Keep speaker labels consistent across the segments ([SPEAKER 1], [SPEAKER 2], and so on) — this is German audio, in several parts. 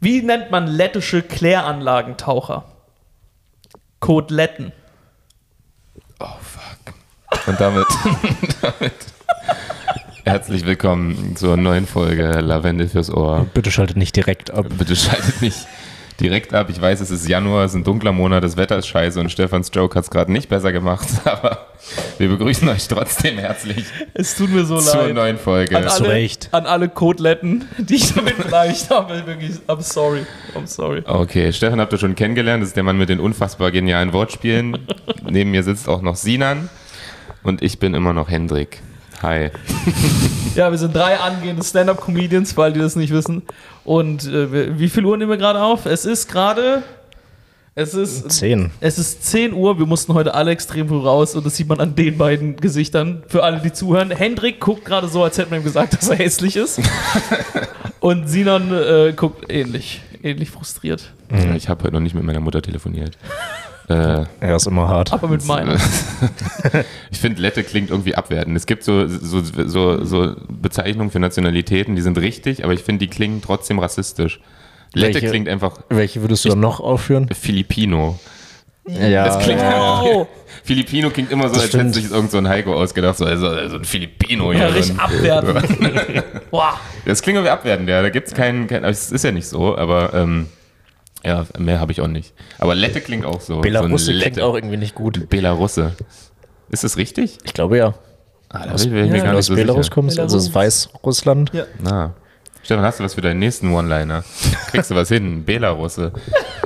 [SPEAKER 1] Wie nennt man lettische Kläranlagentaucher? Code Letten.
[SPEAKER 2] Oh, fuck. Und damit, damit herzlich willkommen zur neuen Folge Lavendel fürs Ohr.
[SPEAKER 3] Bitte schaltet nicht direkt ab.
[SPEAKER 2] Bitte schaltet nicht direkt ab. Ich weiß, es ist Januar, es ist ein dunkler Monat, das Wetter ist scheiße und Stefans Joke hat es gerade nicht besser gemacht, aber wir begrüßen euch trotzdem herzlich
[SPEAKER 1] Es tut mir so
[SPEAKER 2] zur
[SPEAKER 1] leid.
[SPEAKER 2] neuen Folge.
[SPEAKER 1] an, alle,
[SPEAKER 3] Recht.
[SPEAKER 1] an alle Koteletten, die ich damit beleidigt habe. Wirklich, I'm sorry. I'm
[SPEAKER 3] Um.
[SPEAKER 1] sorry.
[SPEAKER 2] Okay, Stefan habt ihr schon kennengelernt. Das ist der Mann mit den unfassbar genialen Wortspielen. Neben mir sitzt auch noch Sinan. Und ich bin immer noch Hendrik. Hi.
[SPEAKER 1] Ja, wir sind drei angehende Stand-Up-Comedians, weil die das nicht wissen. Und äh, wir- wie viel Uhr nehmen wir gerade auf? Es ist gerade. Es ist.
[SPEAKER 3] Zehn.
[SPEAKER 1] Es ist 10 Uhr, wir mussten heute alle extrem früh raus und das sieht man an den beiden Gesichtern. Für alle, die zuhören. Hendrik guckt gerade so, als hätten wir ihm gesagt, dass er hässlich ist. und Sinan äh, guckt ähnlich, ähnlich frustriert.
[SPEAKER 2] Ich habe heute noch nicht mit meiner Mutter telefoniert. äh,
[SPEAKER 3] Er ist immer hart.
[SPEAKER 1] Aber mit meinem.
[SPEAKER 2] ich finde, Lette klingt irgendwie abwertend. Es gibt so, so, so, so Bezeichnungen für Nationalitäten, die sind richtig, aber ich finde, die klingen trotzdem rassistisch. Lette
[SPEAKER 3] Welche?
[SPEAKER 2] klingt einfach
[SPEAKER 3] Welche würdest du dann noch aufführen?
[SPEAKER 2] Filipino.
[SPEAKER 3] Ja,
[SPEAKER 2] Das klingt halt
[SPEAKER 1] Wow.
[SPEAKER 2] Filipino klingt immer so, als
[SPEAKER 3] Das
[SPEAKER 2] hätte
[SPEAKER 3] stimmt.
[SPEAKER 2] sich irgend so ein Heiko ausgedacht, so also, also ein Filipino
[SPEAKER 1] Ja,
[SPEAKER 2] hier drin.
[SPEAKER 1] richtig abwerten. Boah.
[SPEAKER 2] Das klingt irgendwie abwertend, ja. Da gibt es keinen, keinen, aber es ist ja nicht so, aber ähm, ja, mehr habe ich auch nicht. Aber Lette klingt auch so.
[SPEAKER 3] Belarusse
[SPEAKER 2] so ein
[SPEAKER 3] klingt
[SPEAKER 2] Lette.
[SPEAKER 3] auch irgendwie nicht gut.
[SPEAKER 2] Belarusse. Ist das richtig?
[SPEAKER 3] Ich glaube ja.
[SPEAKER 2] Ah, da bin ich mir
[SPEAKER 1] ja,
[SPEAKER 2] gar
[SPEAKER 3] Wenn du
[SPEAKER 2] nicht
[SPEAKER 3] aus
[SPEAKER 2] so
[SPEAKER 3] Belarus
[SPEAKER 2] sicher.
[SPEAKER 3] kommst, also aus Weißrussland.
[SPEAKER 1] Ja.
[SPEAKER 2] Na. Stefan, hast du was für deinen nächsten One-Liner? Kriegst du was hin? Belarusse.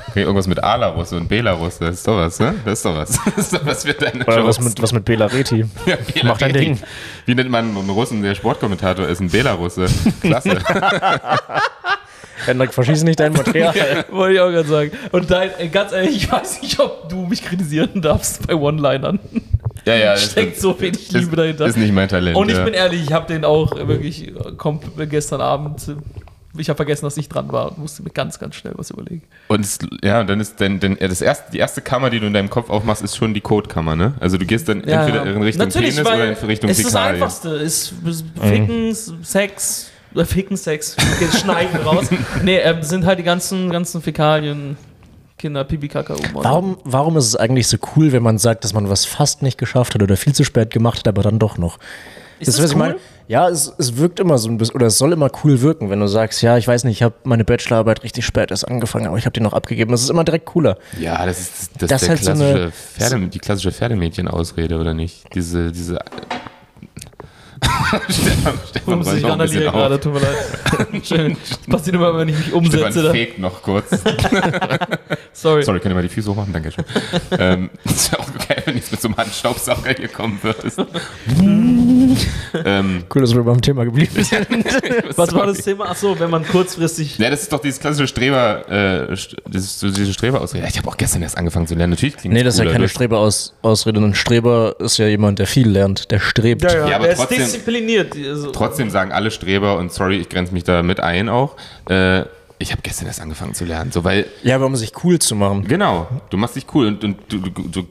[SPEAKER 2] Okay, irgendwas mit Alarusse und Belarusse. Das ist doch was, ne? Das ist doch was. Das ist doch was für deine
[SPEAKER 3] Oder was
[SPEAKER 2] Jokes.
[SPEAKER 3] mit, was mit Belareti?
[SPEAKER 2] Ja,
[SPEAKER 3] Mach dein
[SPEAKER 2] Belarus.
[SPEAKER 3] Ding.
[SPEAKER 2] Wie nennt man einen Russen, der Sportkommentator ist? Ein Belarusse. Klasse.
[SPEAKER 3] Hendrik, verschieß nicht dein Material.
[SPEAKER 1] Wollte ich auch gerade sagen. Und dein, äh, ganz ehrlich, ich weiß nicht, ob du mich kritisieren darfst bei One-Linern.
[SPEAKER 2] ja, ja. das
[SPEAKER 1] Steckt
[SPEAKER 2] ist-
[SPEAKER 1] so wenig Liebe
[SPEAKER 2] ist,
[SPEAKER 1] dahinter.
[SPEAKER 2] Ist nicht mein Talent.
[SPEAKER 1] Und ich
[SPEAKER 2] ja.
[SPEAKER 1] bin ehrlich, ich habe den auch äh, wirklich äh, kommt äh, gestern Abend. äh, Ich habe vergessen, dass ich dran war und musste mir ganz, ganz schnell was überlegen.
[SPEAKER 2] Und es, ja, und dann ist denn, denn das erste, die erste Kammer, die du in deinem Kopf aufmachst, ist schon die Codekammer, ne? Also du gehst dann entweder in Richtung Penis
[SPEAKER 1] weil
[SPEAKER 2] oder in Richtung
[SPEAKER 1] Es ist das
[SPEAKER 2] Fäkalien. Mhm.
[SPEAKER 1] Einfachste. Ist ist Ficken, Sex, äh, Ficken, Sex, geht Schneiden raus. Nee, ähm, sind halt die ganzen, ganzen Fäkalien, Kinder, Pipi, Kaka, Oma.
[SPEAKER 3] Warum, warum ist es eigentlich so cool, wenn man sagt, dass man was fast nicht geschafft hat oder viel zu spät gemacht hat, aber dann doch noch?
[SPEAKER 1] Ist das
[SPEAKER 3] was
[SPEAKER 1] cool?
[SPEAKER 3] Ja, es, es wirkt immer so ein bisschen, oder es soll immer cool wirken, wenn du sagst, ja, ich weiß nicht, ich habe meine Bachelorarbeit richtig spät erst angefangen, aber ich habe die noch abgegeben. Das ist immer direkt cooler.
[SPEAKER 2] Ja, das ist, das
[SPEAKER 3] Das
[SPEAKER 2] ist der
[SPEAKER 3] halt so
[SPEAKER 2] klassische
[SPEAKER 3] eine-
[SPEAKER 2] Pferde, die klassische Pferdemädchen-Ausrede, oder nicht? Diese, diese. Stefan, Stefan
[SPEAKER 1] muss
[SPEAKER 2] räumt
[SPEAKER 1] ich
[SPEAKER 2] noch ein bisschen
[SPEAKER 1] randalieren
[SPEAKER 2] auf.
[SPEAKER 1] gerade? Tut mir leid. Schön. Das passiert immer, wenn ich mich
[SPEAKER 2] Stefan
[SPEAKER 1] umsetze. Dann.
[SPEAKER 2] fegt noch kurz.
[SPEAKER 1] Sorry.
[SPEAKER 2] Sorry, könnt ihr mal die Füße hochmachen? Dankeschön. ähm, ist ja auch geil, wenn jetzt mit so einem Handstaubsauger hier kommen würdest. ähm,
[SPEAKER 3] Cool, dass wir beim Thema geblieben sind.
[SPEAKER 1] Was war
[SPEAKER 2] sorry.
[SPEAKER 1] das Thema? Achso, wenn man kurzfristig.
[SPEAKER 2] Ja, das ist doch dieses klassische Streber, äh, st- dieses, so diese Streber-Ausrede. Ja, Ich habe auch gestern erst angefangen zu lernen. Natürlich klingt
[SPEAKER 3] Nee, das ist ja
[SPEAKER 2] cooler.
[SPEAKER 3] keine
[SPEAKER 2] Du-
[SPEAKER 3] Streberausrede. Ein Streber ist ja jemand, der viel lernt, der strebt.
[SPEAKER 2] Ja, aber
[SPEAKER 1] er ist
[SPEAKER 2] trotzdem-
[SPEAKER 1] diszipliniert. Also,
[SPEAKER 2] Trotzdem sagen alle Streber, und sorry, ich grenze mich da mit ein auch, äh, ich habe gestern erst angefangen zu lernen. So, weil,
[SPEAKER 3] Ja, aber um sich cool zu machen.
[SPEAKER 2] genau, du machst dich cool und, und du, du, du, du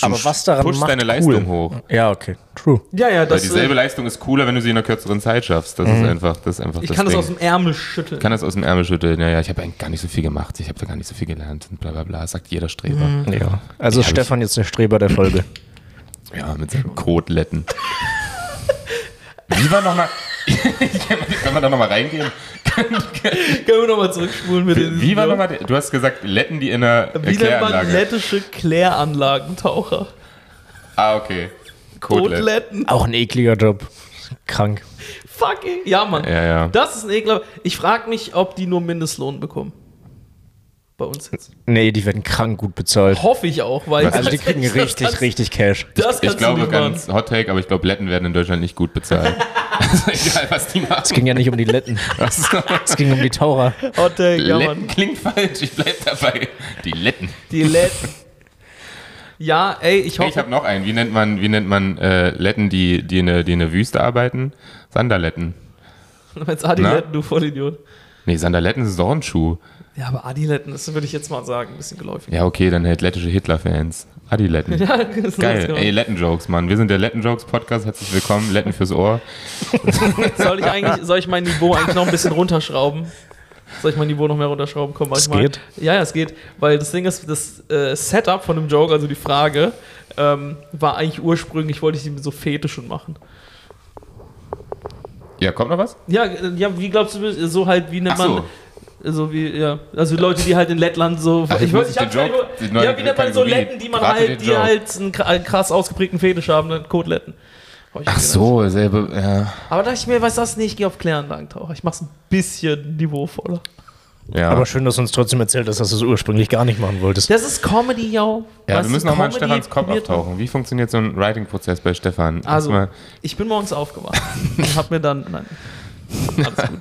[SPEAKER 3] Aber was daran
[SPEAKER 2] pushst
[SPEAKER 3] macht
[SPEAKER 2] deine
[SPEAKER 3] cool?
[SPEAKER 2] Leistung hoch.
[SPEAKER 3] Ja, okay. True.
[SPEAKER 1] ja, ja,
[SPEAKER 2] Weil
[SPEAKER 1] das,
[SPEAKER 2] dieselbe
[SPEAKER 1] äh,
[SPEAKER 2] Leistung ist cooler, wenn du sie in einer kürzeren Zeit schaffst. Das ist einfach das, ist einfach
[SPEAKER 1] Mhm. ich kann das
[SPEAKER 2] Ding.
[SPEAKER 1] aus dem Ärmel schütteln.
[SPEAKER 2] Ich kann das aus dem Ärmel schütteln. Ja, ja, ich habe eigentlich gar nicht so viel gemacht. Ich habe da gar nicht so viel gelernt. Und bla, bla, bla, sagt jeder Streber.
[SPEAKER 1] Mhm.
[SPEAKER 3] Ja. Also ist
[SPEAKER 2] Ja,
[SPEAKER 3] Stefan jetzt der Streber der Folge.
[SPEAKER 2] Ja, mit seinen Koteletten. Wie war nochmal. Kann man da nochmal reingehen?
[SPEAKER 1] Können wir nochmal zurückspulen mit den.
[SPEAKER 2] Wie war nochmal. der- Du hast gesagt, Letten, die in der
[SPEAKER 1] Wie nennt man
[SPEAKER 2] Kläranlage.
[SPEAKER 1] lettische Kläranlagentaucher?
[SPEAKER 2] Ah, okay. Koteletten.
[SPEAKER 1] Kotletten.
[SPEAKER 3] Auch ein ekliger Job. Krank.
[SPEAKER 1] Fucking. Ja, Mann.
[SPEAKER 2] Ja, ja.
[SPEAKER 1] Das ist ein Ekler. Ich frage mich, ob die nur Mindestlohn bekommen. Bei uns jetzt.
[SPEAKER 3] Nee, die werden krank gut bezahlt.
[SPEAKER 1] Hoffe ich auch, weil.
[SPEAKER 3] Also die
[SPEAKER 1] ganz
[SPEAKER 3] kriegen
[SPEAKER 1] ehrlich, das
[SPEAKER 3] richtig,
[SPEAKER 1] kannst-
[SPEAKER 3] richtig Cash.
[SPEAKER 1] Das kannst
[SPEAKER 2] Ich glaube,
[SPEAKER 1] du nicht machen.
[SPEAKER 2] ganz Hot Take, aber ich glaube, Letten werden in Deutschland nicht gut bezahlt. also egal, was die machen.
[SPEAKER 3] Es ging ja nicht um die Letten. Es ging um die Taucher.
[SPEAKER 1] Hot Take, Oh, ja,
[SPEAKER 2] Letten
[SPEAKER 1] Mann.
[SPEAKER 2] Also, klingt falsch, ich bleib dabei. Die Letten.
[SPEAKER 1] Die Letten. Ja, ey, ich
[SPEAKER 2] Hey, ich
[SPEAKER 1] hoffe.
[SPEAKER 2] habe noch einen. Wie nennt man, wie nennt man äh, Letten, die, die, in der, die in der Wüste arbeiten? Sanderletten.
[SPEAKER 1] Jetzt Adiletten,
[SPEAKER 2] Na?
[SPEAKER 1] du Vollidiot.
[SPEAKER 2] Nee, Sanderletten ist doch ein Schuh.
[SPEAKER 1] Ja, aber Adiletten, das würde ich jetzt mal sagen, ein bisschen geläufig.
[SPEAKER 2] Ja, okay, dann halt lettische Hitler-Fans. Adi-Letten.
[SPEAKER 1] das
[SPEAKER 2] Geil.
[SPEAKER 1] genau.
[SPEAKER 2] Ey, Letten-Jokes, Mann. Wir sind der Letten-Jokes-Podcast. Herzlich willkommen. Letten fürs Ohr.
[SPEAKER 1] Soll ich eigentlich, soll ich mein Niveau eigentlich noch ein bisschen runterschrauben? Soll ich mein Niveau noch mehr runterschrauben? Komm, mach
[SPEAKER 3] Das
[SPEAKER 1] ich mal.
[SPEAKER 3] geht?
[SPEAKER 1] Ja, ja, es geht. Weil das Ding ist, das äh, Setup von dem Joke, also die Frage, ähm, war eigentlich ursprünglich, wollte ich die mit so Fetischen machen.
[SPEAKER 2] Ja, kommt noch was?
[SPEAKER 1] Ja, äh, ja, wie glaubst du, so halt, wie nennt
[SPEAKER 2] Ach so.
[SPEAKER 1] man. äh, So wie, ja. Also Leute, die halt in Lettland so.
[SPEAKER 2] Ach, jetzt muss ich
[SPEAKER 1] hab
[SPEAKER 2] den Joke-
[SPEAKER 1] keine-
[SPEAKER 2] die neue
[SPEAKER 1] ja, wie nennt man so
[SPEAKER 2] Kategorie.
[SPEAKER 1] Letten, die man
[SPEAKER 2] Rate den
[SPEAKER 1] halt, die
[SPEAKER 2] Joke.
[SPEAKER 1] halt einen kra- krass ausgeprägten Fetisch haben, dann Koteletten. Hab ich
[SPEAKER 2] Ach
[SPEAKER 1] gedacht.
[SPEAKER 2] so, selbe. Ja.
[SPEAKER 1] Aber da dachte ich mir, weißt du was, nee, ich gehe auf klären Langtaucher. Ich mach's ein bisschen niveauvoller.
[SPEAKER 2] ja.
[SPEAKER 3] Aber schön, dass du uns trotzdem erzählt hast, dass du es ursprünglich gar nicht machen wolltest.
[SPEAKER 1] Das ist Comedy, yo.
[SPEAKER 2] ja,
[SPEAKER 1] Weißt du,
[SPEAKER 2] wir müssen nochmal in
[SPEAKER 1] Comedy
[SPEAKER 2] Stefans Kopf
[SPEAKER 1] probiert man.
[SPEAKER 2] auftauchen. Wie funktioniert so ein Writing-Prozess bei Stefan?
[SPEAKER 1] Also,
[SPEAKER 2] Erstmal
[SPEAKER 1] ich bin morgens aufgewacht und hab mir dann, nein, alles gut.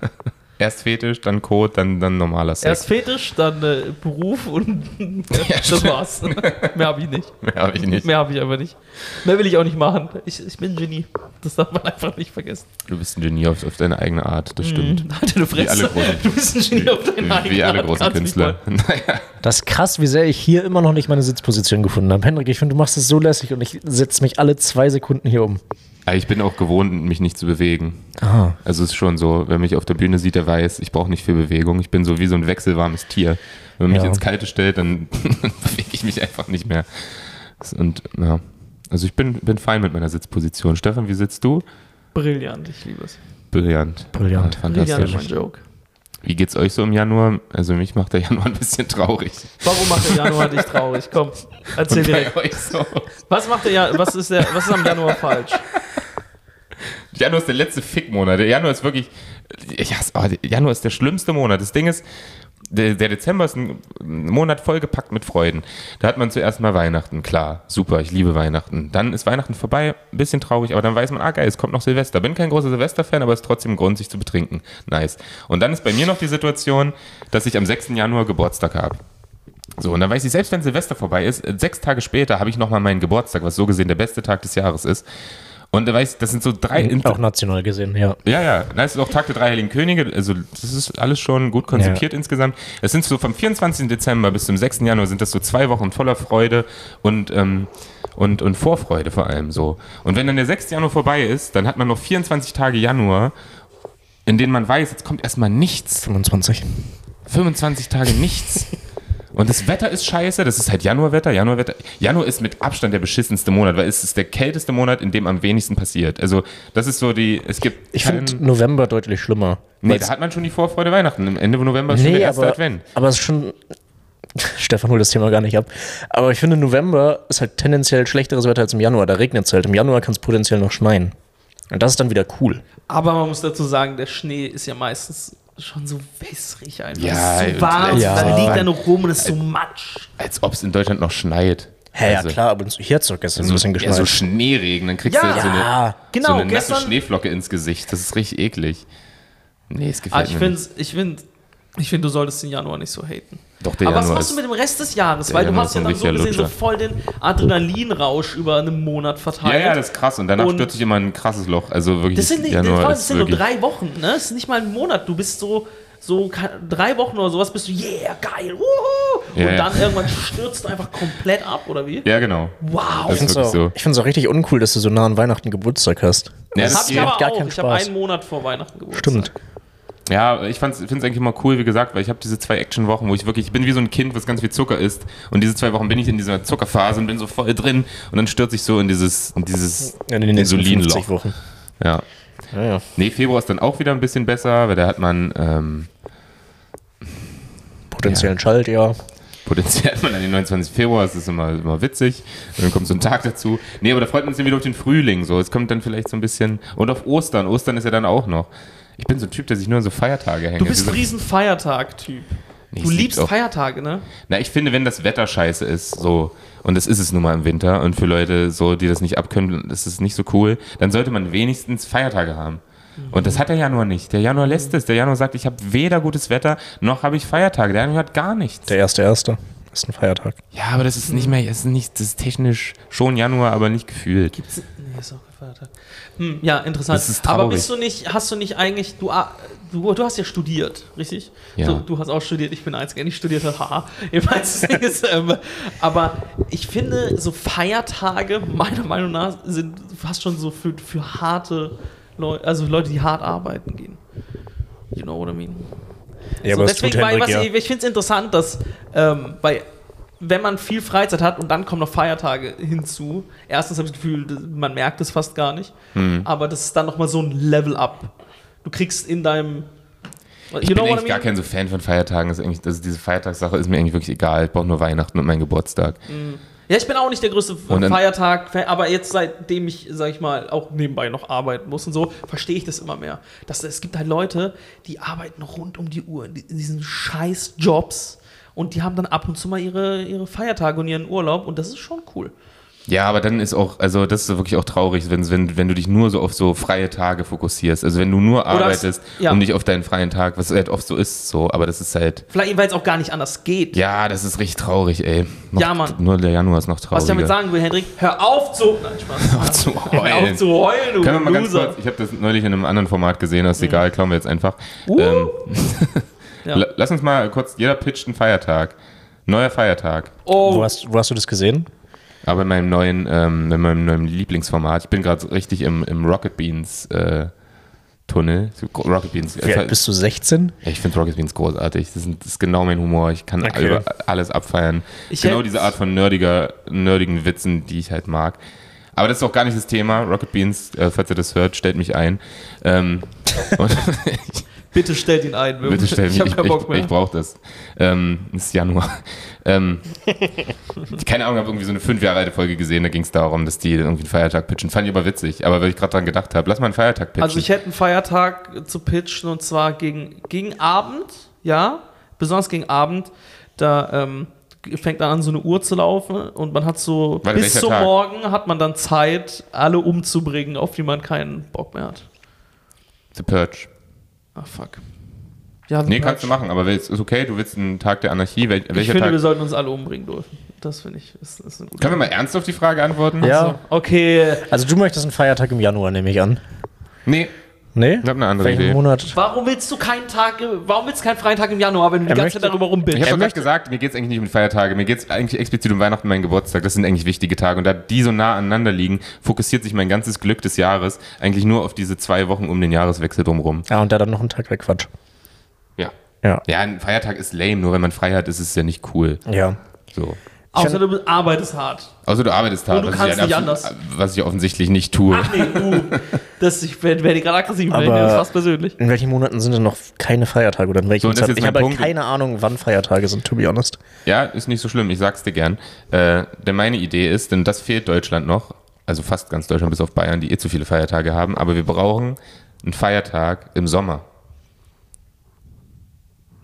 [SPEAKER 2] erst Fetisch, dann Code, dann, dann normaler
[SPEAKER 1] Erst
[SPEAKER 2] Sex.
[SPEAKER 1] Fetisch, dann äh, Beruf und
[SPEAKER 2] Ja,
[SPEAKER 1] das
[SPEAKER 2] stimmt.
[SPEAKER 1] war's. Mehr hab ich nicht.
[SPEAKER 2] Mehr habe ich nicht.
[SPEAKER 1] Mehr habe ich aber nicht. Mehr will ich auch nicht machen. Ich, ich bin ein Genie. Das darf man einfach nicht vergessen.
[SPEAKER 2] Du bist ein Genie auf, auf deine eigene Art, das stimmt.
[SPEAKER 1] Halt deine Fresse.
[SPEAKER 2] Hm. Wie alle großen-
[SPEAKER 1] du bist ein Genie
[SPEAKER 2] Wie,
[SPEAKER 1] auf deinen
[SPEAKER 2] wie, wie alle großen Künstler. Naja.
[SPEAKER 3] Das ist krass, wie sehr ich hier immer noch nicht meine Sitzposition gefunden habe. Hendrik, ich finde, du machst es so lässig und ich setze mich alle zwei Sekunden hier um.
[SPEAKER 2] Aber ich bin auch gewohnt, mich nicht zu bewegen.
[SPEAKER 3] Aha.
[SPEAKER 2] Also es ist schon so, wer mich auf der Bühne sieht, der weiß, ich brauche nicht viel Bewegung. Ich bin so wie so ein wechselwarmes Tier. Wenn man mich
[SPEAKER 3] Ja.
[SPEAKER 2] ins Kalte stellt, dann bewege ich mich einfach nicht mehr. Und ja, also ich bin, bin fein mit meiner Sitzposition. Stefan, wie sitzt du?
[SPEAKER 1] Brillant, ich liebe es.
[SPEAKER 2] Brillant.
[SPEAKER 3] Brillant.
[SPEAKER 2] Ja,
[SPEAKER 1] Brillant, mein
[SPEAKER 2] fantastisch.
[SPEAKER 1] Joke.
[SPEAKER 2] Wie geht's euch so im Januar? Also mich macht der Januar ein bisschen traurig.
[SPEAKER 1] Warum macht der Januar dich traurig? Komm, erzähl
[SPEAKER 2] Und
[SPEAKER 1] direkt.
[SPEAKER 2] bei euch so.
[SPEAKER 1] Was macht der Januar? Was ist, der, was ist am Januar falsch?
[SPEAKER 2] Januar ist der letzte Fickmonat. Der Januar ist wirklich. Ich hasse, oh, der Januar ist der schlimmste Monat. Das Ding ist, der, der Dezember ist ein ein Monat vollgepackt mit Freuden. Da hat man zuerst mal Weihnachten, klar, super, ich liebe Weihnachten. Dann ist Weihnachten vorbei, ein bisschen traurig, aber dann weiß man, ah geil, es kommt noch Silvester. Bin kein großer Silvester-Fan, aber es ist trotzdem ein Grund, sich zu betrinken. Nice. Und dann ist bei mir noch die Situation, dass ich am 6. Januar Geburtstag habe. So, und dann weiß ich, selbst wenn Silvester vorbei ist, äh, sechs Tage später habe ich nochmal meinen Geburtstag, was so gesehen der beste Tag des Jahres ist. Und da weiß ich, das sind so drei, in,
[SPEAKER 3] Auch national gesehen, ja.
[SPEAKER 2] ja, ja. Nein, es ist auch Tag der drei Heiligen Könige. Also, das ist alles schon gut konzipiert insgesamt. Es sind so vom 24. Dezember bis zum 6. Januar sind das so zwei Wochen voller Freude und, ähm, und, und Vorfreude vor allem so. Und wenn dann der 6. Januar vorbei ist, dann hat man noch 24 Tage Januar, in denen man weiß, jetzt kommt erstmal nichts.
[SPEAKER 3] 25.
[SPEAKER 2] 25 Tage nichts. Und das Wetter ist scheiße, das ist halt Januarwetter, Januarwetter. Januar ist mit Abstand der beschissenste Monat, weil es ist der kälteste Monat, in dem am wenigsten passiert. Also, das ist so die, es gibt
[SPEAKER 3] Ich
[SPEAKER 2] keinen-
[SPEAKER 3] finde November deutlich schlimmer.
[SPEAKER 2] Nee,
[SPEAKER 3] Weil's-
[SPEAKER 2] da hat man schon die Vorfreude Weihnachten. Im Ende November ist schon der
[SPEAKER 3] nee
[SPEAKER 2] erste
[SPEAKER 3] aber,
[SPEAKER 2] Advent.
[SPEAKER 3] aber es ist schon. Stefan holt das Thema gar nicht ab. Aber ich finde, November ist halt tendenziell schlechteres Wetter als im Januar. Da regnet es halt. Im Januar kann es potenziell noch schneien. Und das ist dann wieder cool.
[SPEAKER 1] Aber man muss dazu sagen, der Schnee ist ja meistens schon so wässrig einfach.
[SPEAKER 2] Ja,
[SPEAKER 1] es ist so warm,
[SPEAKER 2] ja.
[SPEAKER 1] dann liegt er noch rum und es ist so matsch.
[SPEAKER 2] Als ob es in Deutschland noch schneit.
[SPEAKER 3] Hä,
[SPEAKER 2] Also,
[SPEAKER 3] ja klar, aber hier hat es doch gestern ein
[SPEAKER 2] So,
[SPEAKER 3] bisschen
[SPEAKER 2] ja,
[SPEAKER 3] geschneit.
[SPEAKER 2] so also Schneeregen, dann kriegst
[SPEAKER 1] Ja,
[SPEAKER 2] du so eine,
[SPEAKER 3] ja,
[SPEAKER 1] genau,
[SPEAKER 2] so eine nasse
[SPEAKER 1] gestern-
[SPEAKER 2] Schneeflocke ins Gesicht. Das ist richtig eklig. Nee, es
[SPEAKER 1] Aber
[SPEAKER 2] gefällt
[SPEAKER 1] Ah, ich
[SPEAKER 2] mir
[SPEAKER 1] finde, ich find, ich find, du solltest den Januar nicht so haten.
[SPEAKER 2] nicht. Doch, der
[SPEAKER 1] Aber was
[SPEAKER 2] Januar
[SPEAKER 1] machst
[SPEAKER 2] ist...
[SPEAKER 1] du mit dem Rest des Jahres? Weil du
[SPEAKER 2] Januar
[SPEAKER 1] hast
[SPEAKER 2] ist
[SPEAKER 1] ja
[SPEAKER 2] ein
[SPEAKER 1] dann so
[SPEAKER 2] richtiger
[SPEAKER 1] gesehen so
[SPEAKER 2] Lutscher.
[SPEAKER 1] voll den Adrenalinrausch über einen Monat
[SPEAKER 2] Ja,
[SPEAKER 1] verteilt.
[SPEAKER 2] ja, das ist krass. Und danach
[SPEAKER 1] Und-
[SPEAKER 2] stürze ich immer in ein krasses Loch. Also wirklich,
[SPEAKER 1] das sind, nicht, das
[SPEAKER 2] Januar
[SPEAKER 1] das
[SPEAKER 2] ist
[SPEAKER 1] sind nur
[SPEAKER 2] wirklich...
[SPEAKER 1] drei Wochen, ne? Das ist nicht mal ein Monat. Du bist so, so ka- drei Wochen oder sowas, bist du, yeah, geil, wuhu!
[SPEAKER 2] Ja,
[SPEAKER 1] und
[SPEAKER 2] ja.
[SPEAKER 1] dann irgendwann stürzt du einfach komplett ab, oder wie?
[SPEAKER 2] Ja, genau.
[SPEAKER 1] Wow!
[SPEAKER 2] Das
[SPEAKER 3] ich finde es
[SPEAKER 2] wirklich
[SPEAKER 3] auch,
[SPEAKER 2] so.
[SPEAKER 3] ich find's auch richtig uncool, dass du so nah an Weihnachten Geburtstag hast.
[SPEAKER 2] Ja,
[SPEAKER 1] Das
[SPEAKER 2] das
[SPEAKER 1] hab ich
[SPEAKER 2] geht.
[SPEAKER 1] aber
[SPEAKER 3] macht gar
[SPEAKER 1] auch.
[SPEAKER 3] keinen
[SPEAKER 1] Ich habe
[SPEAKER 3] Spaß.
[SPEAKER 1] einen Monat vor Weihnachten Geburtstag.
[SPEAKER 3] Stimmt.
[SPEAKER 2] Ja, ich fand's, find's eigentlich immer cool, wie gesagt, weil ich habe diese zwei Action-Wochen, wo ich wirklich, ich bin wie so ein Kind, was ganz viel Zucker isst. Und diese zwei Wochen bin ich in dieser Zuckerphase und bin so voll drin. Und dann stürze ich so in dieses, in dieses
[SPEAKER 3] In den nächsten 50
[SPEAKER 2] Insulinloch.
[SPEAKER 3] Wochen.
[SPEAKER 2] Ja.
[SPEAKER 3] Ja, ja.
[SPEAKER 2] Nee, Februar ist dann auch wieder ein bisschen besser, weil da hat man ähm,
[SPEAKER 3] Potenziellen Schaltjahr.
[SPEAKER 2] potenziell hat man dann den 29. Februar, das ist immer, immer witzig. Und dann kommt so ein Tag dazu. Nee, aber da freut man sich dann wieder auf den Frühling. So, es kommt dann vielleicht so ein bisschen. Und auf Ostern. Ostern ist ja dann auch noch. Ich bin so ein Typ, der sich nur an so Feiertage hängt. Also
[SPEAKER 1] Du bist ein riesen Feiertag-Typ. Du liebst Feiertage, ne?
[SPEAKER 2] Na, ich finde, wenn das Wetter scheiße ist, so, und das ist es nun mal im Winter, und für Leute, so, die das nicht abkönnen, das ist nicht so cool, dann sollte man wenigstens Feiertage haben. Und das hat der Januar nicht. Der Januar lässt es. Der Januar sagt, ich habe weder gutes Wetter, noch habe ich Feiertage. Der Januar hat gar nichts.
[SPEAKER 3] Der erste erste ist ein Feiertag.
[SPEAKER 2] Ja, aber das ist nicht mehr, das ist nicht, das ist technisch schon Januar, aber nicht gefühlt.
[SPEAKER 1] Gibt's, nee, ist auch kein Feiertag. Hm, ja, interessant.
[SPEAKER 2] Das ist
[SPEAKER 1] Aber
[SPEAKER 2] traurig.
[SPEAKER 1] bist du nicht, hast du nicht eigentlich, du, a- du, du hast ja studiert, richtig?
[SPEAKER 2] Ja.
[SPEAKER 1] Du, du hast auch studiert, ich bin der Einzige, der nicht studiert hat, haha. Ich weiß es nicht. ist, ähm, aber ich finde, so Feiertage, meiner Meinung nach, sind fast schon so für, für harte Leute, also Leute, die hart arbeiten gehen. You know what I mean?
[SPEAKER 3] Ja,
[SPEAKER 1] so,
[SPEAKER 3] aber es tut
[SPEAKER 1] deswegen, weil, was
[SPEAKER 3] Hendrik ja.
[SPEAKER 1] ich, ich finde es interessant, dass ähm, bei, wenn man viel Freizeit hat und dann kommen noch Feiertage hinzu, erstens habe ich das Gefühl, man merkt es fast gar nicht, aber das ist dann nochmal so ein Level-Up. Du kriegst in deinem.
[SPEAKER 2] Ich bin eigentlich gar kein so Fan von Feiertagen. Das ist eigentlich, also diese Feiertagssache ist mir eigentlich wirklich egal. Ich brauche nur Weihnachten und meinen Geburtstag.
[SPEAKER 1] Ja, ich bin auch nicht der größte
[SPEAKER 2] Und dann-
[SPEAKER 1] Feiertag, aber jetzt seitdem ich, sag ich mal, auch nebenbei noch arbeiten muss und so, verstehe ich das immer mehr. Dass es gibt halt Leute, die arbeiten rund um die Uhr in diesen scheiß Jobs und die haben dann ab und zu mal ihre, ihre Feiertage und ihren Urlaub und das ist schon cool.
[SPEAKER 2] Ja, aber dann ist auch, also das ist wirklich auch traurig, wenn, wenn, wenn du dich nur so auf so freie Tage fokussierst. Also wenn du nur
[SPEAKER 1] es-
[SPEAKER 2] arbeitest
[SPEAKER 1] ja.
[SPEAKER 2] und nicht auf deinen freien Tag, was halt oft so ist, so. Aber das ist halt,
[SPEAKER 1] Vielleicht, weil es auch gar nicht anders geht.
[SPEAKER 2] ja, das ist richtig traurig, ey. Noch,
[SPEAKER 1] Ja, Mann.
[SPEAKER 2] Nur der Januar ist noch trauriger.
[SPEAKER 1] Was ich damit sagen will, Hendrik, hör auf zu. Nein, Spaß. Hör auf
[SPEAKER 2] zu
[SPEAKER 1] Hör auf
[SPEAKER 2] heulen.
[SPEAKER 1] zu heulen, du
[SPEAKER 2] Können wir mal ganz
[SPEAKER 1] Loser.
[SPEAKER 2] kurz, ich habe das neulich in einem anderen Format gesehen, das ist egal, klauen wir jetzt einfach.
[SPEAKER 1] Uh.
[SPEAKER 2] Ähm,
[SPEAKER 1] Ja.
[SPEAKER 2] la- Lass uns mal kurz, jeder pitcht einen Feiertag. Neuer Feiertag.
[SPEAKER 1] Oh,
[SPEAKER 3] Wo, hast, wo hast du das gesehen?
[SPEAKER 2] Aber in meinem neuen, ähm, in meinem neuen Lieblingsformat. Ich bin gerade so richtig im, im Rocket Beans äh, Tunnel. So, Gro- Rocket Beans. äh,
[SPEAKER 3] Wie alt bist du 16?
[SPEAKER 2] ich finde Rocket Beans großartig. Das, sind, das ist genau mein Humor. Ich kann
[SPEAKER 3] Okay.
[SPEAKER 2] alle, alles abfeiern.
[SPEAKER 1] Ich
[SPEAKER 2] genau
[SPEAKER 1] hätt-
[SPEAKER 2] diese Art von nerdiger, nerdigen Witzen, die ich halt mag. Aber das ist auch gar nicht das Thema. Rocket Beans, äh, falls ihr das hört, stellt mich ein. Ähm, und
[SPEAKER 1] bitte stellt ihn ein.
[SPEAKER 2] Bitte stell
[SPEAKER 1] ich
[SPEAKER 2] mich, ich,
[SPEAKER 1] hab
[SPEAKER 2] ich,
[SPEAKER 1] keinen Bock
[SPEAKER 2] ich,
[SPEAKER 1] mehr.
[SPEAKER 2] brauche das. Ähm, es ist Januar. Ähm, ich- keine Ahnung, habe irgendwie so eine fünf Jahre alte Folge gesehen, da ging es darum, dass die irgendwie einen Feiertag pitchen. Fand ich aber witzig, aber weil ich gerade dran gedacht habe, lass mal einen Feiertag pitchen.
[SPEAKER 1] Also ich hätte einen Feiertag zu pitchen und zwar gegen, gegen Abend, ja, besonders gegen Abend, da ähm, fängt dann an, so eine Uhr zu laufen und man hat so,
[SPEAKER 2] Warte,
[SPEAKER 1] bis
[SPEAKER 2] welcher
[SPEAKER 1] zum
[SPEAKER 2] Tag?
[SPEAKER 1] Morgen hat man dann Zeit, alle umzubringen, auf die man keinen Bock mehr hat.
[SPEAKER 2] The Purge.
[SPEAKER 1] Ah, fuck. Ja,
[SPEAKER 2] Nee, kannst du machen, aber willst, ist okay, du willst einen Tag der Anarchie. Wel,
[SPEAKER 1] Ich
[SPEAKER 2] welcher
[SPEAKER 1] finde, wir
[SPEAKER 2] Tag?
[SPEAKER 1] sollten uns alle umbringen dürfen. Das finde ich, ist, ist ein guter
[SPEAKER 2] Können wir mal ernst auf die Frage antworten?
[SPEAKER 3] Ja.
[SPEAKER 1] So, Okay,
[SPEAKER 3] Also du möchtest einen Feiertag im Januar, nehme ich an.
[SPEAKER 2] Nee,
[SPEAKER 3] Nee?
[SPEAKER 2] Ich hab eine andere
[SPEAKER 3] Welchen
[SPEAKER 2] Idee.
[SPEAKER 3] Monat?
[SPEAKER 1] warum willst du keinen Tag, warum willst du keinen freien Tag im Januar, wenn du die
[SPEAKER 3] Er
[SPEAKER 1] ganze Zeit
[SPEAKER 3] möchte-
[SPEAKER 1] darüber rumbist?
[SPEAKER 2] ich habe
[SPEAKER 3] Er
[SPEAKER 2] doch gerade
[SPEAKER 3] möchte-
[SPEAKER 2] gesagt, mir geht es eigentlich nicht um Feiertage, mir geht es eigentlich explizit um Weihnachten und meinen Geburtstag. Das sind eigentlich wichtige Tage und da die so nah aneinander liegen, fokussiert sich mein ganzes Glück des Jahres eigentlich nur auf diese zwei Wochen um den Jahreswechsel drumherum.
[SPEAKER 3] Ah, und da dann noch einen Tag weg, Quatsch.
[SPEAKER 2] Ja.
[SPEAKER 3] Ja.
[SPEAKER 2] Ja, ein Feiertag ist lame, nur wenn man frei hat, ist es ja nicht cool.
[SPEAKER 3] Ja.
[SPEAKER 2] So.
[SPEAKER 1] Außer du arbeitest hart.
[SPEAKER 2] Außer du arbeitest hart,
[SPEAKER 1] du
[SPEAKER 2] was,
[SPEAKER 1] kannst
[SPEAKER 2] ich ja
[SPEAKER 1] nicht
[SPEAKER 2] absolut- was ich offensichtlich nicht tue.
[SPEAKER 1] Ach nee, du. Das, ich werde werd gerade aggressiv,
[SPEAKER 3] Aber-
[SPEAKER 1] ich nehme das fast persönlich.
[SPEAKER 3] In welchen Monaten sind denn noch keine Feiertage oder in
[SPEAKER 2] So,
[SPEAKER 3] welchen
[SPEAKER 2] und das ist
[SPEAKER 3] Zeiten?
[SPEAKER 2] jetzt
[SPEAKER 3] Ich
[SPEAKER 2] mein
[SPEAKER 3] habe halt
[SPEAKER 2] Punkt.
[SPEAKER 3] keine Ahnung, wann Feiertage sind, to be honest.
[SPEAKER 2] Ja, ist nicht so schlimm, ich sag's dir gern. Äh, denn meine Idee ist, denn das fehlt Deutschland noch, also fast ganz Deutschland bis auf Bayern, die eh zu viele Feiertage haben, aber wir brauchen einen Feiertag im Sommer.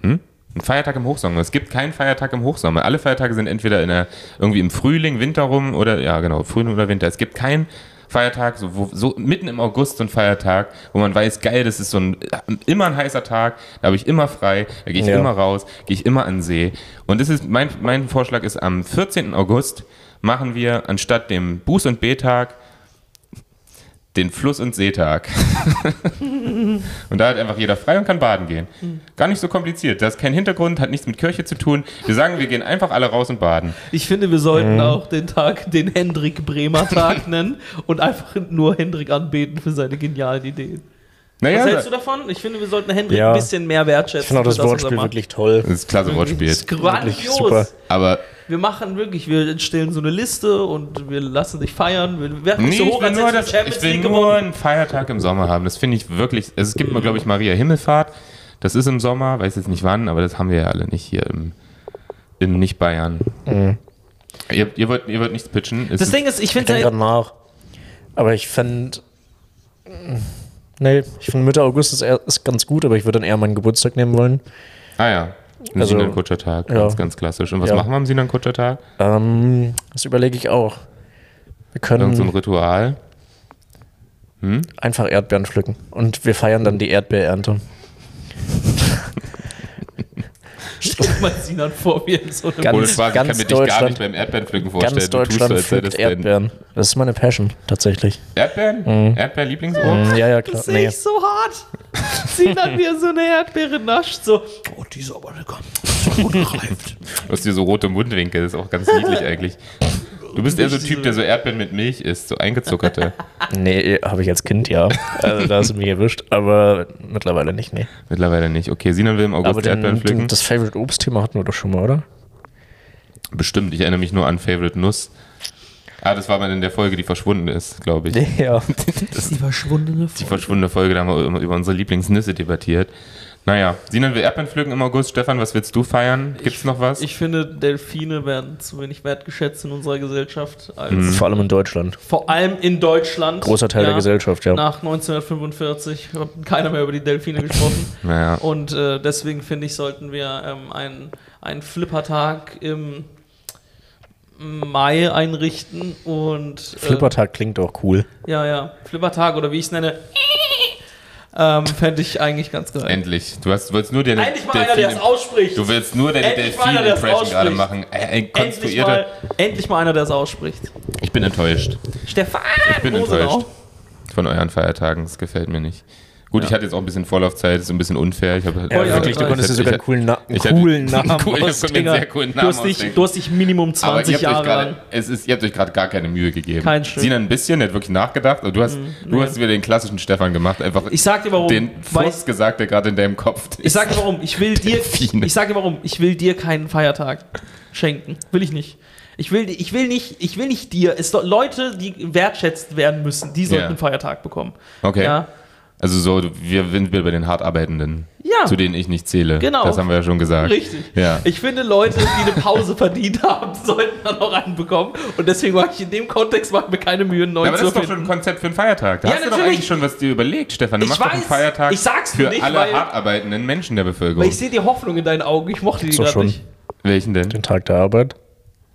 [SPEAKER 2] Hm? Ein Feiertag im Hochsommer. Es gibt keinen Feiertag im Hochsommer. Alle Feiertage sind entweder in der, irgendwie im Frühling, Winter rum oder, ja genau, Frühling oder Winter. Es gibt keinen Feiertag, so, wo, so mitten im August so ein Feiertag, wo man weiß, geil, das ist so ein, immer ein heißer Tag, da habe ich immer frei, da gehe ich
[SPEAKER 3] Ja.
[SPEAKER 2] immer raus, gehe ich immer an den See. Und das ist, mein, mein Vorschlag ist, am 14. August machen wir anstatt dem Buß- und B-Tag den Fluss- und Seetag. und da hat einfach jeder frei und kann baden gehen. Gar nicht so kompliziert. Das ist kein Hintergrund, hat nichts mit Kirche zu tun. Wir sagen, wir gehen einfach alle raus und baden.
[SPEAKER 1] Ich finde, wir sollten
[SPEAKER 3] Mhm.
[SPEAKER 1] auch den Tag den Hendrik Bremer Tag nennen und einfach nur Hendrik anbeten für seine genialen Ideen. Was
[SPEAKER 2] Naja,
[SPEAKER 1] hältst du davon? Ich finde, wir sollten Hendrik
[SPEAKER 3] Ja.
[SPEAKER 1] ein bisschen mehr wertschätzen.
[SPEAKER 3] Ich finde auch das Wortspiel wirklich toll.
[SPEAKER 2] das ist klasse Wortspiel.
[SPEAKER 1] Das Mhm. ist grandios.
[SPEAKER 3] Wirklich super.
[SPEAKER 2] Aber
[SPEAKER 1] Wir machen wirklich, wir stellen so eine Liste und wir lassen dich feiern. Wir werfen dich
[SPEAKER 2] nee,
[SPEAKER 1] so
[SPEAKER 2] ich
[SPEAKER 1] hoch,
[SPEAKER 2] will,
[SPEAKER 1] als
[SPEAKER 2] nur,
[SPEAKER 1] hättest du
[SPEAKER 2] das,
[SPEAKER 1] Champions
[SPEAKER 2] ich will
[SPEAKER 1] League
[SPEAKER 2] nur
[SPEAKER 1] gewonnen.
[SPEAKER 2] einen Feiertag im Sommer haben. Das finde ich wirklich. Also es gibt mal, glaube ich, Maria Himmelfahrt. Das ist im Sommer, weiß jetzt nicht wann, aber das haben wir ja alle nicht hier im, im Nicht-Bayern.
[SPEAKER 3] Mhm.
[SPEAKER 2] Ihr, ihr, wollt, ihr wollt nichts pitchen. Es
[SPEAKER 1] Das
[SPEAKER 2] ist-
[SPEAKER 1] Ding ist, ich
[SPEAKER 3] Ich denke
[SPEAKER 1] finde,
[SPEAKER 3] gerade nach. Aber ich fand. Nee, ich finde Mitte August ist, eher, ist ganz gut, aber ich würde dann eher meinen Geburtstag nehmen wollen.
[SPEAKER 2] ah ja, ein
[SPEAKER 3] Also-
[SPEAKER 2] Sinan Kutscher-Tag.
[SPEAKER 3] Ja.
[SPEAKER 2] Ganz, ganz klassisch. Und was
[SPEAKER 3] Ja.
[SPEAKER 2] machen wir am Sinan Kutscher-Tag?
[SPEAKER 3] Ähm, das überlege ich auch. Wir können
[SPEAKER 2] Irgend so ein Ritual.
[SPEAKER 3] einfach Erdbeeren pflücken und wir feiern dann die Erdbeerernte.
[SPEAKER 1] stell mal Sinan vor mir in so einem
[SPEAKER 3] Ganz-
[SPEAKER 2] Ohne Spaß, ich kann mir dich gar
[SPEAKER 3] Deutschland-
[SPEAKER 2] nicht beim Erdbeerenpflücken vorstellen.
[SPEAKER 3] Ganz
[SPEAKER 2] du
[SPEAKER 3] Deutschland
[SPEAKER 2] tust so, als
[SPEAKER 3] pflückt
[SPEAKER 2] sei das dein-
[SPEAKER 3] Erdbeeren. Mhm. Das ist meine Passion, tatsächlich.
[SPEAKER 2] Erdbeeren? Erdbeer-Lieblingsobst?
[SPEAKER 3] Ja, ja,
[SPEAKER 1] Das
[SPEAKER 3] klar.
[SPEAKER 1] sehe
[SPEAKER 3] Nee.
[SPEAKER 1] ich so hart. Sieht dann wie er so eine Erdbeere nascht, so. Oh, die ist aber lecker. So gut gereift.
[SPEAKER 2] Du hast hier so rote Mundwinkel, das ist auch ganz niedlich eigentlich. Du bist eher so ein
[SPEAKER 1] nicht
[SPEAKER 2] Typ, der
[SPEAKER 1] diese-
[SPEAKER 2] so Erdbeeren mit Milch isst, so eingezuckerte.
[SPEAKER 3] Nee, habe ich als Kind ja. Also da hast du mich erwischt, aber mittlerweile nicht, nee.
[SPEAKER 2] Mittlerweile nicht. Okay, Sinan will im
[SPEAKER 3] Aber
[SPEAKER 2] August
[SPEAKER 3] den,
[SPEAKER 2] Erdbeeren pflücken.
[SPEAKER 3] den, das Favorite Obstthema hatten wir doch schon mal, oder?
[SPEAKER 2] Bestimmt, ich erinnere mich nur an Favorite Nuss. Ah, das war mal in der Folge, die verschwunden ist, glaube ich.
[SPEAKER 3] Ja.
[SPEAKER 1] Das ist die verschwundene
[SPEAKER 2] Die verschwundene Folge, da haben wir über- über unsere Lieblingsnüsse debattiert. Naja, Sinan will Erdbeeren pflücken im August. Stefan, was willst du feiern? Gibt's noch was?
[SPEAKER 1] Ich finde, Delfine werden zu wenig wertgeschätzt in unserer Gesellschaft. Als
[SPEAKER 2] Hm. Mhm.
[SPEAKER 3] Vor allem in Deutschland.
[SPEAKER 1] Vor allem in Deutschland.
[SPEAKER 3] Großer Teil der Gesellschaft, ja.
[SPEAKER 1] Nach 1945 hat keiner mehr über die Delfine gesprochen.
[SPEAKER 2] naja.
[SPEAKER 1] Und äh, deswegen finde ich, sollten wir ähm, einen, einen Flippertag im Mai einrichten und. äh, Oh,
[SPEAKER 3] Flippertag klingt doch cool.
[SPEAKER 1] Ja, ja. Flippertag oder wie ich es nenne. ähm, Fände ich eigentlich ganz geil.
[SPEAKER 2] Endlich. Du hast, du willst nur deine
[SPEAKER 1] Eigentlich mal einer, der es
[SPEAKER 2] Delfin-
[SPEAKER 1] ausspricht.
[SPEAKER 2] Du willst nur deine
[SPEAKER 1] Endlich mal einer, der das
[SPEAKER 2] Delfin-Impression gerade
[SPEAKER 1] ausspricht.
[SPEAKER 2] machen. Äh, Ein
[SPEAKER 1] endlich,
[SPEAKER 2] konstruierte.
[SPEAKER 1] mal, endlich mal einer, der es ausspricht.
[SPEAKER 2] Ich bin enttäuscht.
[SPEAKER 1] Stefan!
[SPEAKER 2] Ich bin enttäuscht von euren Feiertagen. Das gefällt mir nicht. Gut, ich hatte jetzt auch ein bisschen Vorlaufzeit, ist ein bisschen unfair. Ich habe
[SPEAKER 1] Ja, wirklich, du
[SPEAKER 2] ich
[SPEAKER 1] konntest
[SPEAKER 2] hatte- ich-
[SPEAKER 3] coolen, Na
[SPEAKER 2] ich hatte- Cool, ich
[SPEAKER 3] aus-
[SPEAKER 2] konnte mir einen sehr coolen Namen
[SPEAKER 1] du, hast dich,
[SPEAKER 2] ausdenken.
[SPEAKER 1] du hast dich Minimum
[SPEAKER 2] aber ihr
[SPEAKER 1] 20
[SPEAKER 2] habt, euch
[SPEAKER 1] Jahre
[SPEAKER 2] gerade,
[SPEAKER 1] lang.
[SPEAKER 2] es ist, ihr habt euch gerade gar keine Mühe gegeben.
[SPEAKER 1] Kein Stück.
[SPEAKER 2] Sinan ein bisschen, der hat wirklich nachgedacht. Und du hast, du
[SPEAKER 1] nee.
[SPEAKER 2] hast wieder den klassischen Stefan gemacht. Einfach
[SPEAKER 1] Ich sag dir warum.
[SPEAKER 2] den
[SPEAKER 1] weil,
[SPEAKER 2] Fuß gesagt, der gerade in deinem Kopf
[SPEAKER 1] ich sag dir warum. Ich will dir.
[SPEAKER 2] Delfine.
[SPEAKER 1] Ich sag dir warum. Ich will dir keinen Feiertag schenken. Will ich nicht. Ich will, ich will nicht, ich will nicht dir. Es soll- Leute, die wertschätzt werden müssen, die sollten
[SPEAKER 2] Ja.
[SPEAKER 1] einen Feiertag bekommen.
[SPEAKER 2] Okay.
[SPEAKER 1] Ja.
[SPEAKER 2] Also so, wir sind wir bei den hart arbeitenden,
[SPEAKER 1] Ja.
[SPEAKER 2] zu denen ich nicht zähle.
[SPEAKER 1] Genau.
[SPEAKER 2] Das haben wir ja schon gesagt.
[SPEAKER 1] Richtig.
[SPEAKER 2] Ja.
[SPEAKER 1] Ich finde, Leute, die eine Pause verdient haben, sollten dann auch einen bekommen. Und deswegen mache ich in dem Kontext mach ich mir keine Mühe, einen neuen
[SPEAKER 2] aber das
[SPEAKER 1] zu
[SPEAKER 2] ist doch schon
[SPEAKER 1] finden.
[SPEAKER 2] ein Konzept für einen Feiertag. Da
[SPEAKER 1] Ja,
[SPEAKER 2] hast du doch
[SPEAKER 1] natürlich.
[SPEAKER 2] eigentlich schon was dir überlegt, Stefan. Du
[SPEAKER 1] Ich
[SPEAKER 2] machst doch einen
[SPEAKER 1] weiß.
[SPEAKER 2] Feiertag
[SPEAKER 1] Ich sag's
[SPEAKER 2] für
[SPEAKER 1] nur nicht,
[SPEAKER 2] alle
[SPEAKER 1] weil-
[SPEAKER 2] hart arbeitenden Menschen der Bevölkerung.
[SPEAKER 1] Weil ich sehe die Hoffnung in deinen Augen. Ich mochte die
[SPEAKER 3] doch
[SPEAKER 1] gerade
[SPEAKER 3] schon.
[SPEAKER 1] nicht.
[SPEAKER 2] Welchen denn?
[SPEAKER 3] Den Tag der Arbeit.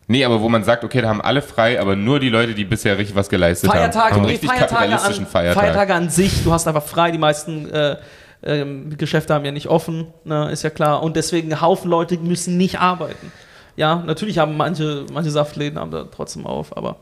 [SPEAKER 2] Nee, aber wo man sagt, okay, da haben alle frei, aber nur die Leute, die bisher richtig was geleistet
[SPEAKER 1] Feiertage,
[SPEAKER 2] haben.
[SPEAKER 1] nee,
[SPEAKER 2] So einen richtig
[SPEAKER 1] Feiertage,
[SPEAKER 2] kapitalistischen
[SPEAKER 1] an,
[SPEAKER 2] Feiertag.
[SPEAKER 1] Feiertage an sich, du hast einfach frei, die meisten äh, ähm, Geschäfte haben ja nicht offen, ne, ist ja klar. Und deswegen ein Haufen Leute müssen nicht arbeiten. Ja, natürlich haben manche, manche Saftläden haben da trotzdem auf, aber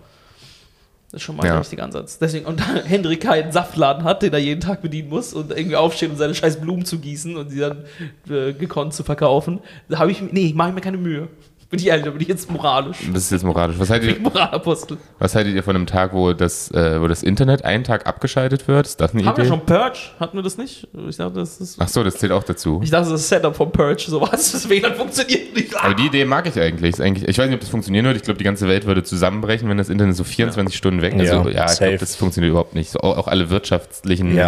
[SPEAKER 1] das ist schon mal
[SPEAKER 2] Ja.
[SPEAKER 1] der richtige Ansatz. Deswegen, und da Hendrik keinen Saftladen hat, den er jeden Tag bedienen muss und irgendwie aufsteht, um seine scheiß Blumen zu gießen und die dann äh, gekonnt zu verkaufen, da habe ich, nee, mache ich mir keine Mühe. Bin ich ehrlich, da bin ich jetzt moralisch.
[SPEAKER 2] Das ist jetzt moralisch. Was haltet, ihr,
[SPEAKER 1] Moralapostel.
[SPEAKER 2] was haltet ihr von einem Tag, wo das, äh, wo das Internet einen Tag abgeschaltet wird? Ist das eine
[SPEAKER 1] Haben wir
[SPEAKER 2] Idee?
[SPEAKER 1] schon Purge? Hatten wir das nicht? Ich dachte, das ist
[SPEAKER 2] Ach so, das zählt auch dazu.
[SPEAKER 1] Ich dachte, das ist Setup von Purge, sowas. Das WLAN funktioniert nicht.
[SPEAKER 2] Aber die Idee mag ich eigentlich. Ist eigentlich ich weiß nicht, ob das funktionieren würde. Ich glaube, die ganze Welt würde zusammenbrechen, wenn das Internet so 24 Stunden weg ist.
[SPEAKER 3] Ja,
[SPEAKER 2] Also, ja, ich glaube,
[SPEAKER 3] safe.
[SPEAKER 2] das funktioniert überhaupt nicht. So, auch auch alle wirtschaftlichen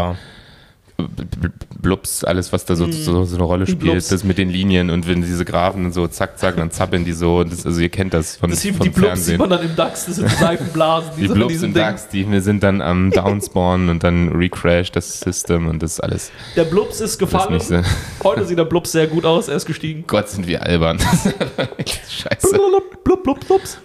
[SPEAKER 2] B- B- Blups, alles, was
[SPEAKER 1] Mhm.
[SPEAKER 2] da so, so, so eine Rolle spielt,
[SPEAKER 1] Blups.
[SPEAKER 2] das mit den Linien und wenn diese Graphen und so zack, zack, dann zappeln die so. Und das, also, ihr kennt das von,
[SPEAKER 1] das sieht,
[SPEAKER 2] vom
[SPEAKER 1] die Blubs sieht
[SPEAKER 2] Fernsehen.
[SPEAKER 1] man dann im DAX, das sind Seifenblasen,
[SPEAKER 2] Die
[SPEAKER 1] sind in
[SPEAKER 2] Blobs
[SPEAKER 1] diesem
[SPEAKER 2] und DAX, die wir sind dann am Downspawn und dann recrash das System und das alles.
[SPEAKER 1] Der Blubs ist
[SPEAKER 2] Das ist
[SPEAKER 1] gefallen.
[SPEAKER 2] nicht so.
[SPEAKER 1] Heute sieht der Blubs sehr gut aus, er ist gestiegen.
[SPEAKER 2] Gott, sind wir albern. Scheiße.
[SPEAKER 1] Blub, blub, blub, blubs.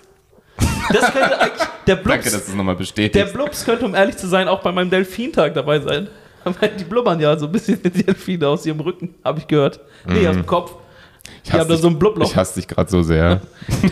[SPEAKER 1] Das könnte eigentlich, der
[SPEAKER 2] Danke,
[SPEAKER 1] Blubs,
[SPEAKER 2] dass du es nochmal
[SPEAKER 1] der
[SPEAKER 2] bestätigst.
[SPEAKER 1] Blubs könnte, um ehrlich zu sein, auch bei meinem Delfintag dabei sein. Weil die blubbern ja so ein bisschen die Delfine aus ihrem Rücken, habe ich gehört. Nee,
[SPEAKER 2] Mhm.
[SPEAKER 1] aus dem Kopf.
[SPEAKER 2] Ich
[SPEAKER 1] Die haben da so ein Blubloch.
[SPEAKER 2] ich hasse dich gerade so sehr.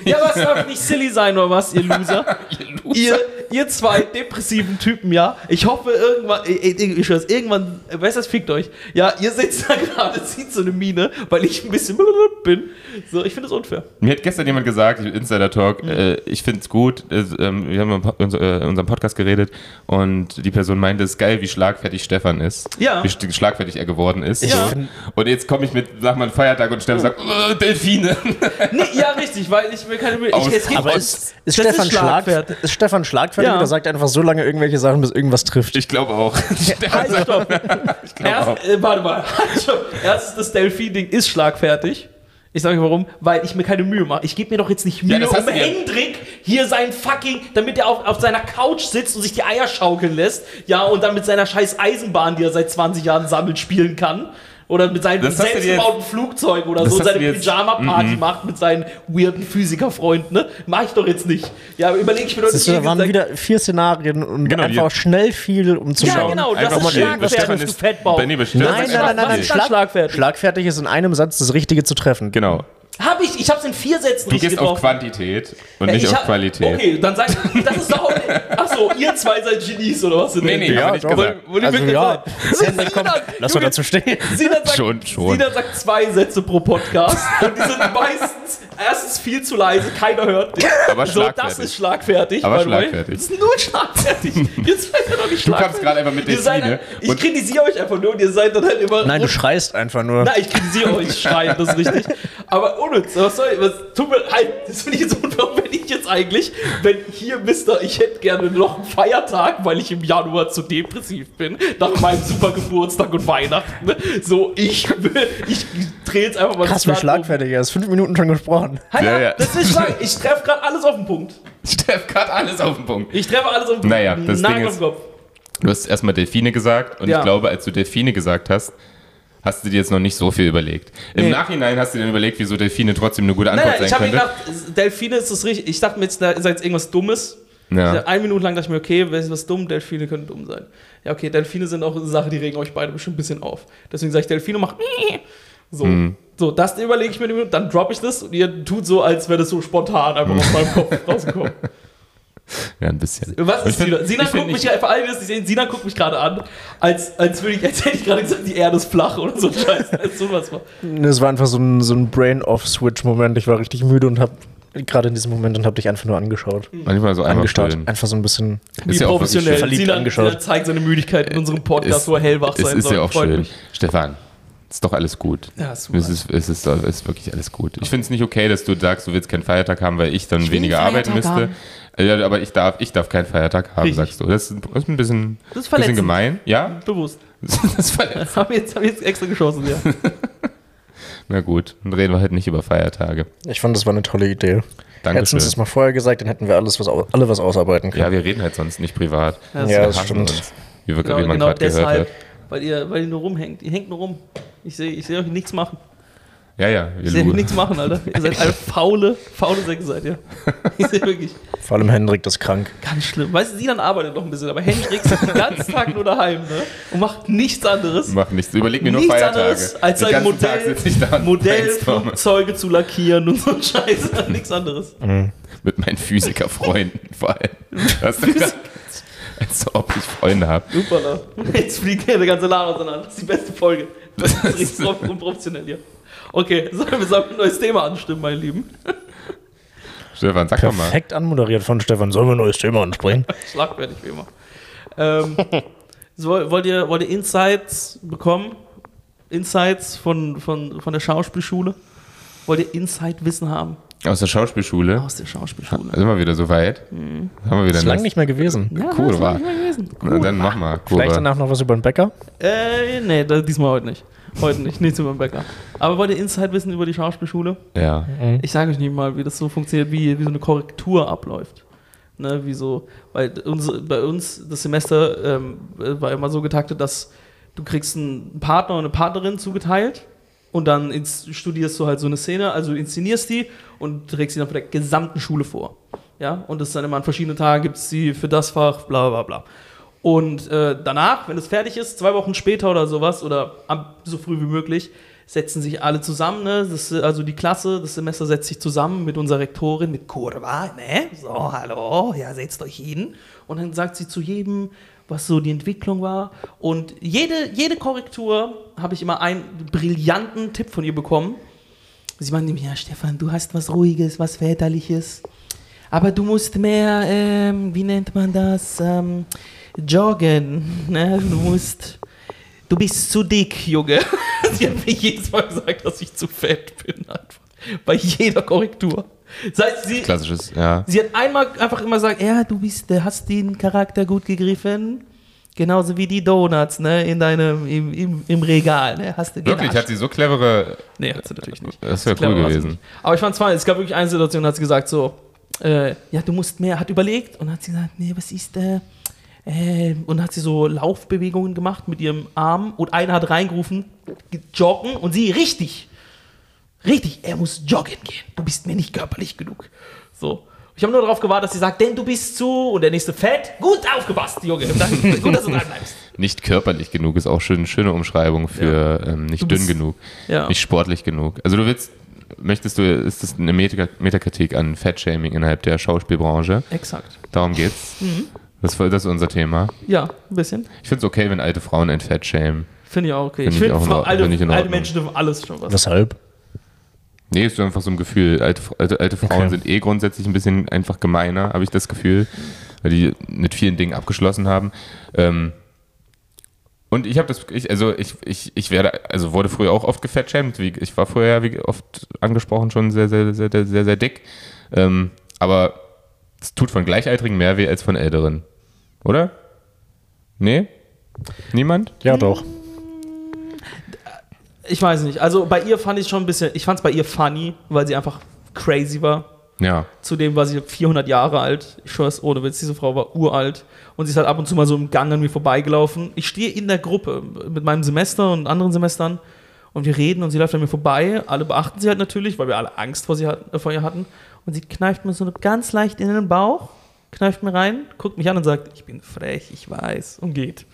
[SPEAKER 1] Ja, was darf nicht silly sein, oder was, ihr Loser? ihr, ihr zwei depressiven Typen, ja. Ich hoffe, irgendwann, ich, ich, ich schwör's, irgendwann, äh, weißt du, das fickt euch. Ja, ihr sitzt da gerade, zieht so eine Miene, weil ich ein bisschen bin. So, ich finde das unfair.
[SPEAKER 2] Mir hat gestern jemand gesagt, Insider Talk,
[SPEAKER 1] Mhm.
[SPEAKER 2] äh, ich finde es gut, äh, ähm, wir haben im Po- uns- äh, in unserem Podcast geredet und die Person meinte, es ist geil, wie schlagfertig Stefan ist.
[SPEAKER 1] Ja.
[SPEAKER 2] Wie st- schlagfertig er geworden ist.
[SPEAKER 3] Ich
[SPEAKER 1] Ja.
[SPEAKER 3] find-
[SPEAKER 2] Und jetzt komme ich mit, sag mal, einen Feiertag und Stefan sagt, äh, Delfine.
[SPEAKER 1] Nee, ja, richtig, weil ich mir keine Mühe.
[SPEAKER 2] Aus-
[SPEAKER 1] Ich, es geht um
[SPEAKER 2] aber
[SPEAKER 1] nicht.
[SPEAKER 2] ist-
[SPEAKER 3] Ist
[SPEAKER 1] Das
[SPEAKER 3] Stefan,
[SPEAKER 1] ist
[SPEAKER 3] Schlag,
[SPEAKER 1] schlagfertig.
[SPEAKER 3] ist Stefan schlagfertig
[SPEAKER 1] Ja.
[SPEAKER 3] oder sagt einfach so lange irgendwelche Sachen, bis irgendwas trifft?
[SPEAKER 2] Ich glaube auch.
[SPEAKER 1] Halt,
[SPEAKER 2] Also,
[SPEAKER 1] stopp. Erst, äh, warte mal. Halt, stopp. Erstens, das Delfin-Ding ist schlagfertig. Ich sage euch warum, weil ich mir keine Mühe mache. Ich gebe mir doch jetzt nicht Mühe,
[SPEAKER 2] das
[SPEAKER 1] um
[SPEAKER 2] hast du ja-
[SPEAKER 1] Hendrik hier sein fucking, damit er auf, auf seiner Couch sitzt und sich die Eier schaukeln lässt. Ja, und dann mit seiner scheiß Eisenbahn, die er seit 20 Jahren sammelt, spielen kann. Oder mit seinen
[SPEAKER 2] Das hast du dir jetzt-
[SPEAKER 1] selbstgebauten Flugzeugen oder
[SPEAKER 2] Das
[SPEAKER 1] so
[SPEAKER 2] hast du
[SPEAKER 1] seine
[SPEAKER 2] dir jetzt- Mhm.
[SPEAKER 1] Pyjama-Party macht mit seinen weirden Physikerfreunden. Ne? Mach ich doch jetzt nicht. Ja, überlege ich mir doch
[SPEAKER 3] Das
[SPEAKER 1] nicht.
[SPEAKER 3] da waren wieder vier Szenarien und
[SPEAKER 2] Genau, die-
[SPEAKER 3] einfach schnell viel, um zu
[SPEAKER 1] Ja,
[SPEAKER 3] schauen.
[SPEAKER 1] genau, das
[SPEAKER 2] Einfach
[SPEAKER 1] ist
[SPEAKER 2] mal die-
[SPEAKER 1] schlagfertig,
[SPEAKER 2] was Stefan
[SPEAKER 1] du
[SPEAKER 2] ist-
[SPEAKER 1] Fettbauch.
[SPEAKER 2] Benny, was Stefan
[SPEAKER 3] Nein,
[SPEAKER 2] ist
[SPEAKER 3] nein,
[SPEAKER 2] einfach
[SPEAKER 3] nein, nein,
[SPEAKER 1] Was
[SPEAKER 3] nein.
[SPEAKER 1] ist dann schlagfertig?
[SPEAKER 3] schlagfertig ist in einem Satz das Richtige zu treffen.
[SPEAKER 2] Genau.
[SPEAKER 1] Habe ich, ich habe es in vier Sätzen
[SPEAKER 2] Du
[SPEAKER 1] richtig
[SPEAKER 2] gehst auf
[SPEAKER 1] getroffen.
[SPEAKER 2] Quantität und
[SPEAKER 1] Ja,
[SPEAKER 2] nicht
[SPEAKER 1] ich
[SPEAKER 2] auf
[SPEAKER 1] hab-
[SPEAKER 2] Qualität.
[SPEAKER 1] Okay, dann sag das ist doch. Achso, ihr zwei seid Genies oder was?
[SPEAKER 2] Nee, nee,
[SPEAKER 3] Ja,
[SPEAKER 2] habe ich nicht
[SPEAKER 3] doch.
[SPEAKER 2] gesagt. Genau.
[SPEAKER 1] Wollte
[SPEAKER 3] Also,
[SPEAKER 1] wirklich
[SPEAKER 3] ja.
[SPEAKER 1] sagen. Sinan,
[SPEAKER 3] Lass mal
[SPEAKER 1] Junge,
[SPEAKER 3] dazu stehen.
[SPEAKER 1] Sinan sagt,
[SPEAKER 2] Schon, schon.
[SPEAKER 1] Sinan sagt zwei Sätze pro Podcast und die sind meistens Erstens viel zu leise, keiner hört dich.
[SPEAKER 2] Aber
[SPEAKER 1] So, das
[SPEAKER 2] schlagfertig.
[SPEAKER 1] ist schlagfertig.
[SPEAKER 2] Aber
[SPEAKER 1] by the way.
[SPEAKER 2] schlagfertig.
[SPEAKER 1] Das ist nur schlagfertig. Jetzt seid ihr doch nicht
[SPEAKER 2] Du
[SPEAKER 1] schlagfertig.
[SPEAKER 2] kamst gerade einfach mit
[SPEAKER 1] Ihr
[SPEAKER 2] der
[SPEAKER 1] seid- halt-
[SPEAKER 2] Schiene
[SPEAKER 1] Ich
[SPEAKER 2] und-
[SPEAKER 1] kritisiere euch einfach nur und ihr seid dann halt immer.
[SPEAKER 3] Nein, du schreist einfach nur.
[SPEAKER 1] Nein, ich kritisiere euch, schreien, das ist richtig. Aber unnütz, was soll ich, was tut mir, halt, das finde ich jetzt unfair, wenn ich jetzt eigentlich, wenn hier, Mister, ich hätte gerne noch einen Feiertag, weil ich im Januar zu depressiv bin, nach meinem super Geburtstag und Weihnachten, ne? so, ich, will- ich drehe jetzt einfach mal
[SPEAKER 3] Krass, wie
[SPEAKER 1] das Blatt um.
[SPEAKER 3] schlagfertig er ist. Fünf Minuten schon gesprochen.
[SPEAKER 1] Halt,
[SPEAKER 2] Ja,
[SPEAKER 1] ab,
[SPEAKER 2] ja.
[SPEAKER 1] das ist schlag, ich treffe gerade alles auf den Punkt.
[SPEAKER 2] Steff gerade alles auf den Punkt.
[SPEAKER 1] Ich treffe alles auf den
[SPEAKER 2] Naja, das
[SPEAKER 1] Nagel
[SPEAKER 2] Ding
[SPEAKER 1] auf
[SPEAKER 2] ist-
[SPEAKER 1] den Kopf.
[SPEAKER 2] Du hast erstmal Delfine gesagt und
[SPEAKER 1] Ja.
[SPEAKER 2] ich glaube, als du Delfine gesagt hast, hast du dir jetzt noch nicht so viel überlegt. Im
[SPEAKER 1] Nee.
[SPEAKER 2] Nachhinein hast du dir dann überlegt, wieso Delfine trotzdem eine gute
[SPEAKER 1] Nein,
[SPEAKER 2] Antwort
[SPEAKER 1] nein, ich
[SPEAKER 2] sein
[SPEAKER 1] habe mir
[SPEAKER 2] könnte.
[SPEAKER 1] gedacht, Delfine ist das richtig. Ich dachte mir jetzt, da ist jetzt irgendwas Dummes.
[SPEAKER 2] Ja.
[SPEAKER 1] Ich- Eine Minute lang dachte ich mir, okay, wer ist was dumm? Delfine können dumm sein. Ja, okay, Delfine sind auch eine Sache, die regen euch beide bestimmt ein bisschen auf. Deswegen sage ich, Delfine macht so.
[SPEAKER 2] Mhm.
[SPEAKER 1] So, das überlege ich mir, eine Minute, dann droppe ich das und ihr tut so, als wäre das so spontan einfach aus meinem Kopf rausgekommen.
[SPEAKER 2] ja, ein bisschen.
[SPEAKER 1] Was
[SPEAKER 2] Und ich
[SPEAKER 1] ist
[SPEAKER 2] find-
[SPEAKER 1] Sina? Sina
[SPEAKER 2] ich find
[SPEAKER 1] guckt mich
[SPEAKER 2] nicht-
[SPEAKER 1] gerade, vor allem, die das nicht sehen, Sina guckt mich gerade an, als, als würde ich, als hätte ich gerade gesagt, die Erde ist flach oder so ein Scheiß. Als sowas war.
[SPEAKER 3] Es war einfach so ein, so ein Brain-Off-Switch-Moment. Ich war richtig müde und hab gerade in diesem Moment und hab dich einfach nur angeschaut.
[SPEAKER 2] Manchmal so einmal
[SPEAKER 3] Angestarrt.
[SPEAKER 2] stillen.
[SPEAKER 3] Einfach so ein bisschen.
[SPEAKER 1] Wie
[SPEAKER 2] Ist ja auch wirklich
[SPEAKER 1] professionell.
[SPEAKER 3] verliebt
[SPEAKER 1] Sinan,
[SPEAKER 3] angeschaut.
[SPEAKER 1] Sinan zeigt seine Müdigkeit in unserem Podcast, wo er hellwach
[SPEAKER 2] es
[SPEAKER 1] sein
[SPEAKER 2] ist
[SPEAKER 1] soll.
[SPEAKER 2] ja auch
[SPEAKER 1] Freut
[SPEAKER 2] schön.
[SPEAKER 1] mich.
[SPEAKER 2] Stefan, ist doch alles gut.
[SPEAKER 1] Ja, ist super.
[SPEAKER 2] es, ist, es, ist, es ist wirklich alles gut. Ich finde es nicht okay, dass du sagst, du willst keinen Feiertag haben, weil ich dann
[SPEAKER 4] will
[SPEAKER 2] weniger
[SPEAKER 4] einen
[SPEAKER 2] arbeiten
[SPEAKER 4] Feiertag
[SPEAKER 2] müsste. Ja, aber ich darf, ich darf keinen Feiertag haben,
[SPEAKER 1] Richtig.
[SPEAKER 2] sagst du. Das ist das ist ein bisschen,
[SPEAKER 1] Das ist
[SPEAKER 2] bisschen
[SPEAKER 1] verletzend.
[SPEAKER 2] gemein. Ja,
[SPEAKER 1] Bewusst.
[SPEAKER 2] das ist verletzend.
[SPEAKER 1] Das habe ich, jetzt- hab ich jetzt extra geschossen, ja.
[SPEAKER 2] Na gut, dann reden wir halt nicht über Feiertage.
[SPEAKER 3] Ich fand, das war eine tolle Idee. Hättest du
[SPEAKER 2] Dankeschön.
[SPEAKER 3] uns das mal vorher gesagt, dann hätten wir alles was, au- alle was ausarbeiten können.
[SPEAKER 2] Ja, wir reden halt sonst nicht privat.
[SPEAKER 1] Ja,
[SPEAKER 3] Ja,
[SPEAKER 2] Wir
[SPEAKER 3] das
[SPEAKER 2] hassen
[SPEAKER 3] stimmt.
[SPEAKER 2] uns, Wie, wir,
[SPEAKER 1] genau
[SPEAKER 2] wie man
[SPEAKER 1] genau
[SPEAKER 2] gerade gehört
[SPEAKER 1] deshalb,
[SPEAKER 2] hat.
[SPEAKER 1] weil ihr, weil ihr nur rumhängt. Ihr hängt nur rum. Ich sehe ich seh euch nichts machen.
[SPEAKER 2] Ja, ja,
[SPEAKER 1] Ich sehe euch
[SPEAKER 2] wir
[SPEAKER 1] nichts machen, Alter. Ihr seid alle faule, faule Säcke seid ihr. Ich sehe wirklich
[SPEAKER 3] Vor allem Hendrik, das ist krank.
[SPEAKER 1] ganz schlimm. Weißt du, Sinan arbeitet noch ein bisschen, aber Hendrik sitzt den ganzen Tag nur daheim, ne? Und macht nichts anderes.
[SPEAKER 2] machen nichts. Überleg mir nur
[SPEAKER 1] nichts
[SPEAKER 2] Feiertage.
[SPEAKER 1] anderes als
[SPEAKER 2] Den
[SPEAKER 1] sein
[SPEAKER 2] ganzen Tag
[SPEAKER 1] Modell,
[SPEAKER 2] sitze ich da und brainstorme
[SPEAKER 1] Modellflugzeuge zu lackieren und so ein Scheiß. nichts anderes.
[SPEAKER 2] Mit meinen Physikerfreunden vor allem. Hast du gesagt, als ob ich Freunde habe.
[SPEAKER 1] Super, ne? Jetzt fliegt der ganze Laden auseinander. Das ist die beste Folge. Das ist richtig un- unprofessionell hier. Okay, sollen wir sollen wir ein neues Thema anstimmen, meine Lieben?
[SPEAKER 2] Stefan, sag doch mal.
[SPEAKER 3] Perfekt anmoderiert von Stefan. Sollen wir ein neues Thema ansprechen?
[SPEAKER 1] Schlagfertig wie immer. Ähm, so, wollt, ihr, wollt ihr Insights bekommen? Insights von, von, von der Schauspielschule? Wollt ihr Insight-Wissen haben
[SPEAKER 2] Aus der Schauspielschule.
[SPEAKER 1] aus der Schauspielschule?
[SPEAKER 2] Sind wir wieder so weit?
[SPEAKER 1] Mhm.
[SPEAKER 2] Haben wir wieder
[SPEAKER 3] Ist lang nicht mehr gewesen.
[SPEAKER 1] Ja,
[SPEAKER 2] cool,
[SPEAKER 1] das
[SPEAKER 2] wa?
[SPEAKER 1] hab ich mal gelesen.
[SPEAKER 2] Na, dann mach mal.
[SPEAKER 3] Vielleicht
[SPEAKER 2] Kurve.
[SPEAKER 3] danach noch was über den Bäcker?
[SPEAKER 1] Äh, nee, da, diesmal heute nicht. Heute nicht, nichts über den Bäcker. Aber wollt ihr Insight wissen über die Schauspielschule?
[SPEAKER 2] Ja.
[SPEAKER 3] Mhm.
[SPEAKER 1] Ich sage euch nicht mal, wie das so funktioniert, wie, wie so eine Korrektur abläuft. Ne, wie so, weil uns, bei uns das Semester ähm, war immer so getaktet, dass du kriegst einen Partner und eine Partnerin zugeteilt und dann ins, studierst du halt so eine Szene, also du inszenierst die und trägst sie dann vor der gesamten Schule vor. Ja, und das dann immer an verschiedenen Tagen gibt es die für das Fach, bla bla bla. Und äh, danach, wenn es fertig ist, zwei Wochen später oder sowas oder am, so früh wie möglich, setzen sich alle zusammen. Ne? Das, äh, also die Klasse, das Semester setzt sich zusammen mit unserer Rektorin, mit Kurva. Ne? So, hallo, ja, setzt euch hin. Und dann sagt sie zu jedem, was so die Entwicklung war. Und jede, jede Korrektur habe ich immer einen brillanten Tipp von ihr bekommen. Sie meinte mir, ja, Stefan, du hast was Ruhiges, was Väterliches. Aber du musst mehr, ähm, wie nennt man das, ähm, joggen. Ne? Du musst, du bist zu dick, Junge. Sie hat mir jedes Mal gesagt, dass ich zu fett bin. Einfach. Bei jeder Korrektur. Das heißt, sie,
[SPEAKER 2] Klassisches, ja.
[SPEAKER 1] sie hat einmal einfach immer gesagt, ja, du bist, äh, hast den Charakter gut gegriffen. Genauso wie die Donuts, ne, in deinem, im, im, im Regal, ne, hast du
[SPEAKER 2] Wirklich,
[SPEAKER 1] genascht."
[SPEAKER 2] hat sie so clevere.
[SPEAKER 1] Nee, hat sie natürlich nicht.
[SPEAKER 2] Das wäre
[SPEAKER 1] Clever
[SPEAKER 2] cool
[SPEAKER 1] war's
[SPEAKER 2] gewesen.
[SPEAKER 1] nicht. Aber ich fand es es gab wirklich eine Situation, da hat sie gesagt so, äh, ja, du musst mehr, hat überlegt und hat sie gesagt, nee, was ist, äh, äh, und hat sie so Laufbewegungen gemacht mit ihrem Arm und einer hat reingerufen, "Ge- joggen und sie, richtig, richtig, er muss joggen gehen, du bist mir nicht körperlich genug. So. Ich habe nur darauf gewartet, dass sie sagt, denn du bist zu und der nächste fett. Gut aufgepasst, Junge. Dann- Gut, dass du dran bleibst.
[SPEAKER 2] Nicht körperlich genug ist auch schön, schöne Umschreibung für ähm,
[SPEAKER 1] Du
[SPEAKER 2] nicht
[SPEAKER 1] bist-
[SPEAKER 2] dünn genug,
[SPEAKER 1] ja.
[SPEAKER 2] nicht sportlich genug. Also du willst, möchtest du, ist das eine Meta- Metakritik an Fettshaming innerhalb der Schauspielbranche?
[SPEAKER 1] Exakt.
[SPEAKER 2] Darum geht's.
[SPEAKER 1] Mhm.
[SPEAKER 2] Das, war- das ist unser Thema.
[SPEAKER 1] Ja, ein bisschen.
[SPEAKER 2] Ich finde es okay, wenn alte Frauen ein Fettshamen.
[SPEAKER 1] Finde ich auch okay.
[SPEAKER 2] Find
[SPEAKER 1] ich
[SPEAKER 2] ich auch
[SPEAKER 1] finde,
[SPEAKER 2] in
[SPEAKER 1] Frau-
[SPEAKER 2] Ordnung. Find ich in
[SPEAKER 1] alte, alte
[SPEAKER 2] Ordnung.
[SPEAKER 1] Menschen dürfen alles schon was.
[SPEAKER 3] Weshalb?
[SPEAKER 2] Nee, ist einfach so ein Gefühl. Alte, alte, alte Frauen
[SPEAKER 3] Okay.
[SPEAKER 2] sind eh grundsätzlich ein bisschen einfach gemeiner, habe ich das Gefühl, weil die mit vielen Dingen abgeschlossen haben. Ähm, und ich habe das, ich, also ich, ich, ich werde, also wurde früher auch oft gefettshamed. Wie, ich war vorher, wie oft angesprochen, schon sehr, sehr, sehr, sehr, sehr, sehr dick. Ähm, aber es tut von Gleichaltrigen mehr weh als von Älteren. Oder? Nee? Niemand?
[SPEAKER 3] Ja, doch.
[SPEAKER 1] Ich weiß nicht. Also bei ihr fand ich schon ein bisschen, ich fand es bei ihr funny, weil sie einfach crazy war.
[SPEAKER 2] Ja.
[SPEAKER 1] Zudem war sie 400 Jahre alt. Ich schwör's ohne Witz, diese Frau war uralt. Und sie ist halt ab und zu mal so im Gang an mir vorbeigelaufen. Ich stehe in der Gruppe mit meinem Semester und anderen Semestern und wir reden und sie läuft an mir vorbei. Alle beachten sie halt natürlich, weil wir alle Angst vor, sie hat, äh, vor ihr hatten. Und sie kneift mir so ganz leicht in den Bauch, kneift mir rein, guckt mich an und sagt, ich bin frech, ich weiß und geht.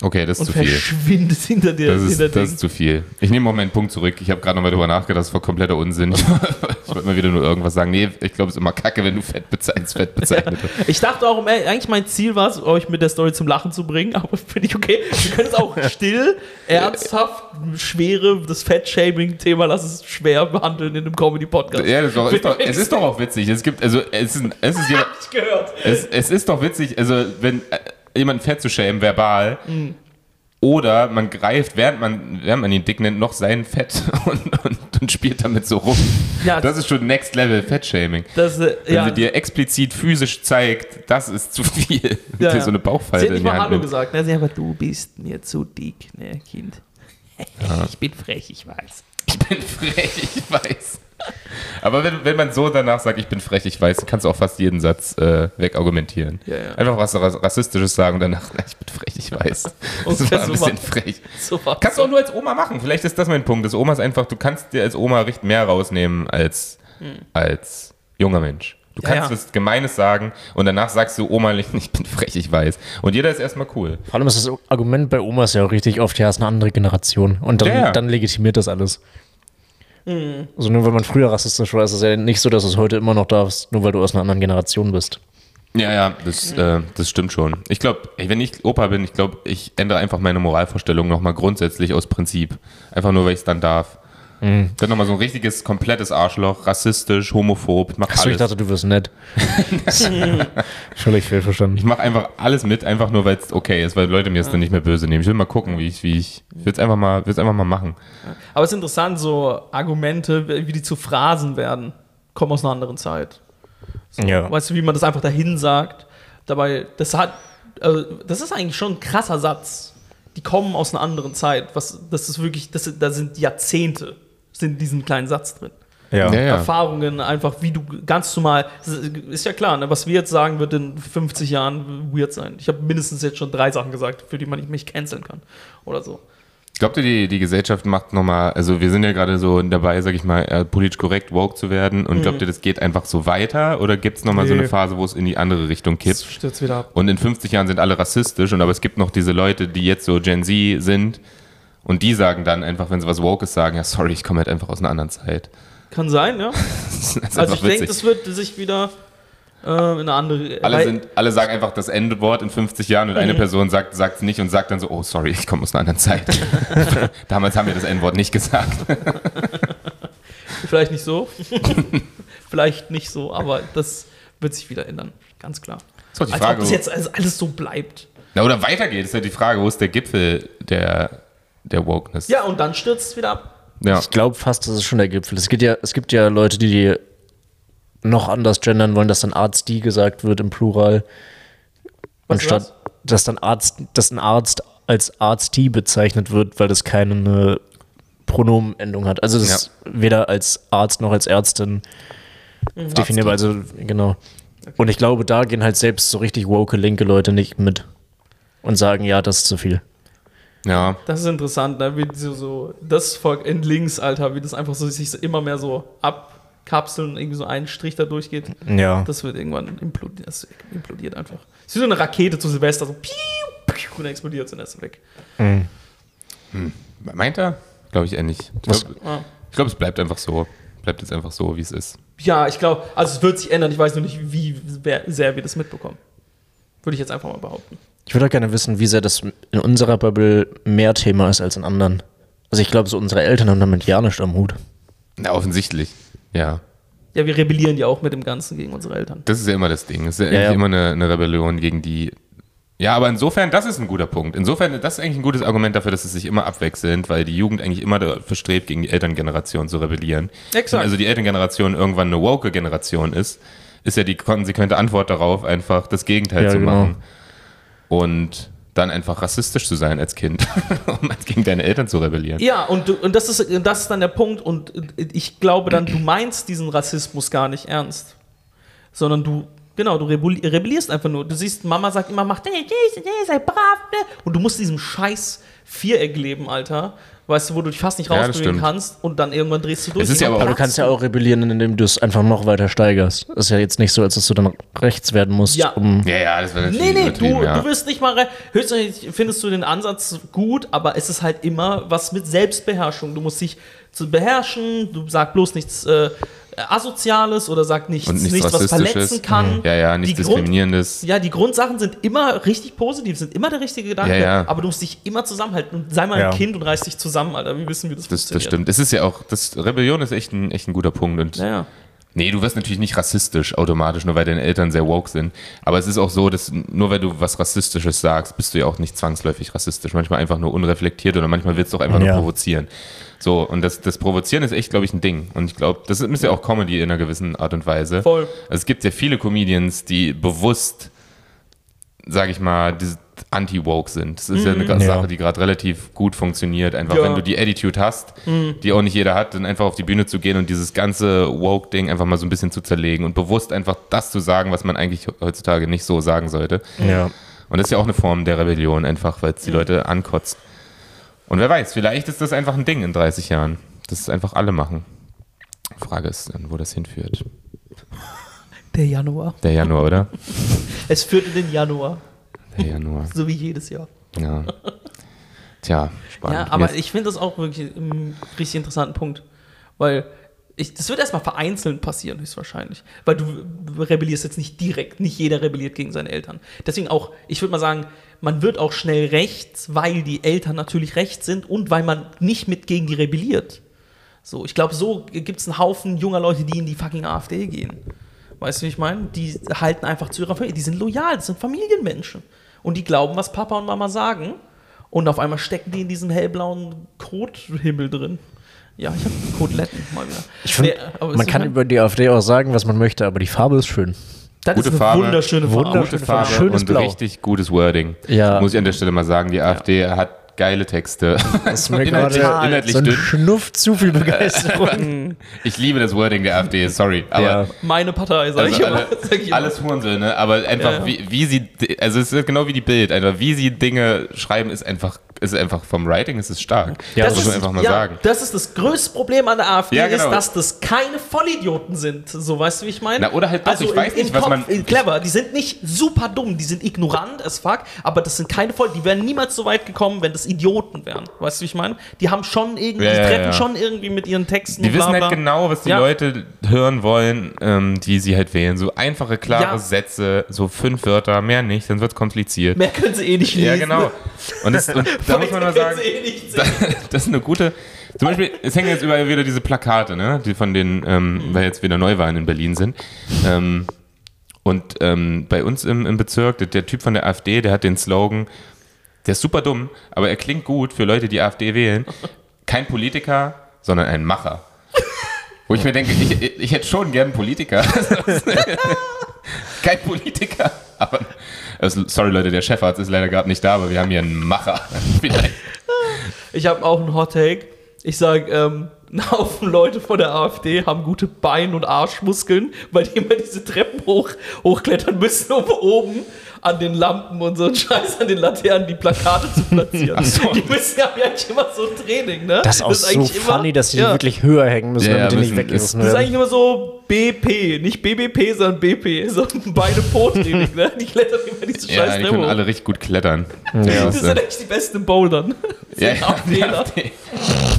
[SPEAKER 2] Okay, das ist
[SPEAKER 1] Und
[SPEAKER 2] zu viel.
[SPEAKER 1] verschwindet hinter dir.
[SPEAKER 2] Das ist,
[SPEAKER 1] hinter
[SPEAKER 2] das ist zu viel. Ich nehme auch meinen Punkt zurück. Ich habe gerade nochmal drüber nachgedacht, das war kompletter Unsinn. Ich wollte mal wieder nur irgendwas sagen. Nee, ich glaube, es ist immer kacke, wenn du Fett beze- als Fett bezeichnet wirst.
[SPEAKER 1] Ich dachte auch, um ehrlich- eigentlich mein Ziel war es, euch mit der Story zum Lachen zu bringen, aber finde ich okay. Wir können es auch still, ernsthaft, schwere, das Fat-Shaming-Thema, lass es schwer behandeln in einem Comedy-Podcast.
[SPEAKER 2] Ja, das ist doch, ist doch, es ist
[SPEAKER 1] Wenigstens
[SPEAKER 2] doch auch witzig. Es gibt, also, es ist, es ist, jeder,
[SPEAKER 1] nicht gehört.
[SPEAKER 2] es, es ist doch witzig, also, wenn äh, jemanden fett zu schämen, verbal, oder man greift, während man, während man ihn dick nennt, noch sein Fett und, und, und spielt damit so rum.
[SPEAKER 1] Ja,
[SPEAKER 2] Das ist schon Next Level Fettshaming.
[SPEAKER 1] das, äh,
[SPEAKER 2] Wenn
[SPEAKER 1] ja.
[SPEAKER 2] sie dir explizit physisch zeigt, das ist zu viel.
[SPEAKER 1] ja,
[SPEAKER 2] dir
[SPEAKER 1] ja.
[SPEAKER 2] so eine
[SPEAKER 1] Sie hat
[SPEAKER 2] Bauchfalte in
[SPEAKER 1] nicht
[SPEAKER 2] die
[SPEAKER 1] mal
[SPEAKER 2] Hand
[SPEAKER 1] Hallo
[SPEAKER 2] nimmt.
[SPEAKER 1] gesagt, ne? Sie hat gesagt, du bist mir zu dick, ne, Kind. Ich bin frech, ich weiß.
[SPEAKER 2] Ich bin frech, ich weiß. Aber wenn, wenn man so danach sagt, ich bin frech, ich weiß, kannst du auch fast jeden Satz äh, wegargumentieren.
[SPEAKER 1] Ja, ja.
[SPEAKER 2] Einfach was Rass- Rassistisches sagen und danach, ich bin frech, ich weiß. Das
[SPEAKER 1] Okay,
[SPEAKER 2] war ein
[SPEAKER 1] super.
[SPEAKER 2] bisschen frech.
[SPEAKER 1] So war
[SPEAKER 2] Kannst du auch nur als Oma machen. Vielleicht ist das mein Punkt. Das Oma ist einfach, du kannst dir als Oma recht mehr rausnehmen als, als junger Mensch. Du
[SPEAKER 1] Hm. Ja,
[SPEAKER 2] kannst
[SPEAKER 1] ja.
[SPEAKER 2] was Gemeines sagen und danach sagst du Oma, ich bin frech, ich weiß. Und jeder ist erstmal cool.
[SPEAKER 3] Vor allem ist das Argument bei Omas ja auch richtig oft, ja, ist eine andere Generation. Und dann,
[SPEAKER 2] Ja, ja.
[SPEAKER 3] dann legitimiert das alles. Also nur weil man früher rassistisch war, ist es ja nicht so, dass du es heute immer noch darfst, nur weil du aus einer anderen Generation bist.
[SPEAKER 2] Ja, ja, das, äh, das stimmt schon. Ich glaube, wenn ich Opa bin, ich glaube, ich ändere einfach meine Moralvorstellung nochmal grundsätzlich aus Prinzip. Einfach nur, weil ich es dann darf.
[SPEAKER 3] Mhm.
[SPEAKER 2] Dann nochmal so ein richtiges, komplettes Arschloch, rassistisch, homophob, ich mach
[SPEAKER 3] Achso,
[SPEAKER 2] alles.
[SPEAKER 3] ich dachte, du wirst nett. Völlig fehlverstanden.
[SPEAKER 2] ich mach einfach alles mit, einfach nur, weil es okay ist, weil Leute mir es dann nicht mehr böse nehmen. Ich will mal gucken, wie ich, wie ich, ich will es einfach, mal- will's einfach mal machen.
[SPEAKER 1] Aber es ist interessant, so Argumente, wie die zu Phrasen werden, kommen aus einer anderen Zeit.
[SPEAKER 3] Ja.
[SPEAKER 1] Weißt du, wie man das einfach dahin sagt? Dabei, das hat, also, das ist eigentlich schon ein krasser Satz. Die kommen aus einer anderen Zeit. Was, das ist wirklich, das, sind- da sind Jahrzehnte sind in diesem kleinen Satz drin.
[SPEAKER 2] Ja,
[SPEAKER 3] Ja.
[SPEAKER 2] ja.
[SPEAKER 1] Erfahrungen, einfach wie du ganz normal, das ist ist ja klar, ne, was wir jetzt sagen, wird in 50 Jahren weird sein. Ich habe mindestens jetzt schon drei Sachen gesagt, für die man mich canceln kann oder so.
[SPEAKER 2] Glaubt ihr, die, die Gesellschaft macht nochmal, also wir sind ja gerade so dabei, sag ich mal, äh, politisch korrekt, woke zu werden
[SPEAKER 3] Mhm.
[SPEAKER 2] und glaubt ihr, das geht einfach so weiter oder gibt es nochmal so
[SPEAKER 1] Nee.
[SPEAKER 2] eine Phase, wo es in die andere Richtung kippt?
[SPEAKER 1] Das stürzt wieder ab.
[SPEAKER 2] Und in 50 Jahren sind alle rassistisch, und aber es gibt noch diese Leute, die jetzt so Gen Z sind und die sagen dann einfach, wenn sie was Wokes sagen, ja sorry, ich komme halt einfach aus einer anderen Zeit.
[SPEAKER 1] Kann sein, ja.
[SPEAKER 2] Das ist
[SPEAKER 1] Also
[SPEAKER 2] einfach
[SPEAKER 1] ich denke,
[SPEAKER 2] witzig.
[SPEAKER 1] das wird sich wieder äh, in eine andere.
[SPEAKER 2] alle,
[SPEAKER 1] weil- Mhm.
[SPEAKER 2] sind, alle sagen einfach das Endwort in 50 Jahren und eine Person sagt es nicht und sagt dann so, oh sorry, ich komme aus einer anderen Zeit. Damals haben wir das N-Wort nicht gesagt.
[SPEAKER 1] Vielleicht nicht so. Vielleicht nicht so, aber das wird sich wieder ändern. Ganz klar.
[SPEAKER 2] Das war die
[SPEAKER 1] Als ob
[SPEAKER 2] Frage.
[SPEAKER 1] das jetzt alles, alles so bleibt.
[SPEAKER 2] Na, oder weitergeht, ist ja die Frage, wo ist der Gipfel der, der Wokeness?
[SPEAKER 1] Ja, und dann stürzt es wieder ab.
[SPEAKER 2] ja.
[SPEAKER 3] Ich glaube fast, das ist schon der Gipfel. Es gibt ja, es gibt ja Leute, die, die noch anders gendern wollen, dass dann Arzt die gesagt wird im Plural.
[SPEAKER 1] Was ist
[SPEAKER 3] anstatt dass dann Arzt, dass ein Arzt als Arzt die bezeichnet wird, weil das keine Pronomenendung hat. Also das
[SPEAKER 2] Ja.
[SPEAKER 3] ist weder als Arzt noch als Ärztin
[SPEAKER 2] Mhm.
[SPEAKER 3] definierbar. Also genau. Und ich glaube, da gehen halt selbst so richtig woke linke Leute nicht mit und sagen, ja, das ist zu viel.
[SPEAKER 2] ja.
[SPEAKER 1] Das ist interessant, ne? wie so, so das Volk in links, Alter, wie das einfach so sich so immer mehr so abkapseln und irgendwie so ein Strich da durchgeht.
[SPEAKER 3] Ja.
[SPEAKER 1] Das wird irgendwann implodiert. Das implodiert einfach. Es ist wie so eine Rakete zu Silvester, so piu, piu, und dann explodiert es und dann ist es weg.
[SPEAKER 2] Meint er? Glaube ich eher nicht. Ich
[SPEAKER 3] Was-
[SPEAKER 2] glaube,
[SPEAKER 1] Ja.
[SPEAKER 2] glaub, es bleibt einfach so. Bleibt jetzt einfach so, wie es ist.
[SPEAKER 1] Ja, ich glaube, also es wird sich ändern. Ich weiß nur nicht, wie wer, sehr wir das mitbekommen. Würde ich jetzt einfach mal behaupten.
[SPEAKER 3] Ich würde auch gerne wissen, wie sehr das in unserer Bubble mehr Thema ist als in anderen. Also ich glaube, so unsere Eltern haben damit ja nichts am Hut.
[SPEAKER 2] Na, offensichtlich. Ja.
[SPEAKER 1] Ja, wir rebellieren ja auch mit dem Ganzen gegen unsere Eltern.
[SPEAKER 2] Das ist ja immer das Ding. Das ist ja,
[SPEAKER 3] ja.
[SPEAKER 2] eigentlich immer eine, eine Rebellion gegen die. Ja, aber insofern, das ist ein guter Punkt. Insofern, das ist eigentlich ein gutes Argument dafür, dass es sich immer abwechselnd, weil die Jugend eigentlich immer dafür strebt, gegen die Elterngeneration zu rebellieren.
[SPEAKER 1] Exakt.
[SPEAKER 2] Wenn also die Elterngeneration irgendwann eine woke Generation ist, ist ja die konsequente Antwort darauf, einfach das Gegenteil
[SPEAKER 3] Ja,
[SPEAKER 2] zu
[SPEAKER 3] genau.
[SPEAKER 2] machen. Und dann einfach rassistisch zu sein als Kind, um gegen deine Eltern zu rebellieren.
[SPEAKER 1] Ja, und, du- und das, ist, und das ist dann der Punkt. Und ich glaube dann, du meinst diesen Rassismus gar nicht ernst. Sondern du, genau, du rebelli- rebellierst einfach nur. Du siehst, Mama sagt immer, mach das, das, das, sei brav. Ne? Und du musst diesem scheiß Viereck leben, Alter. Weißt du, wo du dich fast nicht
[SPEAKER 2] Ja, das
[SPEAKER 1] rausbringen
[SPEAKER 2] stimmt.
[SPEAKER 1] kannst. Und dann irgendwann drehst du durch.
[SPEAKER 2] Es ist ja
[SPEAKER 1] Irgendwann
[SPEAKER 2] aber
[SPEAKER 3] Aber du
[SPEAKER 1] platzt
[SPEAKER 3] kannst ja auch rebellieren, indem du es einfach noch weiter steigerst. Ist ja jetzt nicht so, als dass du dann rechts werden musst,
[SPEAKER 1] Ja.
[SPEAKER 3] um.
[SPEAKER 2] Ja, ja, das
[SPEAKER 1] Nee,
[SPEAKER 2] wäre
[SPEAKER 1] nee,
[SPEAKER 2] natürlich
[SPEAKER 1] du,
[SPEAKER 2] übertrieben, ja.
[SPEAKER 1] du wirst nicht mal. re- Höchstwahrscheinlich findest du den Ansatz gut, aber es ist halt immer was mit Selbstbeherrschung. Du musst dich zu beherrschen, du sag bloß nichts äh, Asoziales oder sag nichts,
[SPEAKER 2] und nichts,
[SPEAKER 1] nichts, was
[SPEAKER 2] Rassistisches. Mhm.
[SPEAKER 1] verletzen kann.
[SPEAKER 2] Ja, ja, nichts
[SPEAKER 1] die Grund,
[SPEAKER 2] Diskriminierendes.
[SPEAKER 1] Ja, die Grundsachen sind immer richtig positiv, sind immer der richtige Gedanke,
[SPEAKER 2] Ja, ja.
[SPEAKER 1] aber du musst dich immer zusammenhalten. Und sei mal
[SPEAKER 3] Ja.
[SPEAKER 1] ein Kind und reiß dich zusammen, Alter. Wir wissen, wie das,
[SPEAKER 2] Das, das
[SPEAKER 1] funktioniert.
[SPEAKER 2] stimmt. Es ist ja auch, das Rebellion ist echt ein, echt ein guter Punkt. Und
[SPEAKER 1] Naja.
[SPEAKER 2] nee, du wirst natürlich nicht rassistisch automatisch, nur weil deine Eltern sehr woke sind. Aber es ist auch so, dass nur weil du was Rassistisches sagst, bist du ja auch nicht zwangsläufig rassistisch. Manchmal einfach nur unreflektiert oder manchmal willst du auch einfach
[SPEAKER 3] Ja.
[SPEAKER 2] nur provozieren. So, und das, das Provozieren ist echt, glaube ich, ein Ding. Und ich glaube, das ist ja auch Comedy in einer gewissen Art und Weise.
[SPEAKER 1] Voll.
[SPEAKER 2] Also es gibt ja viele Comedians, die bewusst, sage ich mal, diese anti-woke sind. Das ist ja eine
[SPEAKER 3] Ja.
[SPEAKER 2] Sache, die gerade relativ gut funktioniert. Einfach
[SPEAKER 1] Mhm. Ja.
[SPEAKER 2] wenn du die Attitude hast, die auch nicht jeder hat, dann einfach auf die Bühne zu gehen und dieses ganze woke-Ding einfach mal so ein bisschen zu zerlegen und bewusst einfach das zu sagen, was man eigentlich heutzutage nicht so sagen sollte.
[SPEAKER 3] Ja.
[SPEAKER 2] Und das ist ja auch eine Form der Rebellion, einfach weil es die Leute ankotzt. Und wer weiß, vielleicht ist das einfach ein Ding in 30 Jahren, dass es einfach alle machen. Frage ist dann, wo das hinführt.
[SPEAKER 1] Der Januar.
[SPEAKER 2] Der Januar, oder?
[SPEAKER 1] Es führt in den Januar,
[SPEAKER 2] Der Januar.
[SPEAKER 1] so wie jedes Jahr.
[SPEAKER 2] Ja. Tja, spannend.
[SPEAKER 1] Ja, aber
[SPEAKER 2] Mir ist-
[SPEAKER 1] ich finde das auch wirklich einen richtig interessanten Punkt, weil ich, das wird erstmal vereinzelt passieren, höchstwahrscheinlich. Weil du rebellierst jetzt nicht direkt, nicht jeder rebelliert gegen seine Eltern. Deswegen auch, ich würde mal sagen, man wird auch schnell rechts, weil die Eltern natürlich rechts sind und weil man nicht mit gegen die rebelliert. So, ich glaube, so gibt es einen Haufen junger Leute, die in die fucking AfD gehen. Weißt du, wie ich meine? Die halten einfach zu ihrer Familie. Die sind loyal, das sind Familienmenschen. Und die glauben, was Papa und Mama sagen. Und auf einmal stecken die in diesem hellblauen Kothimmel drin. Ja, ich habe Koteletten mal wieder.
[SPEAKER 3] Ich find,
[SPEAKER 1] Nee, aber
[SPEAKER 3] man
[SPEAKER 1] ist- halt
[SPEAKER 3] kann über die AfD auch sagen, was man möchte, aber die Farbe ist schön.
[SPEAKER 1] das
[SPEAKER 2] Gute
[SPEAKER 1] ist Also eine
[SPEAKER 2] Farbe,
[SPEAKER 1] wunderschöne Farbe.
[SPEAKER 3] wunderschön.
[SPEAKER 2] gute Farbe
[SPEAKER 3] Schönes
[SPEAKER 2] und
[SPEAKER 3] Blau.
[SPEAKER 2] richtig gutes Wording.
[SPEAKER 3] Ja.
[SPEAKER 2] Muss ich an der Stelle mal sagen, die AfD hat geile Texte.
[SPEAKER 3] Das ist mir
[SPEAKER 2] inhaltlich
[SPEAKER 3] gerade
[SPEAKER 2] inhaltlich
[SPEAKER 3] so ein
[SPEAKER 2] dünn.
[SPEAKER 3] Schnuff zu viel Begeisterung.
[SPEAKER 2] Ich liebe das Wording der AfD, sorry. Aber
[SPEAKER 3] Ja.
[SPEAKER 1] Meine Partei, sag ich
[SPEAKER 2] also
[SPEAKER 1] immer.
[SPEAKER 2] alle,
[SPEAKER 1] Sag ich immer.
[SPEAKER 2] alles Hurensöhne, aber einfach
[SPEAKER 1] Ja.
[SPEAKER 2] wie, wie sie, also es ist genau wie die Bild, einfach wie sie Dinge schreiben, ist einfach, ist einfach vom Writing ist es stark.
[SPEAKER 3] Ja,
[SPEAKER 2] das
[SPEAKER 3] das
[SPEAKER 2] muss man
[SPEAKER 1] ist-
[SPEAKER 2] einfach mal
[SPEAKER 1] ja,
[SPEAKER 2] sagen.
[SPEAKER 1] Das ist das größte Problem an der AfD,
[SPEAKER 2] Ja, genau.
[SPEAKER 1] ist, dass das keine Vollidioten sind. So, weißt du, wie ich meine? Also
[SPEAKER 2] Na, oder halt doch, ich weiß nicht, was man-
[SPEAKER 1] in Clever, die sind nicht super dumm, die sind ignorant as fuck, aber das sind keine Voll, die wären niemals so weit gekommen, wenn das Idioten wären. Weißt du, wie ich meine? Die haben schon irgendwie,
[SPEAKER 2] Ja,
[SPEAKER 1] die
[SPEAKER 2] ja,
[SPEAKER 1] treffen
[SPEAKER 2] ja.
[SPEAKER 1] schon irgendwie mit ihren Texten
[SPEAKER 2] Die
[SPEAKER 1] und bla,
[SPEAKER 2] wissen halt
[SPEAKER 1] bla.
[SPEAKER 2] genau, was die
[SPEAKER 1] Ja.
[SPEAKER 2] Leute hören wollen, ähm, die sie halt wählen. So einfache, klare
[SPEAKER 1] Ja.
[SPEAKER 2] Sätze, so fünf Wörter, mehr nicht, dann wird es kompliziert.
[SPEAKER 1] Mehr können sie eh nicht lesen.
[SPEAKER 2] Ja, genau. Und, das, und da muss man mal
[SPEAKER 1] Weiter können
[SPEAKER 2] sagen,
[SPEAKER 1] sie eh nicht
[SPEAKER 2] da,
[SPEAKER 1] sehen.
[SPEAKER 2] das ist eine gute. Zum Beispiel, es hängen jetzt überall wieder diese Plakate, ne? die von den, ähm, weil jetzt wieder Neuwahlen in Berlin sind. Ähm, und ähm, bei uns im, im Bezirk, der, der Typ von der AfD, der hat den Slogan, der ist super dumm, aber er klingt gut für Leute, die AfD wählen. Kein Politiker, sondern ein Macher. Wo ich mir denke, ich, ich, ich hätte schon gern einen Politiker. Kein Politiker. Aber, also, sorry Leute, der Chefarzt ist leider gerade nicht da, aber wir haben hier einen Macher. Vielleicht.
[SPEAKER 1] Ich habe auch einen Hot Take. Ich sage, ähm, ein Haufen Leute von der AfD haben gute Bein- und Arschmuskeln, weil die immer diese Treppen hoch, hochklettern müssen, um oben an den Lampen und so einen Scheiß an den Laternen die Plakate zu platzieren.
[SPEAKER 2] so.
[SPEAKER 1] Die müssen haben ja eigentlich immer so ein Training, ne?
[SPEAKER 3] Das ist auch so
[SPEAKER 1] eigentlich immer-
[SPEAKER 3] funny, dass die
[SPEAKER 1] ja.
[SPEAKER 3] wirklich ähm, höher hängen müssen,
[SPEAKER 2] Ja,
[SPEAKER 3] damit die
[SPEAKER 2] ja,
[SPEAKER 3] nicht
[SPEAKER 2] müssen-
[SPEAKER 3] weggerissen
[SPEAKER 1] Das ist
[SPEAKER 3] werden.
[SPEAKER 1] eigentlich immer so BP, nicht BBP, sondern BP, so ein Beine-Po-Training, ne? Die klettern immer diese
[SPEAKER 2] Ja,
[SPEAKER 1] scheiß
[SPEAKER 2] die
[SPEAKER 1] Treppe
[SPEAKER 2] können
[SPEAKER 1] hoch.
[SPEAKER 2] alle richtig gut klettern.
[SPEAKER 1] Das
[SPEAKER 2] Das,
[SPEAKER 1] sind
[SPEAKER 2] äh,
[SPEAKER 1] echt die besten im Bouldern. Das
[SPEAKER 2] ja,
[SPEAKER 1] sind
[SPEAKER 2] ja, die
[SPEAKER 1] AfDler.
[SPEAKER 2] AfD.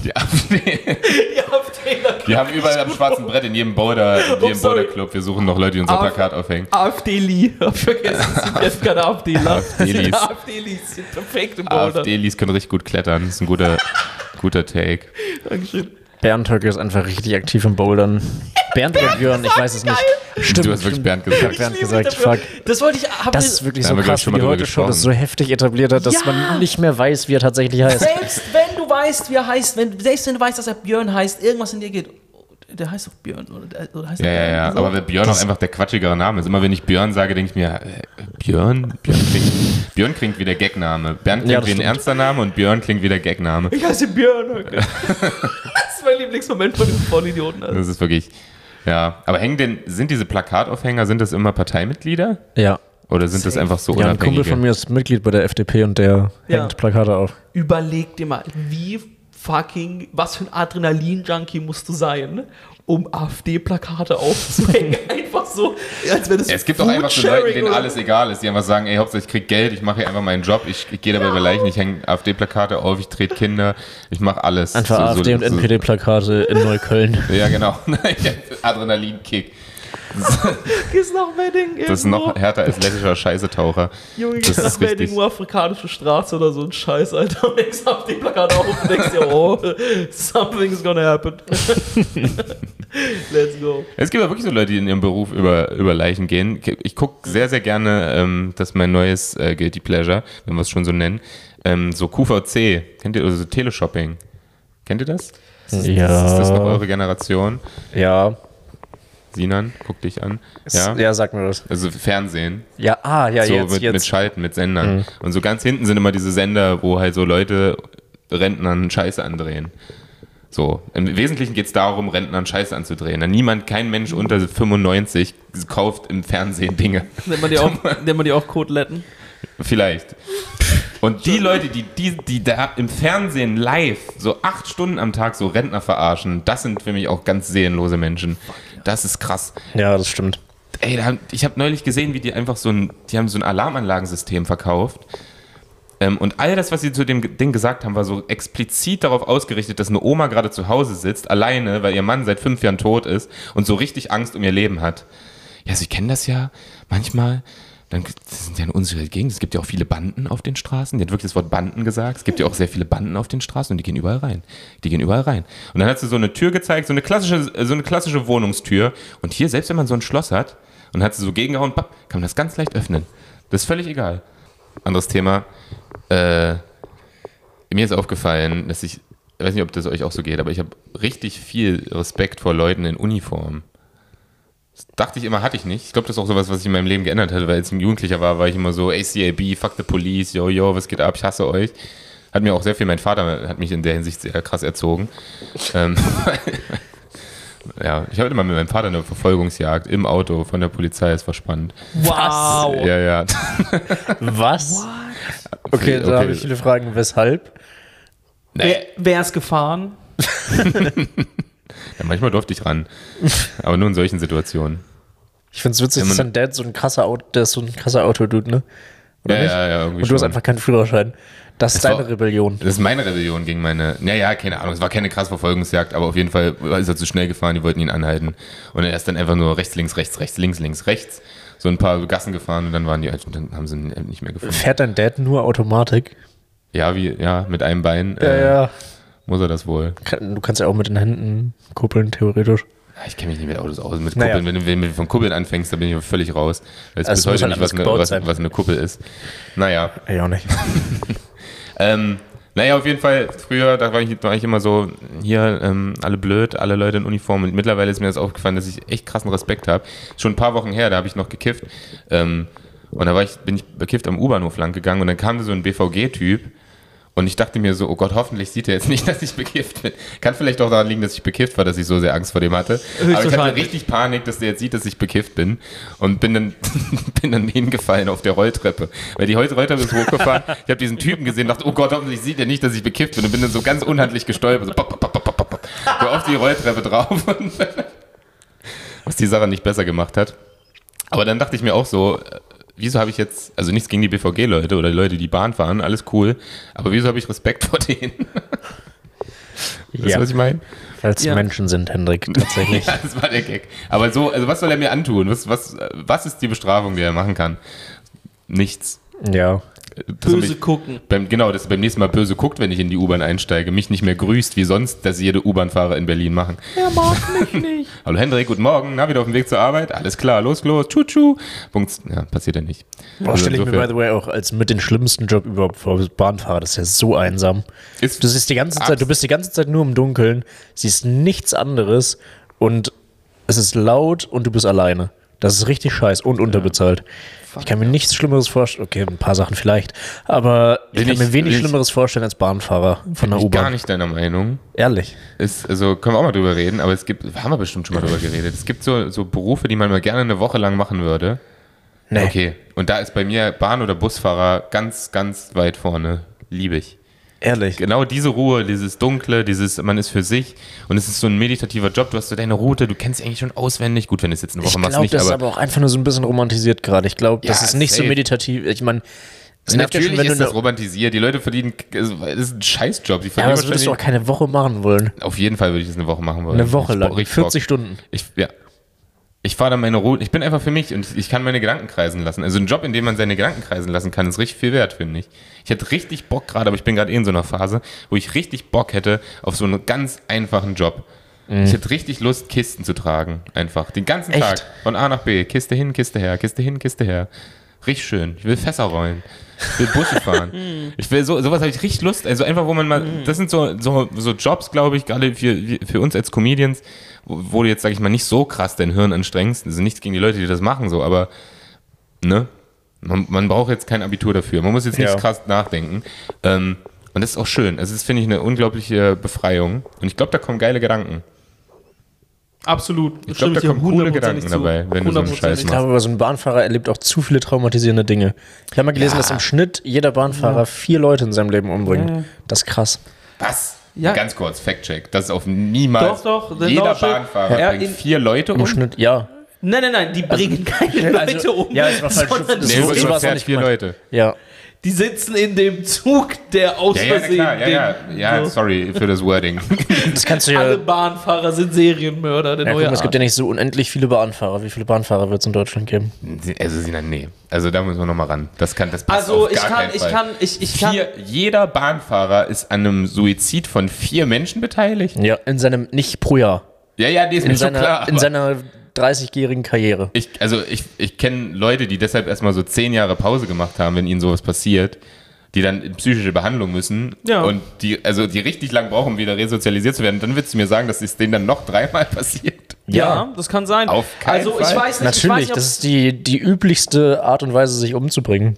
[SPEAKER 2] Die AfD.
[SPEAKER 1] Die AfDler
[SPEAKER 2] Wir haben überall am schwarzen Brett in jedem Boulder, in
[SPEAKER 1] Oh,
[SPEAKER 2] jedem
[SPEAKER 1] sorry.
[SPEAKER 2] Boulderclub. Wir suchen noch Leute, die unser
[SPEAKER 1] Auf-
[SPEAKER 2] Plakat aufhängen.
[SPEAKER 1] AfD-Li. Hab vergessen, es sind jetzt keine AfDler.
[SPEAKER 2] AfD-Lis.
[SPEAKER 1] Sind AfD-Lis sind perfekt im Boulder.
[SPEAKER 2] AfD-Lies können richtig gut klettern. Das ist ein guter, guter Take.
[SPEAKER 1] Dankeschön.
[SPEAKER 3] Bernd Höcke ist einfach richtig aktiv im Bouldern. Bernd oder Björn, ich weiß es nicht. Stimmt,
[SPEAKER 2] Du hast wirklich Bernd gesagt.
[SPEAKER 3] Bernd
[SPEAKER 1] Ich liebe
[SPEAKER 3] gesagt,
[SPEAKER 1] dafür.
[SPEAKER 3] fuck.
[SPEAKER 1] Das wollte ich. hab
[SPEAKER 3] Das
[SPEAKER 1] ich-
[SPEAKER 3] ist wirklich
[SPEAKER 2] Da
[SPEAKER 3] so
[SPEAKER 2] haben wir, glaub ich,
[SPEAKER 3] krass,
[SPEAKER 2] schon
[SPEAKER 3] wie
[SPEAKER 2] mal
[SPEAKER 3] die
[SPEAKER 2] drüber
[SPEAKER 3] heute Show das so
[SPEAKER 2] gesprochen.
[SPEAKER 3] heftig etabliert hat, dass
[SPEAKER 1] Ja.
[SPEAKER 3] man nicht mehr weiß, wie er tatsächlich heißt.
[SPEAKER 1] selbst wenn du weißt, wie er heißt, wenn, selbst wenn du weißt, dass er Björn heißt, irgendwas in dir geht. oh, Der heißt doch Björn, oder? Der, oder heißt
[SPEAKER 2] Ja,
[SPEAKER 1] er
[SPEAKER 2] ja,
[SPEAKER 1] Björn?
[SPEAKER 2] ja.
[SPEAKER 1] So.
[SPEAKER 2] Aber weil Björn auch einfach der quatschigere Name ist. Immer wenn ich Björn sage, denke ich mir, äh, Björn? Björn klingt, Björn klingt wie der Gagname. Bernd klingt
[SPEAKER 3] Ja, das
[SPEAKER 2] wie ein
[SPEAKER 3] stimmt.
[SPEAKER 2] ernster Name und Björn klingt wie der Gagname.
[SPEAKER 1] Ich heiße Björn. Okay. das ist mein Lieblingsmoment von diesem Vollidioten. Also.
[SPEAKER 2] Das ist wirklich. Ja. Aber hängen denn, sind diese Plakataufhänger, sind das immer Parteimitglieder?
[SPEAKER 3] Ja.
[SPEAKER 2] Oder sind das einfach so
[SPEAKER 3] Ja, ein Kumpel von
[SPEAKER 2] unabhängige?
[SPEAKER 3] mir ist Mitglied bei der FDP und der
[SPEAKER 1] Ja.
[SPEAKER 3] hängt Plakate auf.
[SPEAKER 1] Überleg dir mal, wie fucking, was für ein Adrenalin-Junkie musst du sein, um AfD-Plakate aufzuhängen. einfach so, als wenn es
[SPEAKER 2] Es gibt auch
[SPEAKER 1] Food
[SPEAKER 2] einfach so Leute,
[SPEAKER 1] Sharing
[SPEAKER 2] denen
[SPEAKER 1] oder-
[SPEAKER 2] alles egal ist, die einfach sagen, ey, Hauptsache ich krieg Geld, ich mache hier einfach meinen Job, ich, ich gehe dabei bei Leichen, ich hänge AfD-Plakate auf, ich trete Kinder, ich mache alles.
[SPEAKER 3] Einfach
[SPEAKER 2] So- so-
[SPEAKER 3] AfD und
[SPEAKER 2] so-
[SPEAKER 3] NPD-Plakate in Neukölln.
[SPEAKER 2] Ja, genau. Adrenalinkick.
[SPEAKER 1] Gehst nach Wedding irgendwo.
[SPEAKER 2] Das ist noch härter als lettischer Scheißetaucher.
[SPEAKER 1] Junge,
[SPEAKER 2] das
[SPEAKER 1] gehst nach
[SPEAKER 2] ist
[SPEAKER 1] Wedding,
[SPEAKER 2] richtig.
[SPEAKER 1] nur afrikanische Straße oder so ein Scheiß, Alter. Und denkst AfD-Plakate auf und denkst dir, oh, something's gonna happen. Let's go.
[SPEAKER 2] Es gibt ja wirklich so Leute, die in ihrem Beruf über, über Leichen gehen. Ich gucke sehr, sehr gerne, ähm, das ist mein neues äh, Guilty Pleasure, wenn wir es schon so nennen, ähm, so QVC, kennt ihr, oder so Teleshopping. Kennt ihr das? Ist das noch
[SPEAKER 3] Ja.
[SPEAKER 2] eure Generation?
[SPEAKER 3] Ja.
[SPEAKER 2] Sinan, guck dich an.
[SPEAKER 3] ja.
[SPEAKER 2] Ja.
[SPEAKER 3] Ja, sag mir das.
[SPEAKER 2] Also Fernsehen,
[SPEAKER 3] Ja, ah, ja,
[SPEAKER 2] so
[SPEAKER 3] jetzt,
[SPEAKER 2] mit, mit
[SPEAKER 3] jetzt.
[SPEAKER 2] Schalten, mit Sendern. Und so ganz hinten sind immer diese Sender, wo halt so Leute Rentnern Scheiße andrehen. So, im Wesentlichen geht es darum, Rentnern Scheiße anzudrehen. Denn niemand, kein Mensch unter 95 kauft im Fernsehen Dinge.
[SPEAKER 1] Nennt man die auch, nennt man die auch Koteletten?
[SPEAKER 2] Vielleicht. Und die Leute, die, die, die da im Fernsehen live so acht Stunden am Tag so Rentner verarschen, das sind für mich auch ganz seelenlose Menschen. Das ist krass.
[SPEAKER 3] Ja, das stimmt.
[SPEAKER 2] Ey, da, haben- ich habe neulich gesehen, wie die einfach so ein, die haben so ein Alarmanlagensystem verkauft. Ähm, und all das, was sie zu dem Ge- Ding gesagt haben, war so explizit darauf ausgerichtet, dass eine Oma gerade zu Hause sitzt, alleine, weil ihr Mann seit fünf Jahren tot ist und so richtig Angst um ihr Leben hat. Ja, sie kennen das ja manchmal. Dann gibt- das sind ja eine unsichere Gegend. Es gibt ja auch viele Banden auf den Straßen. Die hat wirklich das Wort Banden gesagt. Es gibt ja auch sehr viele Banden auf den Straßen und die gehen überall rein. Die gehen überall rein. Und dann hat sie so eine Tür gezeigt, so eine klassische, so eine klassische Wohnungstür. Und hier, selbst wenn man so ein Schloss hat und hat sie so gegengehauen, papp, kann man das ganz leicht öffnen. Das ist völlig egal. Anderes Thema. Äh, mir ist aufgefallen, dass ich, ich weiß nicht, ob das euch auch so geht, aber ich habe richtig viel Respekt vor Leuten in Uniform. Das dachte ich immer, hatte ich nicht. Ich glaube, das ist auch sowas, was ich in meinem Leben geändert hatte, weil als ich ein Jugendlicher war, war ich immer so, ACAB, fuck the police, yo, yo, was geht ab, ich hasse euch. Hat mir auch sehr viel, mein Vater hat mich in der Hinsicht sehr krass erzogen. ähm, ja, ich hatte mal mit meinem Vater eine Verfolgungsjagd im Auto von der Polizei, es war spannend.
[SPEAKER 1] Wow.
[SPEAKER 2] Ja, ja.
[SPEAKER 3] Was? Okay,
[SPEAKER 2] Okay.
[SPEAKER 3] da habe ich viele Fragen. Weshalb?
[SPEAKER 1] Wer, wer ist gefahren?
[SPEAKER 2] Ja, manchmal durfte ich ran. Aber nur in solchen Situationen.
[SPEAKER 3] Ich find's witzig,
[SPEAKER 2] Ja,
[SPEAKER 3] dass
[SPEAKER 2] man-
[SPEAKER 3] dein Dad so ein krasser Auto, der ist so ein krasser Autodude, ne? Oder
[SPEAKER 2] Ja,
[SPEAKER 3] nicht?
[SPEAKER 2] ja, ja, irgendwie
[SPEAKER 3] und du hast
[SPEAKER 2] schon.
[SPEAKER 3] einfach keinen Führerschein. Das ist
[SPEAKER 2] war-
[SPEAKER 3] deine Rebellion.
[SPEAKER 2] Das ist meine Rebellion gegen meine. Naja, keine Ahnung. Es war keine krasse Verfolgungsjagd, aber auf jeden Fall ist er zu schnell gefahren. Die wollten ihn anhalten. Und er ist dann einfach nur rechts, links, rechts, rechts, links, links, rechts. So ein paar Gassen gefahren und dann waren die und dann haben sie ihn halt nicht mehr gefunden.
[SPEAKER 3] Fährt dein Dad nur Automatik?
[SPEAKER 2] Ja, wie, ja, mit einem Bein äh, muss er das wohl.
[SPEAKER 3] Kann- Du kannst ja auch mit den Händen kuppeln, theoretisch.
[SPEAKER 2] Ja, Ah, Ich kenne mich nicht mit Autos aus. Mit
[SPEAKER 3] Naja.
[SPEAKER 2] Kuppeln, wenn, du, wenn du von Kuppeln anfängst, dann bin ich völlig raus. Weil es
[SPEAKER 3] Also es
[SPEAKER 2] bis
[SPEAKER 3] muss
[SPEAKER 2] heute
[SPEAKER 3] halt
[SPEAKER 2] nicht, was
[SPEAKER 3] anders gebaut
[SPEAKER 2] eine, was,
[SPEAKER 3] sein.
[SPEAKER 2] was eine Kuppel ist. Naja.
[SPEAKER 3] Ja, auch nicht.
[SPEAKER 2] Ähm, naja, auf jeden Fall, früher, da war ich, war ich immer so, hier, ähm, alle blöd, alle Leute in Uniform. Und mittlerweile ist mir das aufgefallen, dass ich echt krassen Respekt habe. Schon ein paar Wochen her, da habe ich noch gekifft. Ähm, und da war ich, bin ich bekifft am U-Bahnhof lang gegangen und dann kam so ein BVG-Typ. Und ich dachte mir so, oh Gott, hoffentlich sieht er jetzt nicht, dass ich bekifft bin. Kann vielleicht auch daran liegen, dass ich bekifft war, dass ich so sehr Angst vor dem hatte. Aber ich hatte
[SPEAKER 1] Höchstwahrscheinlich.
[SPEAKER 2] richtig Panik, dass der jetzt sieht, dass ich bekifft bin. Und bin dann, bin dann hingefallen auf der Rolltreppe. Weil die Roll- Rolltreppe ist hochgefahren. ich habe diesen Typen gesehen, dachte, oh Gott, hoffentlich sieht er nicht, dass ich bekifft bin. Und bin dann so ganz unhandlich gestolpert. So, pop, pop, pop, pop, pop, pop, so auf die Rolltreppe drauf. Und was die Sache nicht besser gemacht hat. Aber dann dachte ich mir auch so, äh, wieso habe ich jetzt, also nichts gegen die BVG-Leute oder die Leute, die Bahn fahren, alles cool, aber wieso habe ich Respekt vor denen? Weißt
[SPEAKER 3] Ja.
[SPEAKER 2] du, was ich meine?
[SPEAKER 3] Weil es
[SPEAKER 1] Ja.
[SPEAKER 3] Menschen sind, Hendrik, tatsächlich.
[SPEAKER 2] Ja, das war der Gag. Aber so, also was soll er mir antun? Was, was, äh, was ist die Bestrafung, die er machen kann? Nichts.
[SPEAKER 3] ja.
[SPEAKER 2] dass er
[SPEAKER 1] Böse
[SPEAKER 2] mich-
[SPEAKER 1] gucken.
[SPEAKER 2] Beim, genau, dass er beim nächsten Mal böse guckt, wenn ich in die U-Bahn einsteige, mich nicht mehr grüßt, wie sonst das jede U-Bahn-Fahrer in Berlin machen.
[SPEAKER 1] Er mag mich nicht.
[SPEAKER 2] Hallo Hendrik, guten Morgen, na, wieder auf dem Weg zur Arbeit, alles klar, los, los, tschu, tschu. Punkt, ja, passiert ja nicht.
[SPEAKER 3] Boah,
[SPEAKER 2] Also
[SPEAKER 3] stelle ich mir, by
[SPEAKER 2] insofern-
[SPEAKER 3] the way, auch als mit den schlimmsten Job überhaupt vor. als Bahnfahrer, das ist ja so einsam.
[SPEAKER 2] Ist-
[SPEAKER 3] du siehst die ganze Zeit,
[SPEAKER 2] Abs-
[SPEAKER 3] du bist die ganze Zeit nur im Dunkeln, siehst nichts anderes und es ist laut und du bist alleine. Das ist richtig scheiß und unterbezahlt. Ich kann mir nichts Schlimmeres vorstellen. Okay, ein paar Sachen vielleicht. Aber ich
[SPEAKER 2] Bin
[SPEAKER 3] kann
[SPEAKER 2] ich-
[SPEAKER 3] mir wenig
[SPEAKER 2] bin ich-
[SPEAKER 3] Schlimmeres vorstellen als Bahnfahrer von der
[SPEAKER 2] ich gar
[SPEAKER 3] U-Bahn.
[SPEAKER 2] nicht deiner Meinung.
[SPEAKER 3] Ehrlich.
[SPEAKER 2] Ist, also können wir auch mal drüber reden, aber es gibt, haben wir bestimmt schon mal drüber geredet. Es gibt so, so Berufe, die man mal gerne eine Woche lang machen würde.
[SPEAKER 3] Nee.
[SPEAKER 2] Okay. Und da ist bei mir Bahn- oder Busfahrer ganz, ganz weit vorne. Liebe ich.
[SPEAKER 3] Ehrlich.
[SPEAKER 2] Genau diese Ruhe, dieses Dunkle, dieses, man ist für sich und es ist so ein meditativer Job, du hast so deine Route, du kennst sie eigentlich schon auswendig. Gut, wenn du es jetzt eine Woche
[SPEAKER 3] Ich
[SPEAKER 2] machst,
[SPEAKER 3] glaube,
[SPEAKER 2] nicht,
[SPEAKER 3] das ist
[SPEAKER 2] aber,
[SPEAKER 3] aber auch einfach nur so ein bisschen romantisiert gerade. Ich glaube, das
[SPEAKER 2] Ja,
[SPEAKER 3] ist nicht so
[SPEAKER 2] safe.
[SPEAKER 3] meditativ. Ich meine, es nervt ja
[SPEAKER 2] natürlich
[SPEAKER 3] schon, wenn du
[SPEAKER 2] ist das
[SPEAKER 3] eine,
[SPEAKER 2] romantisiert. Die Leute verdienen, es ist ein Scheißjob. Die
[SPEAKER 3] ja,
[SPEAKER 2] verdienen
[SPEAKER 3] aber das würdest du auch
[SPEAKER 2] wahrscheinlich-
[SPEAKER 3] keine Woche machen wollen.
[SPEAKER 2] auf jeden Fall würde ich das eine Woche machen wollen.
[SPEAKER 3] Eine Woche
[SPEAKER 2] Ich-
[SPEAKER 3] lang,
[SPEAKER 2] richtig
[SPEAKER 3] 40
[SPEAKER 2] Bock.
[SPEAKER 3] Stunden.
[SPEAKER 2] Ich, ja. Ich fahre dann meine Route. Ich bin einfach für mich und ich kann meine Gedanken kreisen lassen. Also ein Job, in dem man seine Gedanken kreisen lassen kann, ist richtig viel wert, finde ich. Ich hätte richtig Bock gerade, aber ich bin gerade eh in so einer Phase, wo ich richtig Bock hätte auf so einen ganz einfachen Job. Ich hätte richtig Lust, Kisten zu tragen. Einfach. Den ganzen
[SPEAKER 3] Mhm. Echt?
[SPEAKER 2] Tag. Von A nach B. Kiste hin, Kiste her. Kiste hin, Kiste her. Richtig schön. Ich will Fässer rollen. Ich will Busse fahren. ich will so, sowas habe ich richtig Lust. Also einfach, wo man mal, das sind so, so, so Jobs, glaube ich, gerade für, für uns als Comedians, wo, wo du jetzt, sage ich mal, nicht so krass dein Hirn anstrengst. Also nichts gegen die Leute, die das machen, so, aber, ne? Man, man braucht jetzt kein Abitur dafür. Man muss jetzt nicht
[SPEAKER 3] Ja.
[SPEAKER 2] krass nachdenken. Ähm, und das ist auch schön. Also das finde ich eine unglaubliche Befreiung. Und ich glaube, da kommen geile Gedanken.
[SPEAKER 1] Absolut.
[SPEAKER 2] Ich glaube, da kommen coole Gedanken dabei, wenn du so einen Scheiß
[SPEAKER 3] Ich
[SPEAKER 2] machst.
[SPEAKER 3] glaube, aber so ein Bahnfahrer erlebt auch zu viele traumatisierende Dinge. Ich habe mal gelesen, dass im Schnitt jeder Bahnfahrer vier Leute in seinem Leben umbringt. Das ist krass.
[SPEAKER 2] Was?
[SPEAKER 1] Ja.
[SPEAKER 2] Ganz kurz, Fact-Check. Das ist auf niemals.
[SPEAKER 1] Doch, doch,
[SPEAKER 2] Jeder
[SPEAKER 1] doch, doch.
[SPEAKER 2] Bahnfahrer
[SPEAKER 1] Ja, in-
[SPEAKER 2] bringt vier Leute
[SPEAKER 3] Im
[SPEAKER 2] um.
[SPEAKER 3] Schnitt, ja.
[SPEAKER 1] Nein, nein, nein, die bringen keine Leute
[SPEAKER 3] also-
[SPEAKER 1] um.
[SPEAKER 3] ja, es war falsch.
[SPEAKER 1] sondern
[SPEAKER 3] Nee,
[SPEAKER 2] Nee,
[SPEAKER 1] die-
[SPEAKER 3] so
[SPEAKER 2] so
[SPEAKER 3] war's auch
[SPEAKER 2] überfährt
[SPEAKER 3] nicht
[SPEAKER 2] vier
[SPEAKER 3] gemeint.
[SPEAKER 2] Leute.
[SPEAKER 3] Ja.
[SPEAKER 1] Die sitzen in dem Zug, der aus
[SPEAKER 2] Ja, ja, na
[SPEAKER 1] Versehen
[SPEAKER 2] klar, ja, ja,
[SPEAKER 1] den-
[SPEAKER 2] ja,
[SPEAKER 1] so.
[SPEAKER 2] sorry für das Wording.
[SPEAKER 3] Das kannst du ja.
[SPEAKER 1] Alle Bahnfahrer sind Serienmörder, der
[SPEAKER 3] ja guck
[SPEAKER 1] neue
[SPEAKER 3] mal, es gibt
[SPEAKER 1] Art.
[SPEAKER 3] ja nicht so unendlich viele Bahnfahrer. Wie viele Bahnfahrer wird es in Deutschland geben?
[SPEAKER 2] Also, Sinan, nee. Also, da müssen wir nochmal ran. Das kann, das passt
[SPEAKER 1] Also
[SPEAKER 2] auf
[SPEAKER 1] ich
[SPEAKER 2] gar
[SPEAKER 1] kann,
[SPEAKER 2] keinen
[SPEAKER 1] ich
[SPEAKER 2] Fall.
[SPEAKER 1] kann, ich, ich kann.
[SPEAKER 2] Vier, jeder Bahnfahrer ist an einem Suizid von vier Menschen beteiligt?
[SPEAKER 3] Ja, in seinem, nicht pro Jahr.
[SPEAKER 2] Ja, ja, nee, ist
[SPEAKER 3] In
[SPEAKER 2] mir schon
[SPEAKER 3] seiner,
[SPEAKER 2] klar.
[SPEAKER 3] in
[SPEAKER 2] aber-
[SPEAKER 3] seiner 30-jährigen Karriere.
[SPEAKER 2] ich, also ich, ich kenne Leute, die deshalb erstmal so zehn Jahre Pause gemacht haben, wenn ihnen sowas passiert, die dann in psychische Behandlung müssen
[SPEAKER 1] Ja.
[SPEAKER 2] und die, also die richtig lang brauchen, um wieder resozialisiert zu werden. Dann willst du mir sagen, dass es denen dann noch dreimal passiert.
[SPEAKER 1] Ja, das kann sein.
[SPEAKER 2] Auf keinen
[SPEAKER 1] also ich
[SPEAKER 2] Fall.
[SPEAKER 1] weiß nicht, ich weiß
[SPEAKER 3] Natürlich,
[SPEAKER 1] nicht, ob-
[SPEAKER 3] das ist die, die üblichste Art und Weise, sich umzubringen.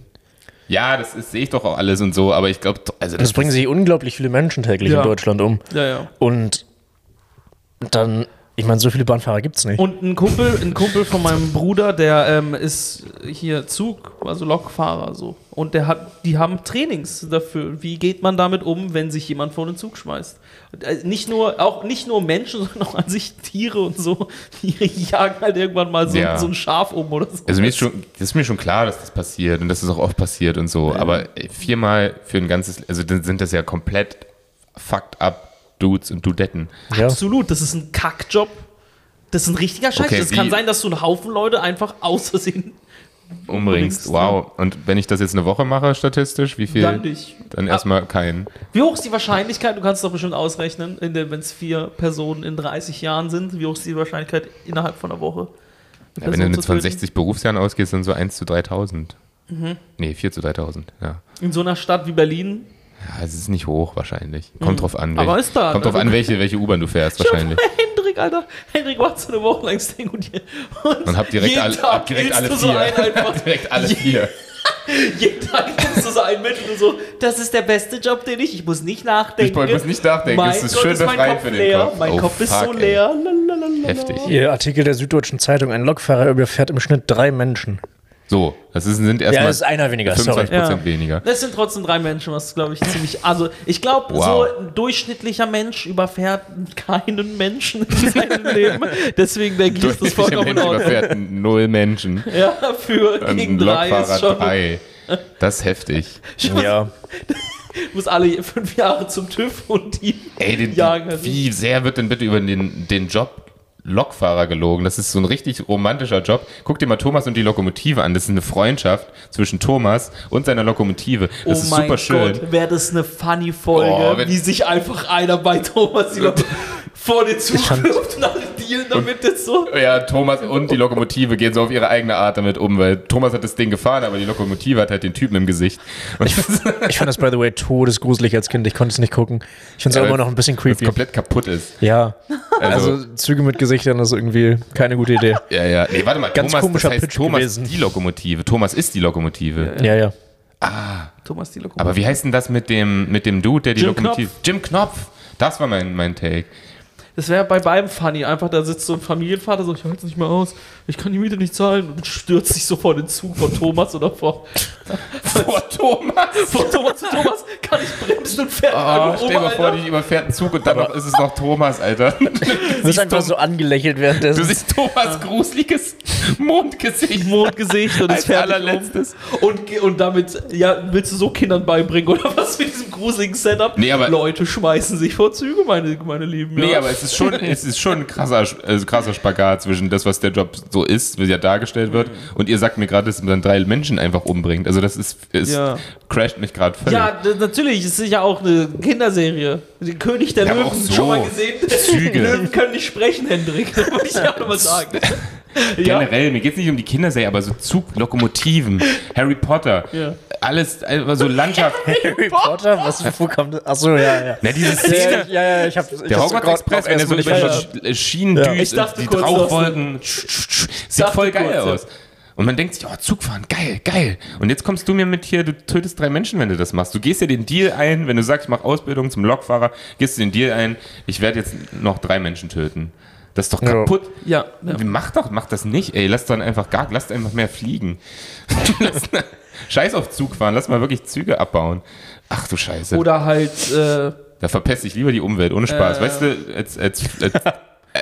[SPEAKER 2] Ja, das ist- sehe ich doch auch alles und so, aber ich glaube, also
[SPEAKER 3] Das bringen sich unglaublich viele Menschen täglich
[SPEAKER 1] Ja.
[SPEAKER 3] in Deutschland um.
[SPEAKER 1] ja, ja.
[SPEAKER 3] Und dann, ich meine, so viele Bahnfahrer gibt es nicht.
[SPEAKER 1] Und ein Kumpel, ein Kumpel von meinem Bruder, der ähm, ist hier Zug, also Lokfahrer so. Und der hat, die haben Trainings dafür. Wie geht man damit um, wenn sich jemand vor den Zug schmeißt? Und, äh, nicht nur, auch nicht nur Menschen, sondern auch an sich Tiere und so. Die jagen halt irgendwann mal so,
[SPEAKER 2] Ja.
[SPEAKER 1] so ein Schaf um oder so.
[SPEAKER 2] Also mir ist schon, das ist mir schon klar, dass das passiert und dass das auch oft passiert und so. Aber viermal für ein ganzes, also dann sind das ja komplett fucked up Dudes und Dudetten.
[SPEAKER 3] Ja.
[SPEAKER 1] Absolut, das ist ein Kackjob. Das ist ein richtiger Scheiß.
[SPEAKER 2] Okay,
[SPEAKER 1] Es kann
[SPEAKER 2] wie-
[SPEAKER 1] sein, dass du einen Haufen Leute einfach außersehen
[SPEAKER 2] Umbringst.
[SPEAKER 1] Umbringst,
[SPEAKER 2] Wow. Und wenn ich das jetzt eine Woche mache, statistisch, wie viel?
[SPEAKER 1] dann dich. Ah.
[SPEAKER 2] Dann erstmal keinen.
[SPEAKER 1] Wie hoch ist die Wahrscheinlichkeit, du kannst doch bestimmt ausrechnen, wenn es vier Personen in 30 Jahren sind, wie hoch ist die Wahrscheinlichkeit innerhalb von einer Woche? eine
[SPEAKER 2] Ja, wenn du
[SPEAKER 1] Person
[SPEAKER 2] jetzt
[SPEAKER 1] zu
[SPEAKER 2] von
[SPEAKER 1] töten? Mhm.
[SPEAKER 2] 60 Berufsjahren ausgehst, dann so 1 zu 3000. Nee, 4 zu 3000, ja.
[SPEAKER 1] In so einer Stadt wie Berlin?
[SPEAKER 2] Ja, es ist nicht hoch wahrscheinlich. Kommt drauf an.
[SPEAKER 1] Mhm. Aber ist da-
[SPEAKER 2] kommt drauf an, welche, welche U-Bahn du fährst wahrscheinlich.
[SPEAKER 1] Hendrik, Alter, Hendrik macht so eine Woche lang Sting und, hier-
[SPEAKER 2] Und hab direkt,
[SPEAKER 1] jeden
[SPEAKER 2] alle,
[SPEAKER 1] Tag
[SPEAKER 2] hab direkt
[SPEAKER 1] willst
[SPEAKER 2] alle
[SPEAKER 1] du so einen
[SPEAKER 2] vier.
[SPEAKER 1] einfach,
[SPEAKER 2] direkt alle vier.
[SPEAKER 1] jeden Tag nimmst du so einen mit und du so, das ist der beste Job, den ich, ich muss nicht nachdenken.
[SPEAKER 2] Ich muss nicht nachdenken,
[SPEAKER 1] mein
[SPEAKER 2] es ist
[SPEAKER 1] Gott,
[SPEAKER 2] schön
[SPEAKER 1] mein
[SPEAKER 2] befreiend
[SPEAKER 1] Kopf
[SPEAKER 2] für den
[SPEAKER 1] leer,
[SPEAKER 2] Kopf.
[SPEAKER 1] Mein
[SPEAKER 2] Oh,
[SPEAKER 1] Kopf ist
[SPEAKER 2] fuck,
[SPEAKER 1] so
[SPEAKER 2] ey.
[SPEAKER 1] leer. Lalalala.
[SPEAKER 2] Heftig.
[SPEAKER 3] Ihr Artikel der Süddeutschen Zeitung, ein Lokfahrer überfährt im Schnitt drei Menschen.
[SPEAKER 2] So, das ist, sind
[SPEAKER 3] Ja,
[SPEAKER 2] erstmal
[SPEAKER 3] das ist einer weniger,
[SPEAKER 2] 25%
[SPEAKER 3] sorry.
[SPEAKER 1] Ja.
[SPEAKER 2] weniger.
[SPEAKER 1] Das sind trotzdem drei Menschen, was glaube ich ziemlich. Also ich glaube,
[SPEAKER 2] Wow.
[SPEAKER 1] so ein durchschnittlicher Mensch überfährt keinen Menschen in seinem Leben. Deswegen denke ich, ist das
[SPEAKER 2] Durchschnittlicher
[SPEAKER 1] vollkommen in
[SPEAKER 2] Mensch
[SPEAKER 1] Ordnung.
[SPEAKER 2] überfährt null Menschen.
[SPEAKER 1] Ja, für
[SPEAKER 2] Ein
[SPEAKER 1] gegen drei ist
[SPEAKER 2] Lokfahrer
[SPEAKER 1] schon.
[SPEAKER 2] drei. Das ist heftig.
[SPEAKER 1] Ich muss,
[SPEAKER 3] Ja.
[SPEAKER 1] muss alle fünf Jahre zum TÜV und die
[SPEAKER 2] Ey, den,
[SPEAKER 1] jagen.
[SPEAKER 3] also
[SPEAKER 2] wie sehr wird denn bitte über den, den Job Lokfahrer gelogen. Das ist so ein richtig romantischer Job. Guck dir mal Thomas und die Lokomotive an. Das ist eine Freundschaft zwischen Thomas und seiner Lokomotive.
[SPEAKER 1] Oh
[SPEAKER 3] Oh
[SPEAKER 2] Das ist super schön.
[SPEAKER 1] wäre das eine funny Folge,
[SPEAKER 2] Oh, wenn-
[SPEAKER 1] wie sich einfach einer bei Thomas die Leute vor den
[SPEAKER 3] fand-
[SPEAKER 1] Zukunft nach Deal, damit das so.
[SPEAKER 2] Ja, Thomas und die Lokomotive gehen so auf ihre eigene Art damit um, weil Thomas hat das Ding gefahren, aber die Lokomotive hat halt den Typen im Gesicht. Und ich
[SPEAKER 3] Ich fand das, by the way, todesgruselig als Kind. Ich konnte es nicht gucken. Ich finde es auch immer noch ein bisschen creepy.
[SPEAKER 2] komplett kaputt ist.
[SPEAKER 3] Ja.
[SPEAKER 2] Also-
[SPEAKER 3] Also, Züge mit Gesichtern ist irgendwie keine gute Idee.
[SPEAKER 2] Ja, ja. Nee, warte mal,
[SPEAKER 3] Ganz
[SPEAKER 2] Thomas,
[SPEAKER 3] komischer
[SPEAKER 2] das heißt
[SPEAKER 3] Pitch
[SPEAKER 2] Thomas
[SPEAKER 3] gewesen.
[SPEAKER 2] die Lokomotive. Thomas ist die Lokomotive.
[SPEAKER 3] Ja, ja.
[SPEAKER 1] Thomas die Lokomotive.
[SPEAKER 2] Aber wie heißt denn das mit dem, mit dem Dude, der die
[SPEAKER 1] Jim
[SPEAKER 2] Lokomotive. Jim Knopf! Das war mein, mein Take.
[SPEAKER 1] Das wäre bei beiden funny. Einfach da sitzt so ein Familienvater, so ich halte es nicht mehr aus, ich kann die Miete nicht zahlen und stürzt sich so vor den Zug von Thomas oder vor,
[SPEAKER 2] Vor Thomas!
[SPEAKER 1] von Thomas zu Thomas, kann ich bremsen und fährt
[SPEAKER 2] Oh,
[SPEAKER 1] einfach
[SPEAKER 2] stell dir
[SPEAKER 1] um,
[SPEAKER 2] mal vor,
[SPEAKER 1] Alter.
[SPEAKER 2] die überfährt einen Zug und dann noch- ist es noch Thomas, Alter.
[SPEAKER 3] Du wirst einfach so angelächelt
[SPEAKER 2] Du
[SPEAKER 3] währenddessen.
[SPEAKER 2] siehst Thomas gruseliges Mondgesicht.
[SPEAKER 1] Mondgesicht und
[SPEAKER 2] Als
[SPEAKER 1] es fährt dich
[SPEAKER 2] allerletztes.
[SPEAKER 1] Um. Und, ge- und damit, ja, willst du so Kindern beibringen oder was mit diesem gruseligen Setup?
[SPEAKER 2] Nee, aber-
[SPEAKER 1] Leute schmeißen sich vor Züge, meine, meine Lieben.
[SPEAKER 2] Nee,
[SPEAKER 1] ja.
[SPEAKER 2] aber es ist schon, es ist schon ein krasser, also krasser Spagat zwischen das, was der Job so ist, wie er dargestellt wird, und ihr sagt mir gerade, dass man dann drei Menschen einfach umbringt. Also das ist, ist
[SPEAKER 1] Ja.
[SPEAKER 2] crasht mich gerade völlig.
[SPEAKER 1] Ja, d- natürlich, es ist ja auch eine Kinderserie. Den König der
[SPEAKER 2] Ja, aber
[SPEAKER 1] Löwen,
[SPEAKER 2] auch so.
[SPEAKER 1] schon mal gesehen.
[SPEAKER 2] Züge.
[SPEAKER 1] Löwen können nicht sprechen, Hendrik. Das muss ich ja auch nochmal sagen. ja.
[SPEAKER 2] Generell, mir geht es nicht um die Kinderserie, aber so Zug, Lokomotiven, Harry Potter,
[SPEAKER 1] Ja.
[SPEAKER 2] alles, also so Landschaft.
[SPEAKER 3] Harry Potter? Was, wo kommt das? Achso, ja, ja.
[SPEAKER 2] Na, diese
[SPEAKER 3] Ja,
[SPEAKER 2] Szene.
[SPEAKER 3] ja, ja, ich hab. Ich
[SPEAKER 2] Der
[SPEAKER 3] hab's
[SPEAKER 2] Hogwarts
[SPEAKER 3] grad-
[SPEAKER 2] Express,
[SPEAKER 3] grad
[SPEAKER 2] wenn er so
[SPEAKER 3] erst
[SPEAKER 2] über
[SPEAKER 3] mal
[SPEAKER 1] ja.
[SPEAKER 2] die Sch- äh, Schienen
[SPEAKER 3] Ja.
[SPEAKER 2] düst
[SPEAKER 1] Ich dachte
[SPEAKER 2] und die
[SPEAKER 1] kurz,
[SPEAKER 2] Rauchwolken, tsch, tsch, tsch, sieht
[SPEAKER 1] dachte
[SPEAKER 2] voll geil
[SPEAKER 1] kurz, ja.
[SPEAKER 2] aus. Und man denkt sich, oh, Zugfahren, geil, geil. Und jetzt kommst du mir mit hier, du tötest drei Menschen, wenn du das machst. Du gehst ja den Deal ein, wenn du sagst, ich mache Ausbildung zum Lokfahrer, gehst du den Deal ein, ich werde jetzt noch drei Menschen töten. Das ist doch
[SPEAKER 3] Ja.
[SPEAKER 2] kaputt.
[SPEAKER 1] Ja, ja.
[SPEAKER 2] Mach doch, mach das nicht, ey. Lass dann einfach gar, lass einfach mehr fliegen. lass, Scheiß auf Zugfahren, lass mal wirklich Züge abbauen. Ach du Scheiße.
[SPEAKER 1] Oder halt, äh,
[SPEAKER 2] Da verpeste ich lieber die Umwelt, ohne Spaß.
[SPEAKER 1] Äh.
[SPEAKER 2] Weißt du, als, als, als,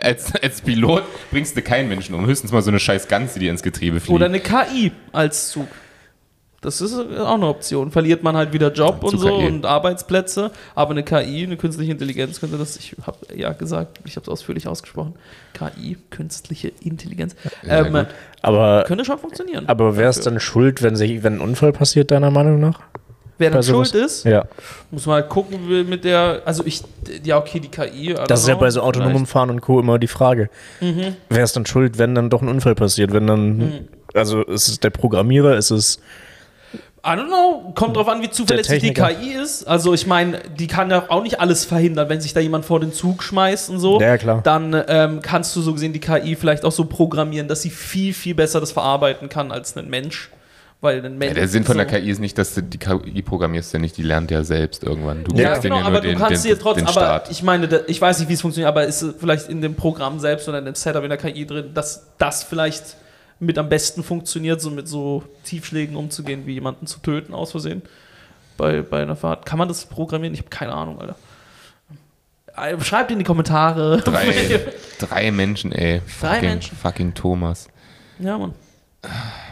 [SPEAKER 2] als, als Pilot bringst du keinen Menschen um. Höchstens mal so eine scheiß Gans, die dir ins Getriebe fliegt.
[SPEAKER 1] oder eine KI als Zug. Das ist äh, auch eine Option. Verliert man halt wieder Job
[SPEAKER 2] Zu
[SPEAKER 1] und so
[SPEAKER 2] KI.
[SPEAKER 1] und Arbeitsplätze, aber eine KI, eine künstliche Intelligenz könnte das, ich habe ja gesagt, ich habe es ausführlich ausgesprochen, KI, künstliche Intelligenz,
[SPEAKER 2] Ja,
[SPEAKER 1] ähm,
[SPEAKER 2] gut.
[SPEAKER 3] Aber,
[SPEAKER 1] könnte schon funktionieren.
[SPEAKER 3] aber wer ist dann schuld, wenn, sich, wenn ein Unfall passiert, deiner Meinung nach?
[SPEAKER 1] Wer dann
[SPEAKER 3] Bei sowas?
[SPEAKER 1] schuld ist,
[SPEAKER 3] Ja.
[SPEAKER 1] Muss man halt gucken wie mit der, also ich, ja okay, die KI. I don't
[SPEAKER 3] Das ist ja
[SPEAKER 1] know.
[SPEAKER 3] bei so autonomem Fahren und Co. immer die Frage.
[SPEAKER 2] Mhm.
[SPEAKER 3] Wer ist dann schuld, wenn dann doch ein Unfall passiert? Wenn dann. Also ist es der Programmierer, ist es.
[SPEAKER 1] I don't know, kommt drauf an, wie zuverlässig die
[SPEAKER 3] Techniker.
[SPEAKER 1] KI ist. Also ich meine, die kann ja auch nicht alles verhindern, wenn sich da jemand vor den Zug schmeißt und
[SPEAKER 2] Oh,
[SPEAKER 1] so.
[SPEAKER 3] Ja, klar.
[SPEAKER 1] Dann ähm, kannst du so gesehen die KI vielleicht auch so programmieren, dass sie viel, viel besser das verarbeiten kann als ein Mensch. Weil ein Mensch.
[SPEAKER 2] ja, der Sinn von
[SPEAKER 1] so-
[SPEAKER 2] der KI ist nicht, dass du die KI programmierst, ja nicht. Die lernt ja selbst irgendwann. Du
[SPEAKER 1] Ja,
[SPEAKER 2] gibst denen
[SPEAKER 1] genau, aber du kannst dir trotzdem,
[SPEAKER 2] den
[SPEAKER 1] aber
[SPEAKER 2] Start.
[SPEAKER 1] ich meine, da- ich weiß nicht, wie es funktioniert, aber ist äh, vielleicht in dem Programm selbst oder in dem Setup in der KI drin, dass das vielleicht mit am besten funktioniert, so mit so Tiefschlägen umzugehen, wie jemanden zu töten aus Versehen bei, bei einer Fahrt. Kann man das programmieren? Ich habe keine Ahnung, Alter. Äh, Schreibt in die Kommentare.
[SPEAKER 2] Drei, drei Menschen, ey.
[SPEAKER 1] Drei
[SPEAKER 2] fucking,
[SPEAKER 1] Menschen.
[SPEAKER 2] Fucking Thomas.
[SPEAKER 1] Ja, Mann.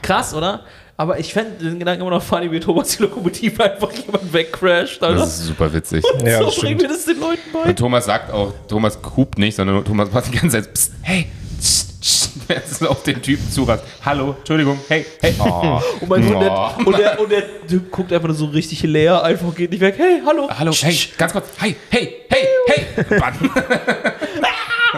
[SPEAKER 1] Krass, oder? Aber ich fände den Gedanken immer noch funny, wie Thomas die Lokomotive einfach jemand wegcrasht, Alter.
[SPEAKER 2] Das ist super witzig.
[SPEAKER 3] Ja, das
[SPEAKER 1] so bringen
[SPEAKER 3] stimmt.
[SPEAKER 1] wir das den Leuten bei.
[SPEAKER 2] Und Thomas sagt auch, Thomas hupt nicht, sondern Thomas macht die ganze Zeit, psst, hey, psst, psst, wenn es auf den Typen zurast. Hallo, Entschuldigung, hey, hey. Oh,
[SPEAKER 1] Und, mein Hund,
[SPEAKER 2] Oh.
[SPEAKER 1] der, und, der, und der Typ guckt einfach nur so richtig leer, einfach geht nicht weg. Hey, hallo.
[SPEAKER 2] Hallo, hey, ganz kurz. Hi, hey, hey, hey. Button.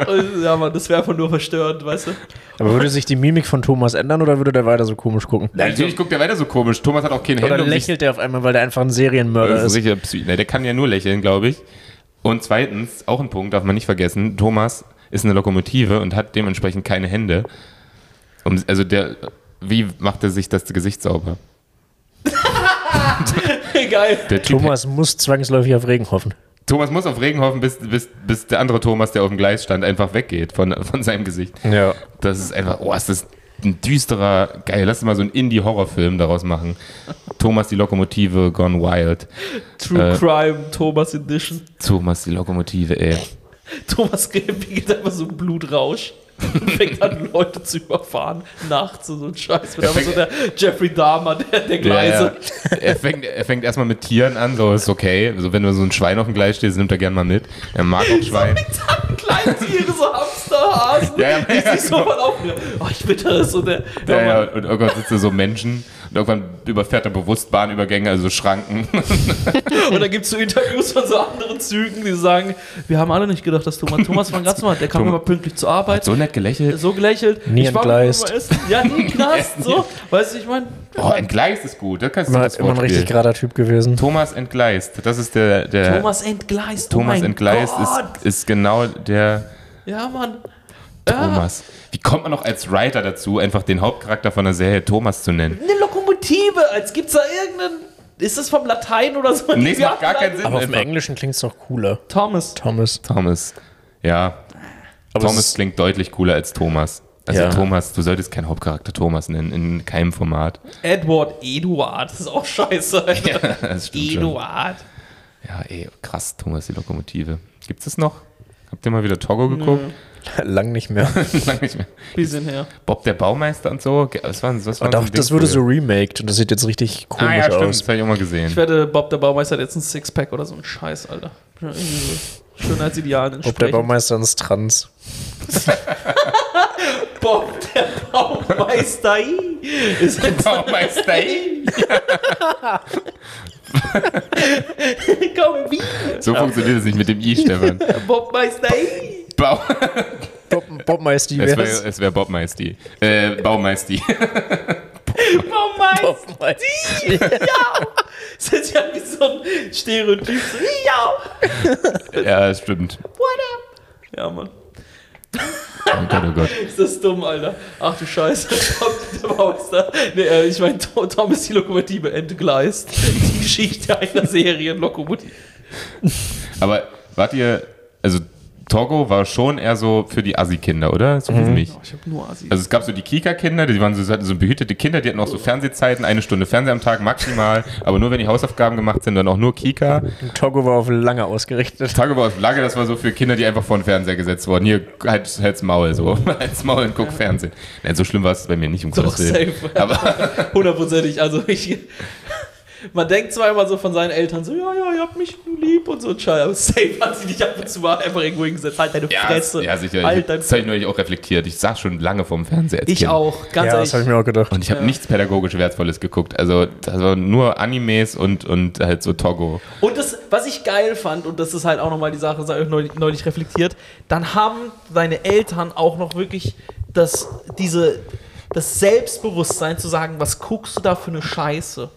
[SPEAKER 1] Äh, Ja, Mann, das wäre einfach nur verstörend, weißt du?
[SPEAKER 3] Aber würde sich die Mimik von Thomas ändern oder würde der weiter so komisch gucken?
[SPEAKER 2] Natürlich guckt er weiter so komisch. Thomas hat auch kein
[SPEAKER 3] Oder
[SPEAKER 2] Hände. um sich-
[SPEAKER 3] lächelt der auf einmal, weil der einfach ein
[SPEAKER 2] Das
[SPEAKER 3] Serienmörder
[SPEAKER 2] ist
[SPEAKER 3] ist?
[SPEAKER 2] sicher Psy- Ne, der kann ja nur lächeln, glaube ich. Und zweitens, auch ein Punkt, darf man nicht vergessen, Thomas ist eine Lokomotive und hat dementsprechend keine Hände. Um, also der, wie macht er sich das Gesicht sauber?
[SPEAKER 1] Geil.
[SPEAKER 2] Der typ
[SPEAKER 3] Thomas muss zwangsläufig auf Regen hoffen.
[SPEAKER 2] Thomas muss auf Regen hoffen, bis, bis, bis der andere Thomas, der auf dem Gleis stand, einfach weggeht von, von seinem Gesicht.
[SPEAKER 3] Ja.
[SPEAKER 2] Das ist einfach, oh, ist das ein düsterer, geil, lass uns mal so einen Indie-Horrorfilm daraus machen. Thomas die Lokomotive gone wild.
[SPEAKER 1] True
[SPEAKER 2] Äh.
[SPEAKER 1] Crime, Thomas Edition.
[SPEAKER 2] Thomas die Lokomotive, ey.
[SPEAKER 1] Thomas geht einfach so im Blutrausch. und Fängt an, Leute zu überfahren. Nachts und so ein Scheiß. Mit einfach so der Jeffrey Dahmer, der, der Gleise.
[SPEAKER 2] Ja, ja. Er fängt, er fängt erstmal mit Tieren an, so ist okay. Also wenn du so ein Schwein auf dem Gleis stehst, nimmt er gern mal mit. Er mag auch Schwein.
[SPEAKER 1] Mit seinem kleinen Tiere, so Hamster, Hasen.
[SPEAKER 2] Ja, ja,
[SPEAKER 1] ich
[SPEAKER 2] ja,
[SPEAKER 1] sehe sofort auf mir. Oh, ich bitte das. Und der,
[SPEAKER 2] Ja, ja,
[SPEAKER 1] Mann.
[SPEAKER 2] und irgendwann sitzt da so Menschen und irgendwann überfährt er bewusst Bahnübergänge, also Schranken.
[SPEAKER 1] Und dann gibt es so Interviews von so anderen Zügen, die sagen, wir haben alle nicht gedacht, dass Thomas Thomas von Gatzmann, der kam
[SPEAKER 2] Thomas-
[SPEAKER 1] immer pünktlich zur Arbeit, so,
[SPEAKER 2] so nett gelächelt.
[SPEAKER 1] gelächelt.
[SPEAKER 3] Nie
[SPEAKER 1] ich war mit
[SPEAKER 3] entgleist.
[SPEAKER 1] ihm essen. Ja, nie knast, so. Weißt du, ich meine,
[SPEAKER 2] Oh, entgleist ist gut, da kannst du
[SPEAKER 3] Immer,
[SPEAKER 2] das
[SPEAKER 3] immer ein
[SPEAKER 2] Wortspiel.
[SPEAKER 3] richtig gerader Typ gewesen.
[SPEAKER 2] Thomas entgleist, das ist der, der
[SPEAKER 1] Thomas
[SPEAKER 2] Thomas,
[SPEAKER 3] oh
[SPEAKER 1] entgleist.
[SPEAKER 2] Äh,
[SPEAKER 1] oh
[SPEAKER 2] Thomas
[SPEAKER 1] mein
[SPEAKER 2] entgleist
[SPEAKER 1] Gott.
[SPEAKER 2] ist, ist genau der
[SPEAKER 1] Ja, Mann.
[SPEAKER 3] Äh?
[SPEAKER 2] Thomas. Wie kommt man auch als Writer dazu, einfach den Hauptcharakter von der Serie Thomas zu nennen?
[SPEAKER 1] Eine Lokomotive, als gibt's da irgendeinen. Ist das vom Latein oder so?
[SPEAKER 2] Nee, es macht gar keinen Sinn.
[SPEAKER 3] Aber auf dem
[SPEAKER 2] einfach.
[SPEAKER 3] Englischen klingt es doch cooler.
[SPEAKER 1] Thomas.
[SPEAKER 3] Thomas.
[SPEAKER 2] Thomas. Ja,
[SPEAKER 3] Aber es
[SPEAKER 2] Thomas
[SPEAKER 3] ist-
[SPEAKER 2] klingt deutlich cooler als Thomas. Also
[SPEAKER 3] Ja.
[SPEAKER 2] Thomas, du solltest keinen Hauptcharakter Thomas nennen, in keinem Format.
[SPEAKER 1] Edward Eduard. Das ist auch scheiße, Alter.
[SPEAKER 2] das stimmt schon.
[SPEAKER 1] Eduard.
[SPEAKER 2] Ja, ey, krass, Thomas die Lokomotive. Gibt's das noch? Habt ihr mal wieder Togo geguckt?
[SPEAKER 3] Lang nicht mehr.
[SPEAKER 2] Lang nicht mehr.
[SPEAKER 1] Bisschen her.
[SPEAKER 2] Bob der Baumeister und so. Ge- Was war denn was war
[SPEAKER 3] Und auch, Ah, das wurde so remaked und das sieht jetzt richtig komisch
[SPEAKER 2] Ah ja, stimmt,
[SPEAKER 3] aus.
[SPEAKER 2] das habe ich auch mal gesehen.
[SPEAKER 1] Ich wette, Bob der Baumeister hat jetzt ein Sixpack oder so ein Scheiß, Alter. Irgendwie so Schönheitsidealen
[SPEAKER 3] Ob der
[SPEAKER 1] entsprechen.
[SPEAKER 3] Baumeister ist trans.
[SPEAKER 1] Bob der Baumeister ii, ist ein
[SPEAKER 2] Baumeister
[SPEAKER 1] ii.
[SPEAKER 2] ii.
[SPEAKER 1] Komm, wie?
[SPEAKER 2] So funktioniert es nicht mit dem I, Stefan.
[SPEAKER 1] Bobmeister ii.
[SPEAKER 2] Bau
[SPEAKER 3] Bob, Bobmeister
[SPEAKER 2] es
[SPEAKER 3] wäre
[SPEAKER 2] wäre wär Bob Meisti. Äh, Baumeisti.
[SPEAKER 1] Baumeister.
[SPEAKER 3] Bobmeister.
[SPEAKER 1] Ja. Das ist ja wie so ein Stereotyp. So, ja.
[SPEAKER 2] ja, das stimmt.
[SPEAKER 1] What up? Ja, Mann.
[SPEAKER 2] Oh Gott, oh Gott.
[SPEAKER 1] Ist das dumm, Alter. Ach du Scheiße. Bob der Baumeister. Nee, äh, ich meine, Tom ist die Lokomotive entgleist. Die Geschichte einer Serienlokomotive.
[SPEAKER 2] Aber wart ihr, also Togo war schon eher so für die Assi-Kinder, oder? So für mich.
[SPEAKER 1] Oh, ich hab nur Asi.
[SPEAKER 2] Also es gab so die Kika-Kinder, die waren so, hatten so behütete Kinder, die hatten auch so Fernsehzeiten, eine Stunde Fernseh am Tag maximal, aber nur wenn die Hausaufgaben gemacht sind, dann auch nur Kika.
[SPEAKER 3] Togo war auf lange ausgerichtet.
[SPEAKER 2] Tage war aus Lage, das war so für Kinder, die einfach vor den Fernseher gesetzt wurden. Hier, halt, halt's Maul, so. Halt's Maul und guck Fernsehen. Nein, so schlimm war es bei mir nicht, um
[SPEAKER 1] Doch,
[SPEAKER 2] Gottes Willen.
[SPEAKER 1] safe.
[SPEAKER 2] Aber
[SPEAKER 1] Hundertprozentig. Also ich. Man denkt zwar immer so von seinen Eltern so, ja, ja, ihr habt mich lieb und so ein Scheiß, aber safe hat sie dich ab und zu mal einfach irgendwo hingesetzt. Halt deine
[SPEAKER 2] ja,
[SPEAKER 1] Fresse.
[SPEAKER 2] ja sicher.
[SPEAKER 1] Halt dein
[SPEAKER 2] das habe ich neulich auch reflektiert. Ich saß schon lange vorm Fernseher als
[SPEAKER 1] Ich
[SPEAKER 2] Kind.
[SPEAKER 1] auch, ganz
[SPEAKER 3] Ja, das habe ich
[SPEAKER 1] ehrlich.
[SPEAKER 3] mir auch gedacht.
[SPEAKER 2] Und ich habe nichts pädagogisch Wertvolles geguckt. Also, das war nur Animes und, und halt so Togo.
[SPEAKER 1] Und das, was ich geil fand, und das ist halt auch nochmal die Sache, das habe ich neulich, neulich reflektiert, dann haben deine Eltern auch noch wirklich das, diese, das Selbstbewusstsein zu sagen, was guckst du da für eine Scheiße?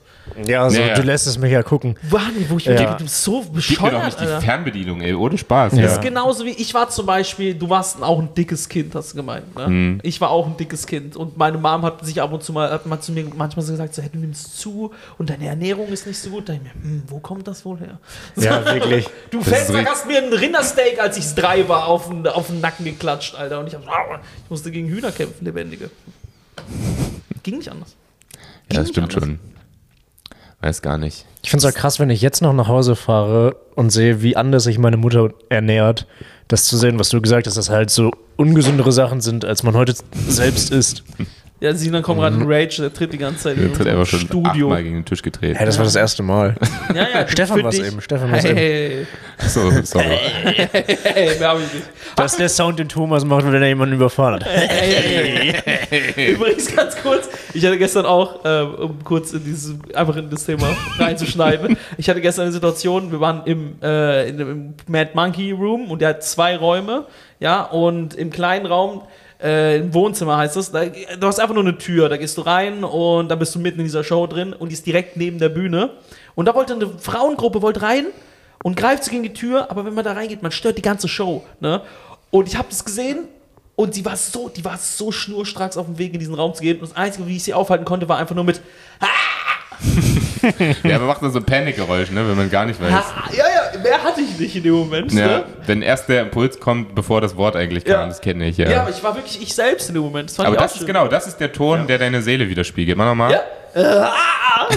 [SPEAKER 3] Ja, so,
[SPEAKER 2] Ja, ja.
[SPEAKER 3] du lässt es mich ja gucken.
[SPEAKER 1] Wahnsinn, wo ich
[SPEAKER 3] Ja.
[SPEAKER 1] mir dachte, du bist so
[SPEAKER 2] Gib mir doch
[SPEAKER 1] bescheuert,
[SPEAKER 2] nicht die
[SPEAKER 1] Alter.
[SPEAKER 2] Fernbedienung, ey. Ohne Spaß.
[SPEAKER 3] Ja.
[SPEAKER 2] Ja.
[SPEAKER 1] Das ist genauso wie ich war zum Beispiel, du warst auch ein dickes Kind, hast du gemeint. Ne? Ich war auch ein dickes Kind und meine Mom hat sich ab und zu mal, hat mal zu mir manchmal so gesagt, so, hey, du nimmst zu und deine Ernährung ist nicht so gut. Da dachte ich mir, hm, wo kommt das wohl her?
[SPEAKER 3] Ja, wirklich.
[SPEAKER 1] Du
[SPEAKER 2] Das ist
[SPEAKER 1] Fenster
[SPEAKER 2] richtig.
[SPEAKER 1] hast mir ein Rindersteak, als ich drei war, auf den, auf den Nacken geklatscht, Alter. Und ich, hab, au, ich musste gegen Hühner kämpfen, lebendige. Ging nicht anders.
[SPEAKER 2] Ja, das
[SPEAKER 1] Ging
[SPEAKER 2] stimmt
[SPEAKER 1] nicht anders.
[SPEAKER 2] schon. Weiß gar nicht.
[SPEAKER 3] Ich finde es auch krass, wenn ich jetzt noch nach Hause fahre und sehe, wie anders sich meine Mutter ernährt, das zu sehen, was du gesagt hast, dass halt so ungesündere Sachen sind, als man heute selbst isst.
[SPEAKER 1] Ja, Sinan kommt gerade in Rage, der tritt die ganze Zeit in
[SPEAKER 2] Der hat
[SPEAKER 1] unserem
[SPEAKER 2] einfach schon
[SPEAKER 1] Studio.
[SPEAKER 2] achtmal gegen den Tisch getreten.
[SPEAKER 3] Hey, das war das erste Mal.
[SPEAKER 1] Ja, ja,
[SPEAKER 3] Stefan
[SPEAKER 1] für
[SPEAKER 3] war's
[SPEAKER 1] dich.
[SPEAKER 3] eben, Stefan war's
[SPEAKER 1] hey,
[SPEAKER 2] So, sorry.
[SPEAKER 1] hey, wir haben ihn nicht.
[SPEAKER 3] Das ist der Sound, den Thomas macht, wenn er jemanden überfahren hat.
[SPEAKER 1] Übrigens ganz kurz, ich hatte gestern auch, äh, um kurz in dieses, einfach in das Thema reinzuschneiden, ich hatte gestern eine Situation, wir waren im, äh, in, im Mad Monkey Room und der hat zwei Räume, ja, und im kleinen Raum, äh, im Wohnzimmer heißt es, da, du hast einfach nur eine Tür, da gehst du rein und dann bist du mitten in dieser Show drin und die ist direkt neben der Bühne. Und da wollte eine Frauengruppe, wollte rein und greift so gegen die Tür, aber wenn man da reingeht, man stört die ganze Show, ne? Und ich habe das gesehen und sie war so, die war so schnurstracks auf dem Weg in diesen Raum zu gehen. Und das Einzige, wie ich sie aufhalten konnte, war einfach nur mit
[SPEAKER 2] Ja, man macht dann so ein Panikgeräusch, ne, wenn man gar nicht weiß.
[SPEAKER 1] Ha, ja, ja, mehr hatte ich nicht in dem Moment.
[SPEAKER 2] Ja,
[SPEAKER 1] Ne?
[SPEAKER 2] wenn erst der Impuls kommt, bevor das Wort eigentlich kam,
[SPEAKER 1] Ja.
[SPEAKER 2] das kenne ich, ja.
[SPEAKER 1] Ja. aber ich war wirklich ich selbst in dem Moment. Das fand
[SPEAKER 2] aber
[SPEAKER 1] ich auch
[SPEAKER 2] das ist
[SPEAKER 1] schön.
[SPEAKER 2] genau, das ist der Ton, der deine Seele widerspiegelt. Mach nochmal.
[SPEAKER 1] Ja. Äh, ah, ah.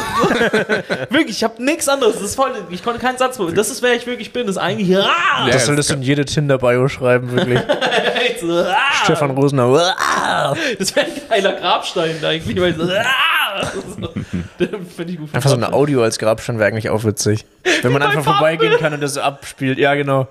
[SPEAKER 1] wirklich, ich habe nichts anderes. Das ist voll, ich konnte keinen Satz machen. Das ist, wer ich wirklich bin. Das ist eigentlich. Ah,
[SPEAKER 2] Ja,
[SPEAKER 3] Das solltest du in jede Tinder-Bio schreiben, wirklich.
[SPEAKER 1] jetzt, ah.
[SPEAKER 3] Stefan Rosenau.
[SPEAKER 1] Das wäre ein geiler Grabstein eigentlich. Weil, ah, so. Finde ich gut.
[SPEAKER 3] Einfach so ein Audio als Grabstein wäre eigentlich auch witzig. Wenn man
[SPEAKER 1] Wie bei
[SPEAKER 3] einfach
[SPEAKER 1] Farbe.
[SPEAKER 3] vorbeigehen kann und das so abspielt. Ja, genau.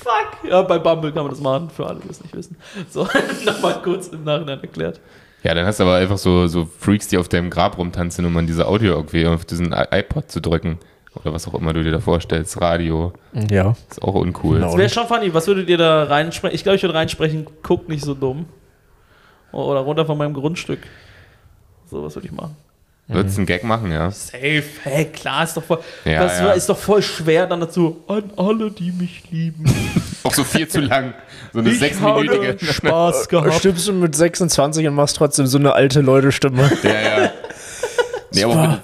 [SPEAKER 1] fuck. Ja, bei Bumble kann man das machen, für alle, die es nicht wissen. So, nochmal kurz im Nachhinein erklärt.
[SPEAKER 2] Ja, dann hast du aber einfach so, so Freaks, die auf deinem Grab rumtanzen, um an diese Audio irgendwie auf diesen I- iPod zu drücken. Oder was auch immer du dir da vorstellst. Radio.
[SPEAKER 3] Ja.
[SPEAKER 2] Ist auch uncool.
[SPEAKER 3] Genau.
[SPEAKER 1] Das wäre schon funny. Was würdet ihr da reinsprechen? Ich glaube, ich würde reinsprechen, guck nicht so dumm. O- Oder runter von meinem Grundstück. So, was würde ich machen?
[SPEAKER 2] Würdest du einen Gag machen, ja?
[SPEAKER 1] Safe. Hey, klar, ist doch voll,
[SPEAKER 2] Ja,
[SPEAKER 1] das
[SPEAKER 2] ja.
[SPEAKER 1] ist doch voll schwer dann dazu. An alle, die mich lieben.
[SPEAKER 2] Auch so viel zu lang. So eine
[SPEAKER 1] habe
[SPEAKER 2] sechsminütige. Oh,
[SPEAKER 1] Spaß gehabt.
[SPEAKER 3] Stimmst du mit 26 und machst trotzdem so eine alte Leute-Stimme?
[SPEAKER 2] Ja, ja. Nee, aber ja,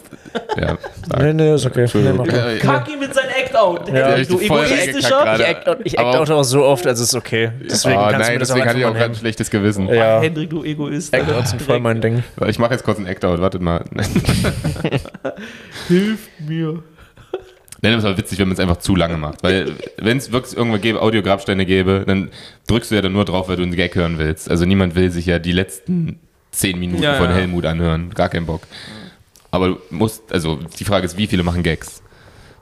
[SPEAKER 2] Äh, sag.
[SPEAKER 3] nee, nee, ist okay. Nee,
[SPEAKER 2] Entschuldigung.
[SPEAKER 3] mach mal.
[SPEAKER 2] Ja, ja.
[SPEAKER 1] Kack ihn mit seinem Act-Out.
[SPEAKER 3] Ja,
[SPEAKER 1] Hey,
[SPEAKER 2] ich
[SPEAKER 1] du
[SPEAKER 2] hab voll reingekackt
[SPEAKER 1] egoistischer.
[SPEAKER 2] gerade.
[SPEAKER 3] Ich act, out- ich act
[SPEAKER 2] Aber-
[SPEAKER 3] out auch so oft, also ist okay. Deswegen
[SPEAKER 2] Ah,
[SPEAKER 3] kannst du
[SPEAKER 2] nein,
[SPEAKER 3] mir das
[SPEAKER 2] deswegen
[SPEAKER 3] auch
[SPEAKER 2] hatte ich auch
[SPEAKER 3] einfach
[SPEAKER 2] gerade ein schlechtes Gewissen.
[SPEAKER 3] Ja.
[SPEAKER 1] Hendrik, du Egoist.
[SPEAKER 3] Act-outs sind voll mein Ding.
[SPEAKER 2] Ich mache jetzt kurz einen Act-Out, wartet mal.
[SPEAKER 1] Hilf mir.
[SPEAKER 2] Nein, das ist aber witzig, wenn man es einfach zu lange macht. Weil, wenn es wirklich irgendwann gäbe, Audiograbsteine gäbe, dann drückst du ja dann nur drauf, weil du einen Gag hören willst. Also niemand will sich ja die letzten zehn Minuten
[SPEAKER 1] Ja,
[SPEAKER 2] von
[SPEAKER 1] ja.
[SPEAKER 2] Helmut anhören. Gar keinen Bock. Aber du musst, also die Frage ist, wie viele machen Gags?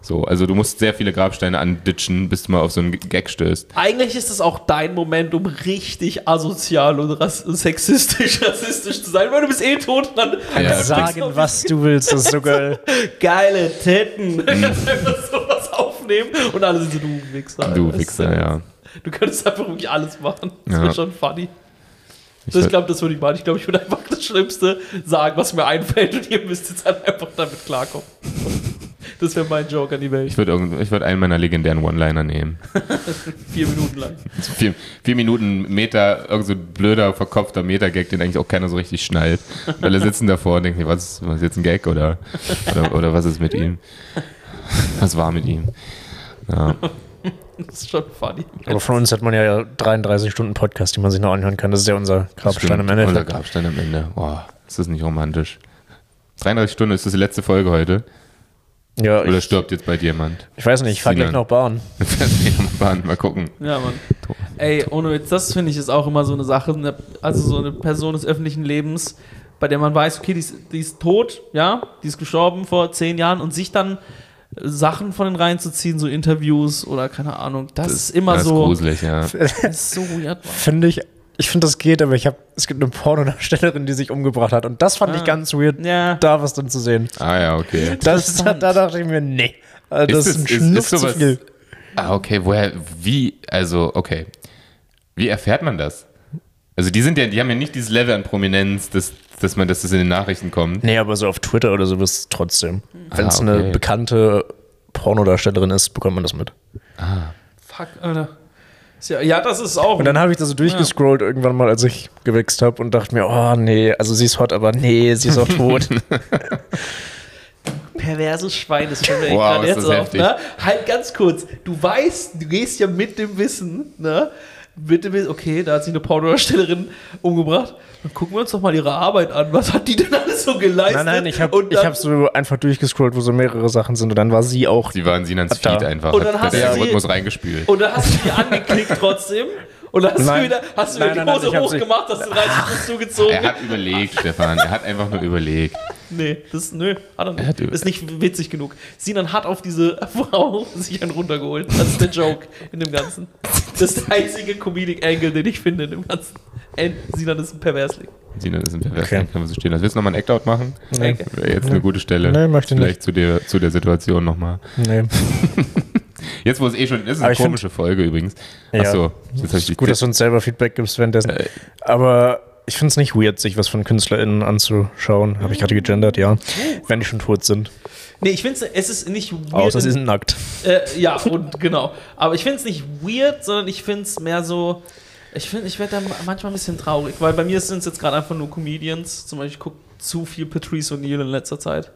[SPEAKER 2] So, also du musst sehr viele Grabsteine anditschen, bis du mal auf so einen Gag stößt.
[SPEAKER 1] Eigentlich ist es auch dein Moment, um richtig asozial und ras sexistisch, rassistisch zu sein, weil du bist eh tot und dann
[SPEAKER 2] Ja,
[SPEAKER 3] Sagen, was du willst, das ist so geil.
[SPEAKER 1] geile Titten. Einfach sowas aufnehmen und alle sind so, du Wichser.
[SPEAKER 2] Du
[SPEAKER 1] Alter.
[SPEAKER 2] Wichser, ja.
[SPEAKER 1] Du könntest einfach wirklich alles machen. Das
[SPEAKER 2] Ja.
[SPEAKER 1] wäre schon funny.
[SPEAKER 2] Ich
[SPEAKER 1] Das,
[SPEAKER 2] wär-
[SPEAKER 1] ich glaube, das würde ich machen. Ich glaube, ich würde einfach das Schlimmste sagen, was mir einfällt und ihr müsst jetzt halt einfach damit klarkommen. Das wäre mein Joke an die Welt.
[SPEAKER 2] Ich würde irgend- ich würde einen meiner legendären One-Liner nehmen.
[SPEAKER 1] Vier Minuten lang.
[SPEAKER 2] So vier, vier Minuten Meter, irgend so ein blöder, verkopfter Meter-Gag, den eigentlich auch keiner so richtig schnallt. Und alle sitzen davor und denken, sich, was, was ist jetzt ein Gag oder, oder, oder was ist mit ihm? Was war mit ihm? Ja,
[SPEAKER 1] Das ist schon funny.
[SPEAKER 3] Aber von uns hat man ja 33 Stunden Podcast, die man sich noch anhören kann. Das ist ja unser Grabstein am
[SPEAKER 2] Unser
[SPEAKER 3] Ende.
[SPEAKER 2] Grabstein am Ende. Boah, ist das nicht romantisch? 33 Stunden ist das die letzte Folge heute.
[SPEAKER 3] Ja,
[SPEAKER 2] Oder
[SPEAKER 3] ich,
[SPEAKER 2] stirbt jetzt bald jemand?
[SPEAKER 3] ich weiß nicht, ich fahr gleich
[SPEAKER 2] Sinan.
[SPEAKER 3] noch Bahn.
[SPEAKER 2] Mal gucken.
[SPEAKER 1] Ja, Mann. Ey, ohne Witz, das finde ich ist auch immer so eine Sache, ne- also so eine Person des öffentlichen Lebens, bei der man weiß, okay, die ist, die ist tot, ja, die ist gestorben vor zehn Jahren und sich dann Sachen von den reinzuziehen, so Interviews oder keine Ahnung, das, ist immer
[SPEAKER 2] das ist
[SPEAKER 1] so.
[SPEAKER 2] gruselig, ja.
[SPEAKER 1] Das ist so weird, Mann.
[SPEAKER 3] Finde ich, ich finde das geht, aber ich habe, es gibt eine Pornodarstellerin, die sich umgebracht hat und das fand
[SPEAKER 1] Ah.
[SPEAKER 3] ich ganz weird,
[SPEAKER 1] Ja.
[SPEAKER 3] da was dann zu sehen.
[SPEAKER 2] Ah ja, okay.
[SPEAKER 3] Das, da, da dachte ich mir, nee, also das ist,
[SPEAKER 2] es-
[SPEAKER 3] ein Schnupf zu
[SPEAKER 2] sowas-
[SPEAKER 3] viel.
[SPEAKER 2] Ah, okay, woher, wie, also, okay. Wie erfährt man das? Also die sind ja, die haben ja nicht dieses Level an Prominenz, dass, dass man, dass das in den Nachrichten kommt.
[SPEAKER 3] Nee, aber so auf Twitter oder sowas trotzdem. Wenn es
[SPEAKER 2] Ah,
[SPEAKER 3] eine
[SPEAKER 2] okay.
[SPEAKER 3] bekannte Pornodarstellerin ist, bekommt man das mit.
[SPEAKER 1] Fuck, Alter. Ist Ja, ja, das ist auch.
[SPEAKER 3] Und dann habe ich da so durchgescrollt irgendwann mal, als ich gewächst habe und dachte mir, oh nee, also sie ist hot, aber nee, sie ist auch tot.
[SPEAKER 1] perverses Schwein, das fällt mir
[SPEAKER 2] Wow,
[SPEAKER 1] gerade jetzt
[SPEAKER 2] ist das
[SPEAKER 1] auf.
[SPEAKER 2] heftig.
[SPEAKER 1] Ne? Halt ganz kurz, du weißt, du gehst ja mit dem Wissen, ne? Mit dem Wissen, okay, da hat sich eine Pornodarstellerin umgebracht. Dann gucken wir uns doch mal ihre Arbeit an. Was hat die denn alles so geleistet?
[SPEAKER 3] Nein, nein, ich habe
[SPEAKER 1] Und dann-
[SPEAKER 3] hab so einfach durchgescrollt, wo so mehrere Sachen sind und dann war sie auch.
[SPEAKER 2] Die waren Sinans
[SPEAKER 3] Da.
[SPEAKER 2] Feed einfach.
[SPEAKER 1] Und dann
[SPEAKER 2] hat-
[SPEAKER 1] hast
[SPEAKER 2] hat
[SPEAKER 1] du
[SPEAKER 2] der
[SPEAKER 1] sie-
[SPEAKER 2] Rhythmus reingespült.
[SPEAKER 1] Und dann hast du die angeklickt trotzdem. Und hast
[SPEAKER 3] Nein.
[SPEAKER 1] du wieder, hast du wieder
[SPEAKER 3] Nein,
[SPEAKER 1] die
[SPEAKER 3] nein, nein,
[SPEAKER 1] Hose
[SPEAKER 3] ich hab sie-
[SPEAKER 1] hochgemacht, hast du 30 Schuss zugezogen.
[SPEAKER 2] Er hat überlegt, Stefan. Er hat einfach nur überlegt.
[SPEAKER 1] Nee, das nö, hat er nicht.
[SPEAKER 2] hat über-
[SPEAKER 1] ist nicht witzig genug. Sinan hat auf diese Frau sich einen runtergeholt. Das ist der Joke in dem Ganzen. Das ist der einzige Comedic Angle, den ich finde in dem Ganzen. Ey, Sinan ist ein Perversling.
[SPEAKER 2] Sinan ist ein Pervers,
[SPEAKER 3] Okay.
[SPEAKER 2] können wir so stehen lassen. Willst du nochmal einen Act-Out machen?
[SPEAKER 3] Nee.
[SPEAKER 2] Wäre jetzt eine gute Stelle.
[SPEAKER 3] Nee, möchte
[SPEAKER 2] Vielleicht zu der, zu der Situation nochmal.
[SPEAKER 3] Nee.
[SPEAKER 2] Jetzt, wo es eh schon ist, ist
[SPEAKER 3] Aber
[SPEAKER 2] eine
[SPEAKER 3] ich find-
[SPEAKER 2] komische Folge übrigens.
[SPEAKER 3] Ja.
[SPEAKER 2] Achso, jetzt habe ich die
[SPEAKER 3] Gut, dass du uns selber Feedback gibst währenddessen. Aber ich finde es nicht weird, sich was von KünstlerInnen anzuschauen. Habe ich gerade gegendert, ja. Wenn die schon tot sind.
[SPEAKER 1] Nee, ich finde es ist nicht weird.
[SPEAKER 3] Außer sie
[SPEAKER 1] in-
[SPEAKER 3] sind nackt.
[SPEAKER 1] äh, ja, und genau. Aber ich finde es nicht weird, sondern ich finde es mehr so. Ich finde, ich werde da ma- manchmal ein bisschen traurig, weil bei mir sind es jetzt gerade einfach nur Comedians. Zum Beispiel, ich gucke zu viel Patrice O'Neill in letzter Zeit.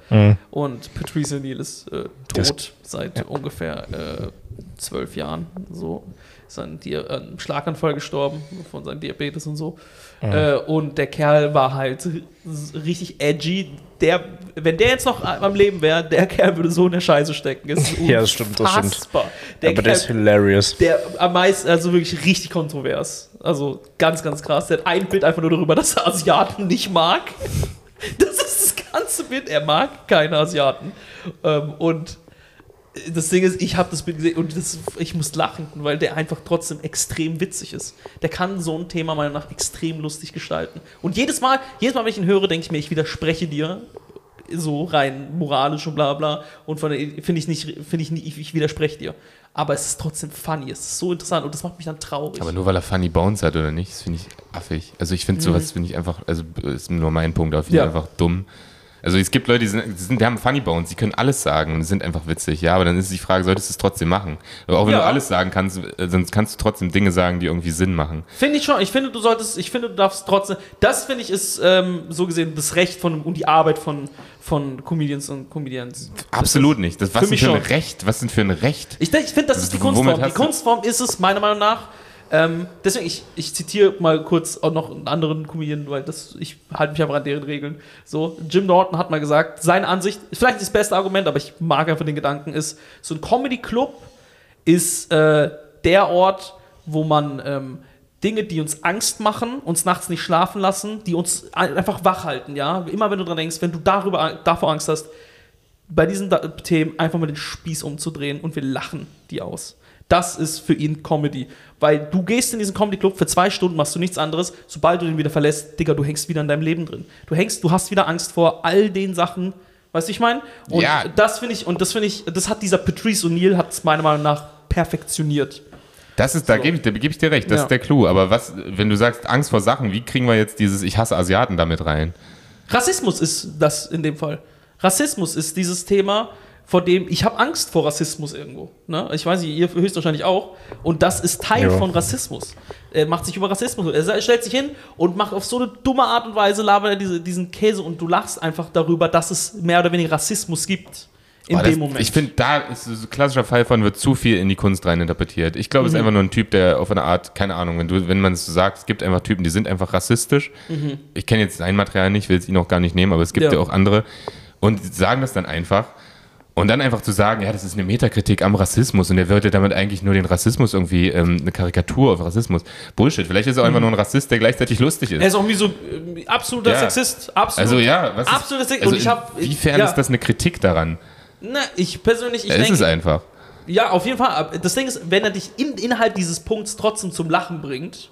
[SPEAKER 1] Und Patrice O'Neill ist äh,
[SPEAKER 3] Das-
[SPEAKER 1] tot seit ungefähr äh, zwölf Jahren. So ist an Di- an einem Schlaganfall gestorben von seinem Diabetes und so. Äh, und der Kerl war halt s- richtig edgy. Der, wenn der jetzt noch am Leben wäre, der Kerl würde so in der Scheiße stecken. Es ist
[SPEAKER 3] Ja, das stimmt, das stimmt.
[SPEAKER 1] unfassbar. Der
[SPEAKER 3] aber der ist
[SPEAKER 1] Kerl,
[SPEAKER 3] hilarious.
[SPEAKER 1] der am meisten, also wirklich richtig kontrovers. Also ganz, ganz krass. Der hat ein Bild einfach nur darüber, dass er Asiaten nicht mag. Das ist das ganze Bild. Er mag keine Asiaten. Ähm, und das Ding ist, ich habe das Bild gesehen und das, ich muss lachen, weil der einfach trotzdem extrem witzig ist. Der kann so ein Thema meiner Meinung nach extrem lustig gestalten. Und jedes Mal, jedes Mal, wenn ich ihn höre, denke ich mir, ich widerspreche dir so rein moralisch und bla bla und von der- finde ich nicht finde ich nicht ich, ich widerspreche dir aber es ist trotzdem funny es ist so interessant und das macht mich dann traurig
[SPEAKER 2] Aber nur weil er Funny Bones hat oder nicht, das finde ich affig. Also ich finde sowas, finde ich einfach, also ist nur mein Punkt auf, ich
[SPEAKER 1] Mhm. Ja.
[SPEAKER 2] ja. einfach dumm. Also es gibt Leute, die, sind, die, sind, die haben Funny Bones, die können alles sagen und sind einfach witzig, ja, aber dann ist die Frage, solltest du es trotzdem machen? Aber auch wenn
[SPEAKER 1] Ja.
[SPEAKER 2] du alles sagen kannst, äh, sonst kannst du trotzdem Dinge sagen, die irgendwie Sinn machen.
[SPEAKER 1] Finde ich schon. Ich finde, du solltest, ich finde, du darfst trotzdem. Das finde ich ist ähm, so gesehen das Recht von und die Arbeit von, von Comedians und Comedians.
[SPEAKER 2] Absolut nicht. Das, was
[SPEAKER 1] für
[SPEAKER 2] denn
[SPEAKER 1] mich
[SPEAKER 2] für ein
[SPEAKER 1] schon.
[SPEAKER 2] Recht? Was denn für ein Recht?
[SPEAKER 1] Ich, denk- ich finde, das ist die
[SPEAKER 2] Also
[SPEAKER 1] Kunstform.
[SPEAKER 2] Womit
[SPEAKER 1] Die
[SPEAKER 2] hast du-
[SPEAKER 1] Kunstform ist es, meiner Meinung nach. Ähm, deswegen, ich, ich zitiere mal kurz auch noch einen anderen Comedian, weil das, ich halte mich einfach an deren Regeln. So, Jim Norton hat mal gesagt, seine Ansicht, vielleicht nicht das beste Argument, aber ich mag einfach den Gedanken, ist, so ein Comedy-Club ist äh, der Ort, wo man ähm, Dinge, die uns Angst machen, uns nachts nicht schlafen lassen, die uns ein- einfach wach halten, ja. Immer wenn du dran denkst, wenn du darüber davor Angst hast, bei diesen da Themen einfach mal den Spieß umzudrehen und wir lachen die aus. Das ist für ihn Comedy. Weil du gehst in diesen Comedy-Club für zwei Stunden, machst du nichts anderes. Sobald du den wieder verlässt, Digga, du hängst wieder in deinem Leben drin. Du hängst, du hast wieder Angst vor all den Sachen. Weißt du, ich meine? Und
[SPEAKER 2] Ja.
[SPEAKER 1] das finde ich, und das finde ich, das hat dieser Patrice O'Neill, hat es meiner Meinung nach perfektioniert.
[SPEAKER 2] Das ist, da
[SPEAKER 1] So.
[SPEAKER 2] gebe ich, da gebe ich dir recht, das
[SPEAKER 1] Ja.
[SPEAKER 2] ist der Clou. Aber was, wenn du sagst Angst vor Sachen, wie kriegen wir jetzt dieses Ich hasse Asiaten damit rein?
[SPEAKER 1] Rassismus ist das in dem Fall. Rassismus ist dieses Thema, vor dem ich habe Angst vor Rassismus irgendwo. Ne? Ich weiß nicht, ihr höchstwahrscheinlich auch. Und das ist Teil
[SPEAKER 3] Ja.
[SPEAKER 1] von Rassismus. Er macht sich über Rassismus. Er sa- stellt sich hin und macht auf so eine dumme Art und Weise labert er diese, diesen Käse und du lachst einfach darüber, dass es mehr oder weniger Rassismus gibt in
[SPEAKER 2] Boah,
[SPEAKER 1] dem
[SPEAKER 2] das,
[SPEAKER 1] Moment.
[SPEAKER 2] Ich finde, da ist so ein klassischer Fall von, wird zu viel in die Kunst reininterpretiert. Ich glaube, es
[SPEAKER 1] Mhm.
[SPEAKER 2] ist einfach nur ein Typ, der auf eine Art, keine Ahnung, wenn, du, wenn man es so sagt, es gibt einfach Typen, die sind einfach rassistisch. Ich kenne jetzt sein Material nicht, will es ihn auch gar nicht nehmen, aber es gibt
[SPEAKER 1] Mhm. Ja.
[SPEAKER 2] ja, auch andere. Und die sagen das dann einfach. Und dann einfach zu sagen, ja, das ist eine Metakritik am Rassismus und er würde damit eigentlich nur den Rassismus irgendwie, ähm, eine Karikatur auf Rassismus. Bullshit, vielleicht ist er auch einfach nur ein Rassist, der gleichzeitig lustig ist.
[SPEAKER 1] Mhm. er ist auch wie so äh, absoluter
[SPEAKER 2] Ja.
[SPEAKER 1] Sexist. Absolut.
[SPEAKER 2] also ja, was
[SPEAKER 1] Absolut
[SPEAKER 2] ist,
[SPEAKER 1] richtig.
[SPEAKER 2] also
[SPEAKER 1] Und ich hab-
[SPEAKER 2] inwiefern
[SPEAKER 1] ja.
[SPEAKER 2] ist das eine Kritik daran?
[SPEAKER 1] Na, ich persönlich, ich
[SPEAKER 2] Ja, ist
[SPEAKER 1] denke,
[SPEAKER 2] es einfach.
[SPEAKER 1] Ja, auf jeden Fall. Aber Das Ding ist, wenn er dich in, innerhalb dieses Punkts trotzdem zum Lachen bringt,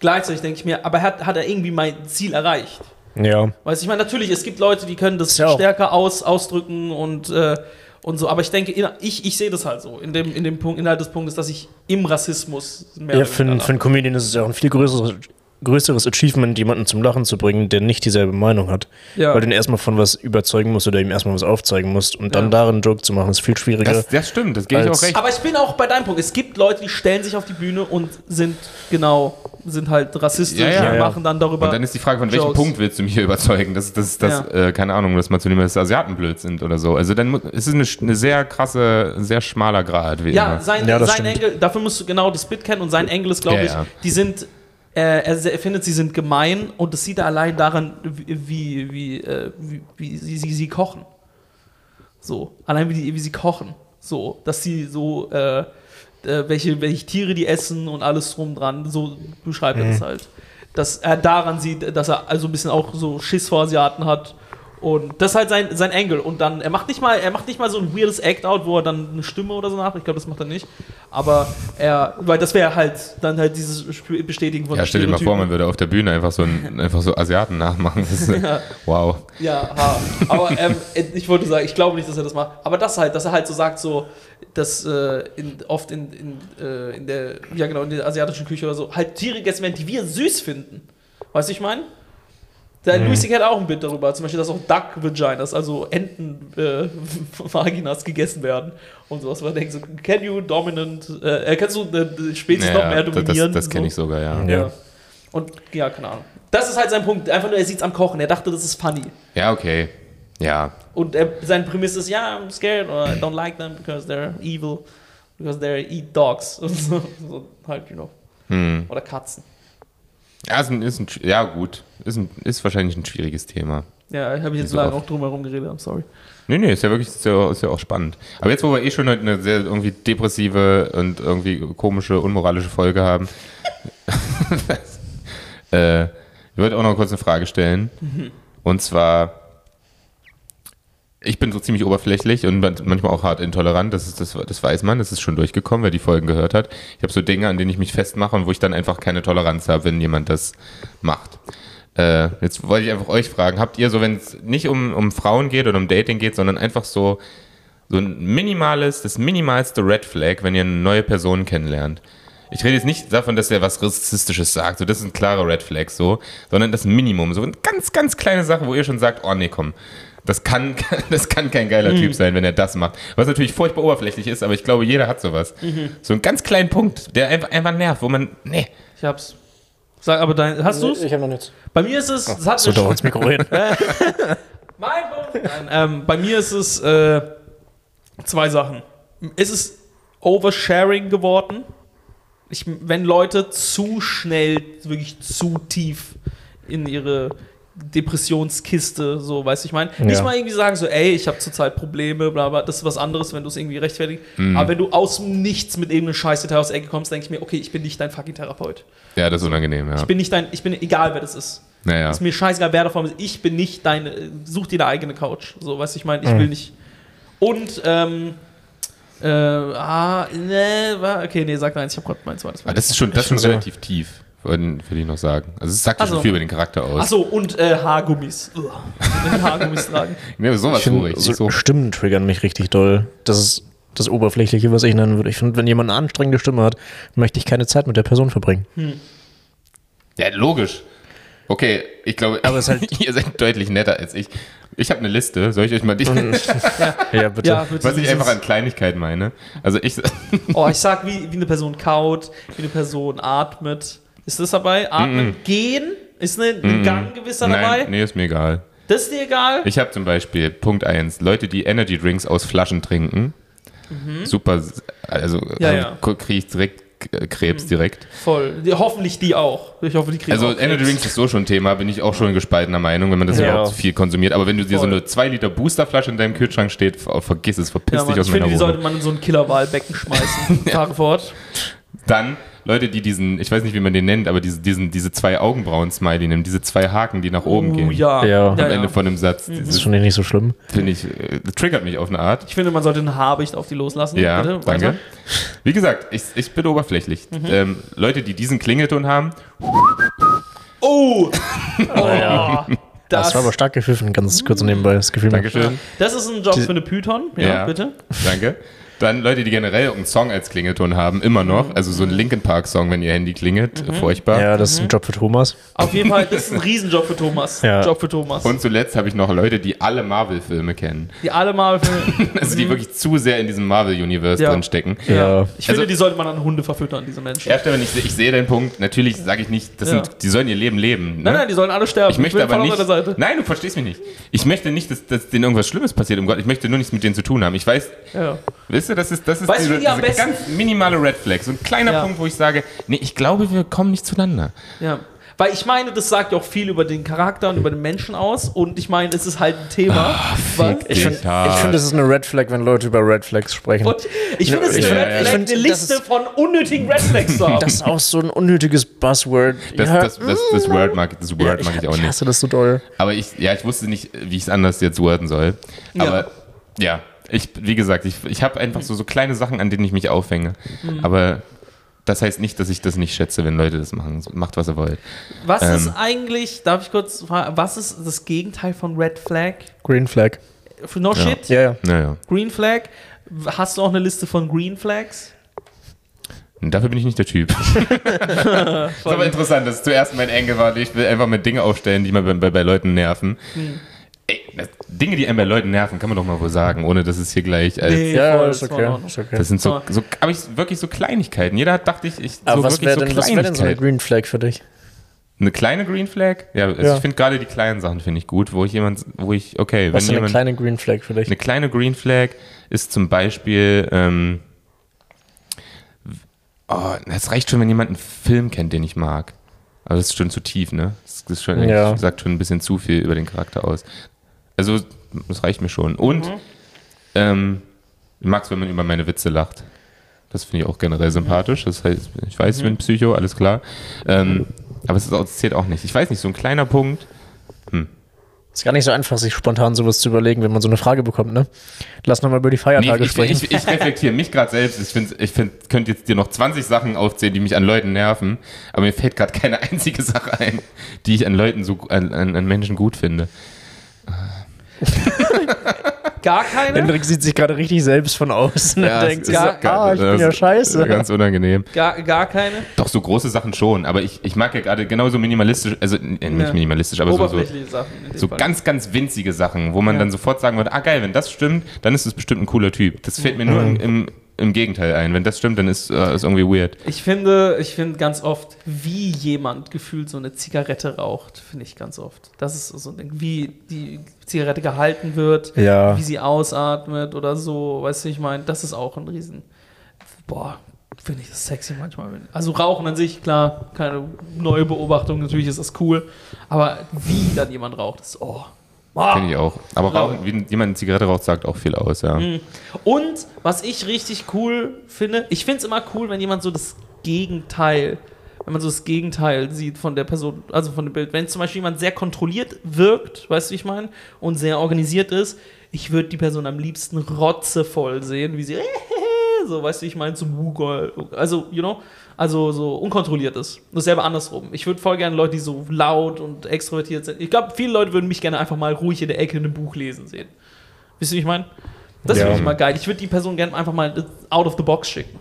[SPEAKER 1] gleichzeitig denke ich mir, aber hat, hat er irgendwie mein Ziel erreicht?
[SPEAKER 3] Ja.
[SPEAKER 1] Weißt du, ich meine, natürlich, es gibt Leute, die können das
[SPEAKER 3] Ja auch-
[SPEAKER 1] stärker aus, ausdrücken und, äh, und so, aber ich denke, in- ich, ich sehe das halt so, in dem, in dem Punkt, innerhalb des Punktes, dass ich im Rassismus mehr
[SPEAKER 3] Ja,
[SPEAKER 1] oder
[SPEAKER 3] für,
[SPEAKER 1] weniger
[SPEAKER 3] einen- für einen Comedian ist es ja auch ein viel größeres, größeres Achievement, jemanden zum Lachen zu bringen, der nicht dieselbe Meinung hat.
[SPEAKER 1] Ja.
[SPEAKER 3] Weil du ihn erstmal von was überzeugen musst oder ihm erstmal was aufzeigen musst. Und dann
[SPEAKER 1] Ja.
[SPEAKER 3] darin einen Joke zu machen, ist viel schwieriger.
[SPEAKER 2] Das, das stimmt, das gebe ich
[SPEAKER 3] Als-
[SPEAKER 2] auch recht.
[SPEAKER 1] Aber ich bin auch bei deinem Punkt. Es gibt Leute, die stellen sich auf die Bühne und sind genau, sind halt rassistisch
[SPEAKER 2] Ja, ja.
[SPEAKER 1] und
[SPEAKER 3] Ja, ja.
[SPEAKER 1] machen dann darüber.
[SPEAKER 2] Und dann ist die Frage, von welchem
[SPEAKER 1] Jokes.
[SPEAKER 2] Punkt willst du mich hier überzeugen? Das, das, das, äh, keine Ahnung, dass man zu nehmen, dass Asiaten blöd sind oder so. Also dann mu- es ist eine, sch- eine sehr krasse, ein sehr schmaler Grad, wie
[SPEAKER 1] Ja,
[SPEAKER 2] immer.
[SPEAKER 1] sein,
[SPEAKER 3] Ja, das
[SPEAKER 1] sein
[SPEAKER 3] stimmt.
[SPEAKER 1] Engel, dafür musst du genau das Bit kennen und sein Engel ist, glaube
[SPEAKER 2] Ja,
[SPEAKER 1] ich,
[SPEAKER 2] ja.
[SPEAKER 1] die sind, äh, er, er findet, sie sind gemein und das sieht er allein daran, wie, wie, äh, wie, wie sie, sie, sie kochen. So, allein wie, die, wie sie kochen. So, dass sie so, äh, äh, welche, welche Tiere die essen und alles drum dran, so beschreibt er das
[SPEAKER 2] Mhm.
[SPEAKER 1] halt. Dass er daran sieht, dass er also ein bisschen auch so Schiss vor Asiaten hat. Und das ist halt sein, sein Engel. Und dann, er macht nicht mal, er macht nicht mal so ein weirdes Act-Out, wo er dann eine Stimme oder so nach. Ich glaube, das macht er nicht. Aber er, weil das wäre halt dann halt dieses Sp- Bestätigen von
[SPEAKER 2] Ja, stell dir mal vor,
[SPEAKER 1] Stereotypen.
[SPEAKER 2] man würde auf der Bühne einfach so, ein, einfach so Asiaten nachmachen. Das ist, Wow.
[SPEAKER 1] Ja, ha. aber ähm, ich wollte sagen, ich glaube nicht, dass er das macht. Aber das halt, dass er halt so sagt, so, dass äh, in, oft in, in, äh, in der, ja genau, in der asiatischen Küche oder so, halt Tiere gegessen werden, die wir süß finden. Weißt du, ich meine? Der
[SPEAKER 2] Mhm.
[SPEAKER 1] Louis C.K. hat auch ein Bild darüber, zum Beispiel, dass auch Duck Vaginas, also Enten äh, Vaginas gegessen werden und sowas. Man denkt so, can you dominant, äh, kannst du eine Spezies noch mehr
[SPEAKER 2] das
[SPEAKER 1] dominieren?
[SPEAKER 2] das, das kenne ich sogar, ja.
[SPEAKER 1] Ja.
[SPEAKER 3] Ja.
[SPEAKER 1] Und ja, keine Ahnung. Das ist halt sein Punkt. Einfach nur, er sieht's am Kochen. Er dachte, das ist funny.
[SPEAKER 2] Ja, okay. Ja.
[SPEAKER 1] Und er, sein Prämisse ist, ja, I'm scared or I don't like them because they're evil, because they eat dogs. Und so, so halt, you know.
[SPEAKER 2] Hm.
[SPEAKER 1] Oder Katzen.
[SPEAKER 2] Ja, ist ein, ist ein, ja gut. Ist, ein, ist wahrscheinlich ein schwieriges Thema.
[SPEAKER 1] Ja, ich habe jetzt
[SPEAKER 2] Wieso
[SPEAKER 1] leider
[SPEAKER 2] auch?
[SPEAKER 1] auch drum herum geredet, I'm sorry.
[SPEAKER 2] Nee, nee, ist ja wirklich ist ja, ist ja auch spannend. Aber jetzt, wo wir eh schon heute eine sehr irgendwie depressive und irgendwie komische, unmoralische Folge haben, äh, ich wollte auch noch kurz eine Frage stellen. Und zwar, ich bin so ziemlich oberflächlich und man- manchmal auch hart intolerant. Das, ist, das, das weiß man, das ist schon durchgekommen, wer die Folgen gehört hat. Ich habe so Dinge, an denen ich mich festmache und wo ich dann einfach keine Toleranz habe, wenn jemand das macht. Äh, jetzt wollte ich einfach euch fragen, habt ihr so, wenn es nicht um, um Frauen geht oder um Dating geht, sondern einfach so, so ein minimales, das minimalste Red Flag, wenn ihr eine neue Person kennenlernt. Ich rede jetzt nicht davon, dass er was Rassistisches sagt, so das sind klare Red Flags, so, sondern das Minimum, so eine ganz, ganz kleine Sache, wo ihr schon sagt, oh nee, komm, das kann, das kann kein geiler Typ sein, wenn er das macht. Was natürlich furchtbar oberflächlich ist, aber ich glaube, jeder hat sowas. So einen ganz kleinen Punkt, der einfach, einfach nervt, wo man, nee,
[SPEAKER 1] Ich hab's. Sag aber dein. Hast du's?
[SPEAKER 3] Ich habe noch nichts.
[SPEAKER 1] Bei mir ist es. es hat
[SPEAKER 3] So,
[SPEAKER 1] eine
[SPEAKER 3] doch ins Mikro hin.
[SPEAKER 1] Mein Punkt. Nein, ähm, bei mir ist es äh, zwei Sachen. Es ist Oversharing geworden. Ich, wenn Leute zu schnell, wirklich zu tief in ihre Depressionskiste, so, weißt du, ich meine, nicht
[SPEAKER 3] Ja.
[SPEAKER 1] mal irgendwie sagen so, ey, ich habe zurzeit Probleme, bla bla, das ist was anderes, wenn du es irgendwie rechtfertigst. Aber wenn du aus dem Nichts mit irgendeinem Scheiß-Detail aus der Ecke kommst, denke ich mir, okay, ich bin nicht dein fucking Therapeut.
[SPEAKER 2] ja, das ist unangenehm, ja.
[SPEAKER 1] Ich bin nicht dein, ich bin egal, wer das ist.
[SPEAKER 2] naja.
[SPEAKER 1] Ist mir scheißegal, wer davon ist. Ich bin nicht deine. äh, Such dir deine eigene Couch. So, weißt du, ich meine,
[SPEAKER 2] Mhm.
[SPEAKER 1] ich will nicht. Und, ähm. Äh, ah, ne, wa- okay, nee, sag nein, ich hab grad mein zweites
[SPEAKER 2] Aber Ah, das ist schon, das ist schon
[SPEAKER 3] Ich find's immer-
[SPEAKER 2] relativ tief, würde würde ich noch sagen. Also es sagt
[SPEAKER 1] Ach so.
[SPEAKER 2] schon viel über den Charakter aus.
[SPEAKER 1] Achso, und äh, Haargummis. Ugh. Haargummis tragen.
[SPEAKER 2] Nee, sowas
[SPEAKER 3] Ich find,
[SPEAKER 2] ruhig.
[SPEAKER 3] so,
[SPEAKER 2] so.
[SPEAKER 3] Stimmen triggern mich richtig doll. Das ist das Oberflächliche, was ich nennen würde. Ich finde, wenn jemand eine anstrengende Stimme hat, möchte ich keine Zeit mit der Person verbringen.
[SPEAKER 2] Ja, logisch. Okay, ich glaube,
[SPEAKER 3] Aber es ist halt-
[SPEAKER 2] ihr seid deutlich netter als ich. Ich habe eine Liste, soll ich euch mal die,
[SPEAKER 3] Ja, bitte.
[SPEAKER 1] Ja, wird
[SPEAKER 2] was ich
[SPEAKER 1] dieses-
[SPEAKER 2] einfach an Kleinigkeiten meine? Also ich,
[SPEAKER 1] Oh, ich sag, wie, wie eine Person kaut, wie eine Person atmet. Ist das dabei? Atmen, gehen? Ist ne, ein Gang gewisser dabei?
[SPEAKER 2] Mhm. nein, nee, ist mir egal.
[SPEAKER 1] Das ist dir egal?
[SPEAKER 2] Ich habe zum Beispiel Punkt 1, Leute, die Energy Drinks aus Flaschen trinken. Super, also
[SPEAKER 1] Mhm. Ja,
[SPEAKER 2] äh,
[SPEAKER 1] ja. Mhm.
[SPEAKER 2] kriege ich direkt äh, Krebs direkt.
[SPEAKER 1] Voll. Die- Hoffentlich die auch. Ich hoffe, die kriegen
[SPEAKER 2] Also
[SPEAKER 1] auch Krebs.
[SPEAKER 2] Energy Drinks ist so schon ein Thema, bin ich auch schon gespaltener Meinung, wenn man das
[SPEAKER 3] Ja.
[SPEAKER 2] überhaupt zu viel konsumiert. Aber wenn du dir so
[SPEAKER 1] Voll.
[SPEAKER 2] eine 2 Liter Boosterflasche in deinem Kühlschrank steht, ver- vergiss es, verpiss
[SPEAKER 1] Ja, Mann,
[SPEAKER 2] dich aus
[SPEAKER 1] ich finde,
[SPEAKER 2] meiner
[SPEAKER 1] die
[SPEAKER 2] Wohnung.
[SPEAKER 1] sollte man in so ein Killerwahlbecken schmeißen. Fahre fort.
[SPEAKER 2] Dann Leute, die diesen, ich weiß nicht, wie man den nennt, aber diese, diesen, diese zwei Augenbrauen-Smiley nehmen, diese zwei Haken, die nach oben gehen.
[SPEAKER 1] Oh, ja. Mhm.
[SPEAKER 3] Ja. Am
[SPEAKER 2] Am Ende von dem Satz.
[SPEAKER 3] Das ist
[SPEAKER 2] Dieses
[SPEAKER 3] schon nicht so schlimm.
[SPEAKER 2] finde ich, äh, triggert mich auf eine Art.
[SPEAKER 1] ich finde, man sollte einen Habicht auf die loslassen.
[SPEAKER 2] Ja,
[SPEAKER 1] Bitte, weiter. Mhm.
[SPEAKER 2] danke. Wie gesagt, ich, ich bin oberflächlich. Ähm, Leute, die diesen Klingelton haben,
[SPEAKER 1] Oh! oh.
[SPEAKER 3] Das,
[SPEAKER 1] Das,
[SPEAKER 3] war aber stark gepfiffen, ganz kurz nebenbei. Das gefiel mir.
[SPEAKER 2] Dankeschön.
[SPEAKER 1] das ist ein Job für eine Python. Ja,
[SPEAKER 2] Ja.
[SPEAKER 1] bitte.
[SPEAKER 2] Danke. Dann Leute, die generell einen Song als Klingelton haben, immer
[SPEAKER 1] Mhm.
[SPEAKER 2] noch. Also so ein Linkin Park Song, wenn ihr Handy klingelt, furchtbar.
[SPEAKER 3] Ja, das ist ein Job für Thomas.
[SPEAKER 1] Auf jeden Fall, das ist ein Riesenjob für Thomas.
[SPEAKER 3] Ja.
[SPEAKER 1] Job für Thomas.
[SPEAKER 2] Und zuletzt habe ich noch Leute, die alle Marvel-Filme kennen.
[SPEAKER 1] Die alle mal. Für,
[SPEAKER 2] Also die wirklich zu sehr in diesem Marvel-Universe
[SPEAKER 1] Mhm. Ja.
[SPEAKER 2] drinstecken.
[SPEAKER 1] ja.
[SPEAKER 3] Ja.
[SPEAKER 1] Ich finde,
[SPEAKER 2] Also-
[SPEAKER 1] die sollte man an Hunde verfüttern, diese Menschen.
[SPEAKER 2] Erst wenn ich, se- ich sehe deinen Punkt, natürlich sage ich nicht, das
[SPEAKER 1] Ja.
[SPEAKER 2] sind, die sollen ihr Leben leben. Ne?
[SPEAKER 1] Nein, nein, die sollen alle sterben.
[SPEAKER 2] ich möchte
[SPEAKER 1] bin
[SPEAKER 2] aber
[SPEAKER 1] voll auf
[SPEAKER 2] nicht. Ne?
[SPEAKER 1] deiner Seite.
[SPEAKER 2] Nein, du verstehst mich nicht. Ich möchte nicht, dass, dass denen irgendwas Schlimmes passiert, um Gott. Ich möchte nur nichts mit denen zu tun haben. Ich weiß,
[SPEAKER 1] Ja.
[SPEAKER 2] Wisst ihr, das ist, das ist
[SPEAKER 1] Weißt du,
[SPEAKER 2] diese,
[SPEAKER 1] wie die am
[SPEAKER 2] diese
[SPEAKER 1] besten-
[SPEAKER 2] ganz minimale Red Flag. So ein kleiner
[SPEAKER 1] Ja.
[SPEAKER 2] Punkt, wo ich sage, nee, ich glaube, wir kommen nicht zueinander.
[SPEAKER 1] Ja. Weil ich meine, das sagt ja auch viel über den Charakter und über den Menschen aus. Und ich meine, es ist halt ein Thema.
[SPEAKER 3] Ah,
[SPEAKER 1] was-
[SPEAKER 2] Ich
[SPEAKER 3] Ich finde, es ist eine Red Flag, wenn Leute über Red Flags sprechen.
[SPEAKER 1] Und ich finde, es ist
[SPEAKER 2] Ja,
[SPEAKER 1] eine
[SPEAKER 2] ja,
[SPEAKER 1] Red
[SPEAKER 2] ja.
[SPEAKER 1] Flag,
[SPEAKER 3] Ich find,
[SPEAKER 1] eine
[SPEAKER 3] das
[SPEAKER 1] Liste
[SPEAKER 3] ist-
[SPEAKER 1] von unnötigen Red Flags zu haben.
[SPEAKER 3] Das ist auch so ein unnötiges Buzzword.
[SPEAKER 2] Das,
[SPEAKER 3] Ja.
[SPEAKER 2] das, das, das Word mag, das Word mag ich auch nicht.
[SPEAKER 3] hasse das so doll.
[SPEAKER 2] Aber ich, ja, ich wusste nicht, wie ich es anders jetzt worden soll. Aber ja, ich, wie gesagt, ich, ich habe einfach so, so kleine Sachen, an denen ich mich aufhänge. Aber das heißt nicht, dass ich das nicht schätze, wenn Leute das machen. So, Macht, was ihr wollt.
[SPEAKER 1] was ist
[SPEAKER 2] ähm,
[SPEAKER 1] eigentlich, darf ich kurz fragen, was ist das Gegenteil von Red Flag?
[SPEAKER 3] Green Flag.
[SPEAKER 1] No shit?
[SPEAKER 3] Ja, ja.
[SPEAKER 2] Naja.
[SPEAKER 1] Green Flag? Hast du auch eine Liste von Green Flags?
[SPEAKER 2] Und dafür bin ich nicht der Typ. das ist aber interessant, dass es zuerst mein Engel war. und Ich will einfach mit Dinge aufstellen, die mir bei, bei, bei Leuten nerven. Ey, das, Dinge, die einem bei Leuten nerven, kann man doch mal wohl sagen, ohne dass es hier gleich als.
[SPEAKER 3] Ja,
[SPEAKER 1] voll,
[SPEAKER 3] ist
[SPEAKER 1] das war in
[SPEAKER 3] okay.
[SPEAKER 1] Ordnung.
[SPEAKER 3] Ist okay.
[SPEAKER 2] Das sind so,
[SPEAKER 1] Aber-
[SPEAKER 2] so aber ich, wirklich so Kleinigkeiten. Jeder hat, dachte ich, ich
[SPEAKER 3] Aber
[SPEAKER 2] so
[SPEAKER 3] was
[SPEAKER 2] wirklich
[SPEAKER 3] wäre
[SPEAKER 2] so
[SPEAKER 3] denn, was wär denn so eine Green Flag für dich?
[SPEAKER 2] Eine kleine Green Flag? Ja, also
[SPEAKER 3] Ja.
[SPEAKER 2] ich finde gerade die kleinen Sachen finde ich gut, wo ich jemand, wo ich, okay,
[SPEAKER 3] Was ist
[SPEAKER 2] wenn
[SPEAKER 3] denn eine
[SPEAKER 2] jemand.
[SPEAKER 3] kleine Green Flag für dich?
[SPEAKER 2] Eine kleine Green Flag ist zum Beispiel, ähm, oh, das reicht schon, wenn jemand einen Film kennt, den ich mag. Aber das ist schon zu tief, ne? Das ist schon,
[SPEAKER 3] Ja.
[SPEAKER 2] das sagt schon ein bisschen zu viel über den Charakter aus. Also, das reicht mir schon. Und, ähm, ich mag's, wenn man über meine Witze lacht. Das finde ich auch generell sympathisch. Das heißt, ich weiß, ich bin Psycho, alles klar. Ähm, aber es, ist, auch- es zählt auch nicht. Ich weiß nicht, so ein kleiner Punkt.
[SPEAKER 3] Ist gar nicht so einfach, sich spontan sowas zu überlegen, wenn man so eine Frage bekommt, ne? Lass nochmal über die
[SPEAKER 2] Nee,
[SPEAKER 3] Feiertage
[SPEAKER 2] ich,
[SPEAKER 3] sprechen.
[SPEAKER 2] ich, ich reflektiere mich gerade selbst. Ich, find's- ich find, könnte jetzt dir noch 20 Sachen aufzählen, die mich an Leuten nerven, aber mir fällt gerade keine einzige Sache ein, die ich an Leuten so an, an, an Menschen gut finde.
[SPEAKER 1] Gar keine?
[SPEAKER 3] Hendrik sieht sich gerade richtig selbst von außen und denkt sich so,
[SPEAKER 1] ja,
[SPEAKER 3] ah, ich bin ja scheiße.
[SPEAKER 2] Ganz unangenehm.
[SPEAKER 1] Gar, gar keine?
[SPEAKER 2] Doch, so große Sachen schon, aber ich, ich mag ja gerade genauso minimalistisch, also äh, nicht
[SPEAKER 1] Ja.
[SPEAKER 2] minimalistisch, aber so, so,
[SPEAKER 1] Oberflächliche Sachen. in dem
[SPEAKER 2] so
[SPEAKER 1] Fall.
[SPEAKER 2] ganz, ganz winzige Sachen, wo man dann sofort sagen würde, ah geil, wenn das stimmt, dann ist es bestimmt ein cooler Typ. Das fällt mir nur im, im, im Gegenteil ein. Wenn das stimmt, dann ist es irgendwie weird.
[SPEAKER 1] Ich finde, ich finde ganz oft, wie jemand gefühlt so eine Zigarette raucht, finde ich ganz oft. Das ist so ein Ding, wie die Zigarette gehalten wird,
[SPEAKER 3] Ja.
[SPEAKER 1] wie sie ausatmet oder so. Weißt du, ich meine, das ist auch ein Riesen. Boah, finde ich das sexy manchmal. wenn- Also Rauchen an sich, klar, keine neue Beobachtung, natürlich ist das cool. Aber wie dann jemand raucht, ist oh. Ah.
[SPEAKER 2] Finde ich auch. Aber
[SPEAKER 1] Ja.
[SPEAKER 2] rauchen, wie jemand eine Zigarette raucht, sagt auch viel aus, ja.
[SPEAKER 3] Hm.
[SPEAKER 1] Und was ich richtig cool finde, ich finde es immer cool, wenn jemand so das Gegenteil, wenn man so das Gegenteil sieht von der Person, also von dem Bild. Wenn zum Beispiel jemand sehr kontrolliert wirkt, weißt du, wie ich meine, und sehr organisiert ist, ich würde die Person am liebsten rotzevoll sehen, wie sie so, weißt du, ich meine, zum Google, also, you know, also so unkontrolliert ist. Dasselbe andersrum. Ich würde voll gerne Leute, die so laut und extrovertiert sind. Ich glaube, viele Leute würden mich gerne einfach mal ruhig in der Ecke in einem Buch lesen sehen. Wisst ihr, wie ich meine? Das
[SPEAKER 3] Ja.
[SPEAKER 1] finde ich mal geil. Ich würde die Person gerne einfach mal out of the box schicken.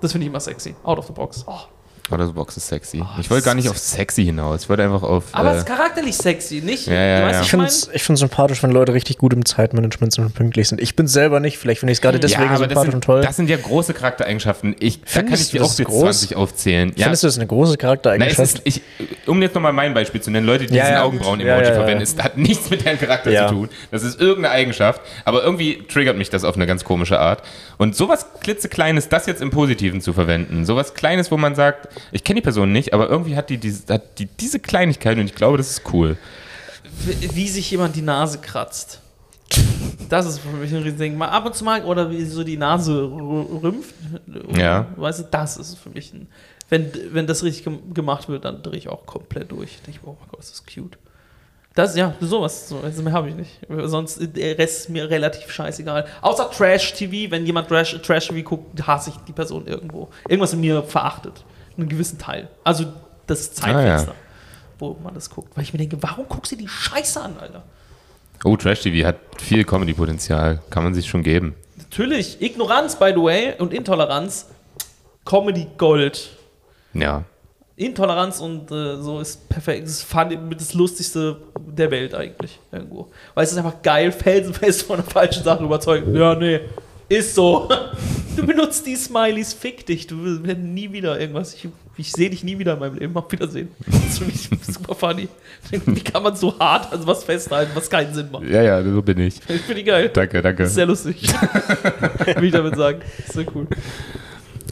[SPEAKER 1] Das finde ich immer sexy. Out of the box. Oh.
[SPEAKER 2] Oder so Box ist sexy.
[SPEAKER 3] Oh,
[SPEAKER 2] ich
[SPEAKER 1] das
[SPEAKER 2] wollte gar
[SPEAKER 1] ist
[SPEAKER 2] nicht auf sexy hinaus. Ich wollte einfach auf.
[SPEAKER 1] Aber es
[SPEAKER 2] äh,
[SPEAKER 1] ist charakterlich sexy, nicht?
[SPEAKER 2] Ja, ja,
[SPEAKER 1] du
[SPEAKER 2] ja.
[SPEAKER 1] weißt,
[SPEAKER 3] Ich
[SPEAKER 1] was
[SPEAKER 3] finde es ich find's sympathisch, wenn Leute richtig gut im Zeitmanagement sind und pünktlich sind. Ich bin selber nicht, vielleicht finde ich es gerade deswegen
[SPEAKER 2] ja, aber das
[SPEAKER 3] sympathisch
[SPEAKER 2] sind,
[SPEAKER 3] und toll.
[SPEAKER 2] das sind ja große Charaktereigenschaften. Ich, da kann
[SPEAKER 3] Findest
[SPEAKER 2] ich dir
[SPEAKER 3] du
[SPEAKER 2] auch
[SPEAKER 3] das
[SPEAKER 2] jetzt
[SPEAKER 3] groß?
[SPEAKER 2] 20 aufzählen. Ja.
[SPEAKER 3] Findest du das eine große
[SPEAKER 2] Nein, es
[SPEAKER 3] Charaktereigenschaft?
[SPEAKER 2] ist, ich, um jetzt nochmal mein Beispiel zu nennen, Leute, die
[SPEAKER 3] Ja,
[SPEAKER 2] diesen
[SPEAKER 3] ja.
[SPEAKER 2] Augenbrauen-Emoji
[SPEAKER 3] Ja, ja, ja.
[SPEAKER 2] verwenden, es hat nichts mit deren Charakter
[SPEAKER 3] Ja.
[SPEAKER 2] zu tun. Das ist irgendeine Eigenschaft, aber irgendwie triggert mich das auf eine ganz komische Art. Und sowas klitzekleines, das jetzt im Positiven zu verwenden, sowas Kleines, wo man sagt, ich kenne die Person nicht, aber irgendwie hat die, diese- hat die diese Kleinigkeit und ich glaube, das ist cool.
[SPEAKER 1] wie wie sich jemand die Nase kratzt. Das ist für mich ein Riesending. Mal ab und zu mal, oder wie so die Nase rü- rümpft.
[SPEAKER 2] Ja.
[SPEAKER 1] Weißt du, das ist für mich ein. Wenn, wenn das richtig gem- gemacht wird, dann drehe ich auch komplett durch. Denke ich, oh mein Gott, ist das cute. Das, ja, sowas, so, also mehr habe ich nicht. Sonst, äh, der Rest ist mir relativ scheißegal. Außer Trash-TV, wenn jemand Trash- Trash-TV guckt, hasse ich die Person irgendwo. Irgendwas in mir verachtet. Einen gewissen Teil. Also, das Zeitfenster,
[SPEAKER 2] Ah,
[SPEAKER 1] wo man das guckt. Weil ich mir denke, warum guckst du die Scheiße an, Alter?
[SPEAKER 2] Oh, Trash-TV hat viel Comedy-Potenzial. Kann man sich schon geben.
[SPEAKER 1] Natürlich, Ignoranz, by the way, und Intoleranz, Comedy Gold.
[SPEAKER 2] Ja.
[SPEAKER 1] Intoleranz und äh, so ist perfekt. Das ist fun, das Lustigste der Welt eigentlich irgendwo. Weil es ist einfach geil, felsenfest von der falschen Sache überzeugen. Ja, nee, ist so. Du benutzt die Smileys, fick dich. Du wirst nie wieder irgendwas. Ich, ich sehe dich nie wieder in meinem Leben. Auf Wiedersehen. Das ist für mich super funny. Wie kann man so hart an was festhalten, was keinen Sinn macht?
[SPEAKER 2] Ja, ja, so bin ich.
[SPEAKER 1] Ich finde die geil.
[SPEAKER 2] Danke, danke.
[SPEAKER 1] Das ist sehr lustig. Wie ich damit sagen. Sehr cool.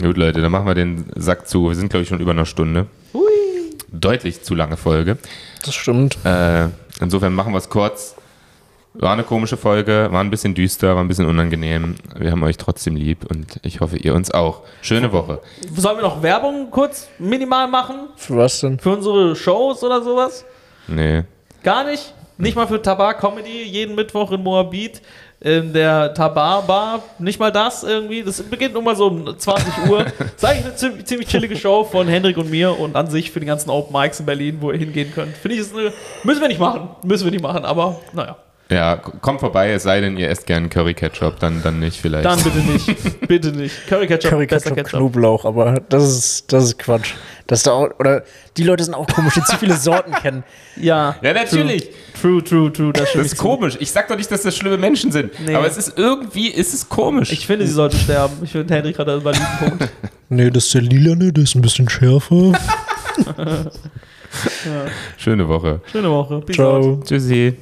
[SPEAKER 2] Gut, Leute, dann machen wir den Sack zu. Wir sind, glaube ich, schon über einer Stunde.
[SPEAKER 1] Hui.
[SPEAKER 2] Deutlich zu lange Folge.
[SPEAKER 3] das stimmt.
[SPEAKER 2] Äh, insofern machen wir es kurz. War eine komische Folge, war ein bisschen düster, war ein bisschen unangenehm. Wir haben euch trotzdem lieb und ich hoffe, ihr uns auch. Schöne Woche.
[SPEAKER 1] Sollen wir noch Werbung kurz minimal machen?
[SPEAKER 3] Für was denn?
[SPEAKER 1] Für unsere Shows oder sowas?
[SPEAKER 2] Nee.
[SPEAKER 1] Gar nicht. Nicht mal für Tabar Comedy, jeden Mittwoch in Moabit, in der Tabar Bar. Nicht mal das irgendwie. Das beginnt immer so um 20 Uhr. Das ist eigentlich eine ziemlich, ziemlich chillige Show von Hendrik und mir und an sich für die ganzen Open Mics in Berlin, wo ihr hingehen könnt. Finde ich, ist eine. Müssen wir nicht machen. Müssen wir nicht machen, aber naja.
[SPEAKER 2] Ja, k- kommt vorbei, es sei denn, ihr esst gerne Curry Ketchup, dann, dann nicht vielleicht.
[SPEAKER 1] Dann bitte nicht. bitte nicht. Curry Ketchup,
[SPEAKER 3] Curry
[SPEAKER 1] besser
[SPEAKER 3] Ketchup, Knoblauch, aber das ist, das ist Quatsch. Dass da auch, oder die Leute sind auch komisch, die zu viele Sorten kennen.
[SPEAKER 1] Ja.
[SPEAKER 2] Ja, natürlich.
[SPEAKER 1] True, true, true. Das
[SPEAKER 2] Das
[SPEAKER 1] stimmt.
[SPEAKER 2] ist komisch. Ich sag doch nicht, dass das schlimme Menschen sind.
[SPEAKER 1] Nee.
[SPEAKER 2] Aber es ist irgendwie, ist es komisch.
[SPEAKER 1] Ich finde, sie sollte sterben. Ich finde, Henrik hat da einen validen Punkt.
[SPEAKER 3] Nee, das ist der Lilane, der ist ein bisschen schärfer.
[SPEAKER 2] Schöne Woche.
[SPEAKER 1] Schöne Woche. Peace out.
[SPEAKER 3] Ciao.
[SPEAKER 2] Tschüssi.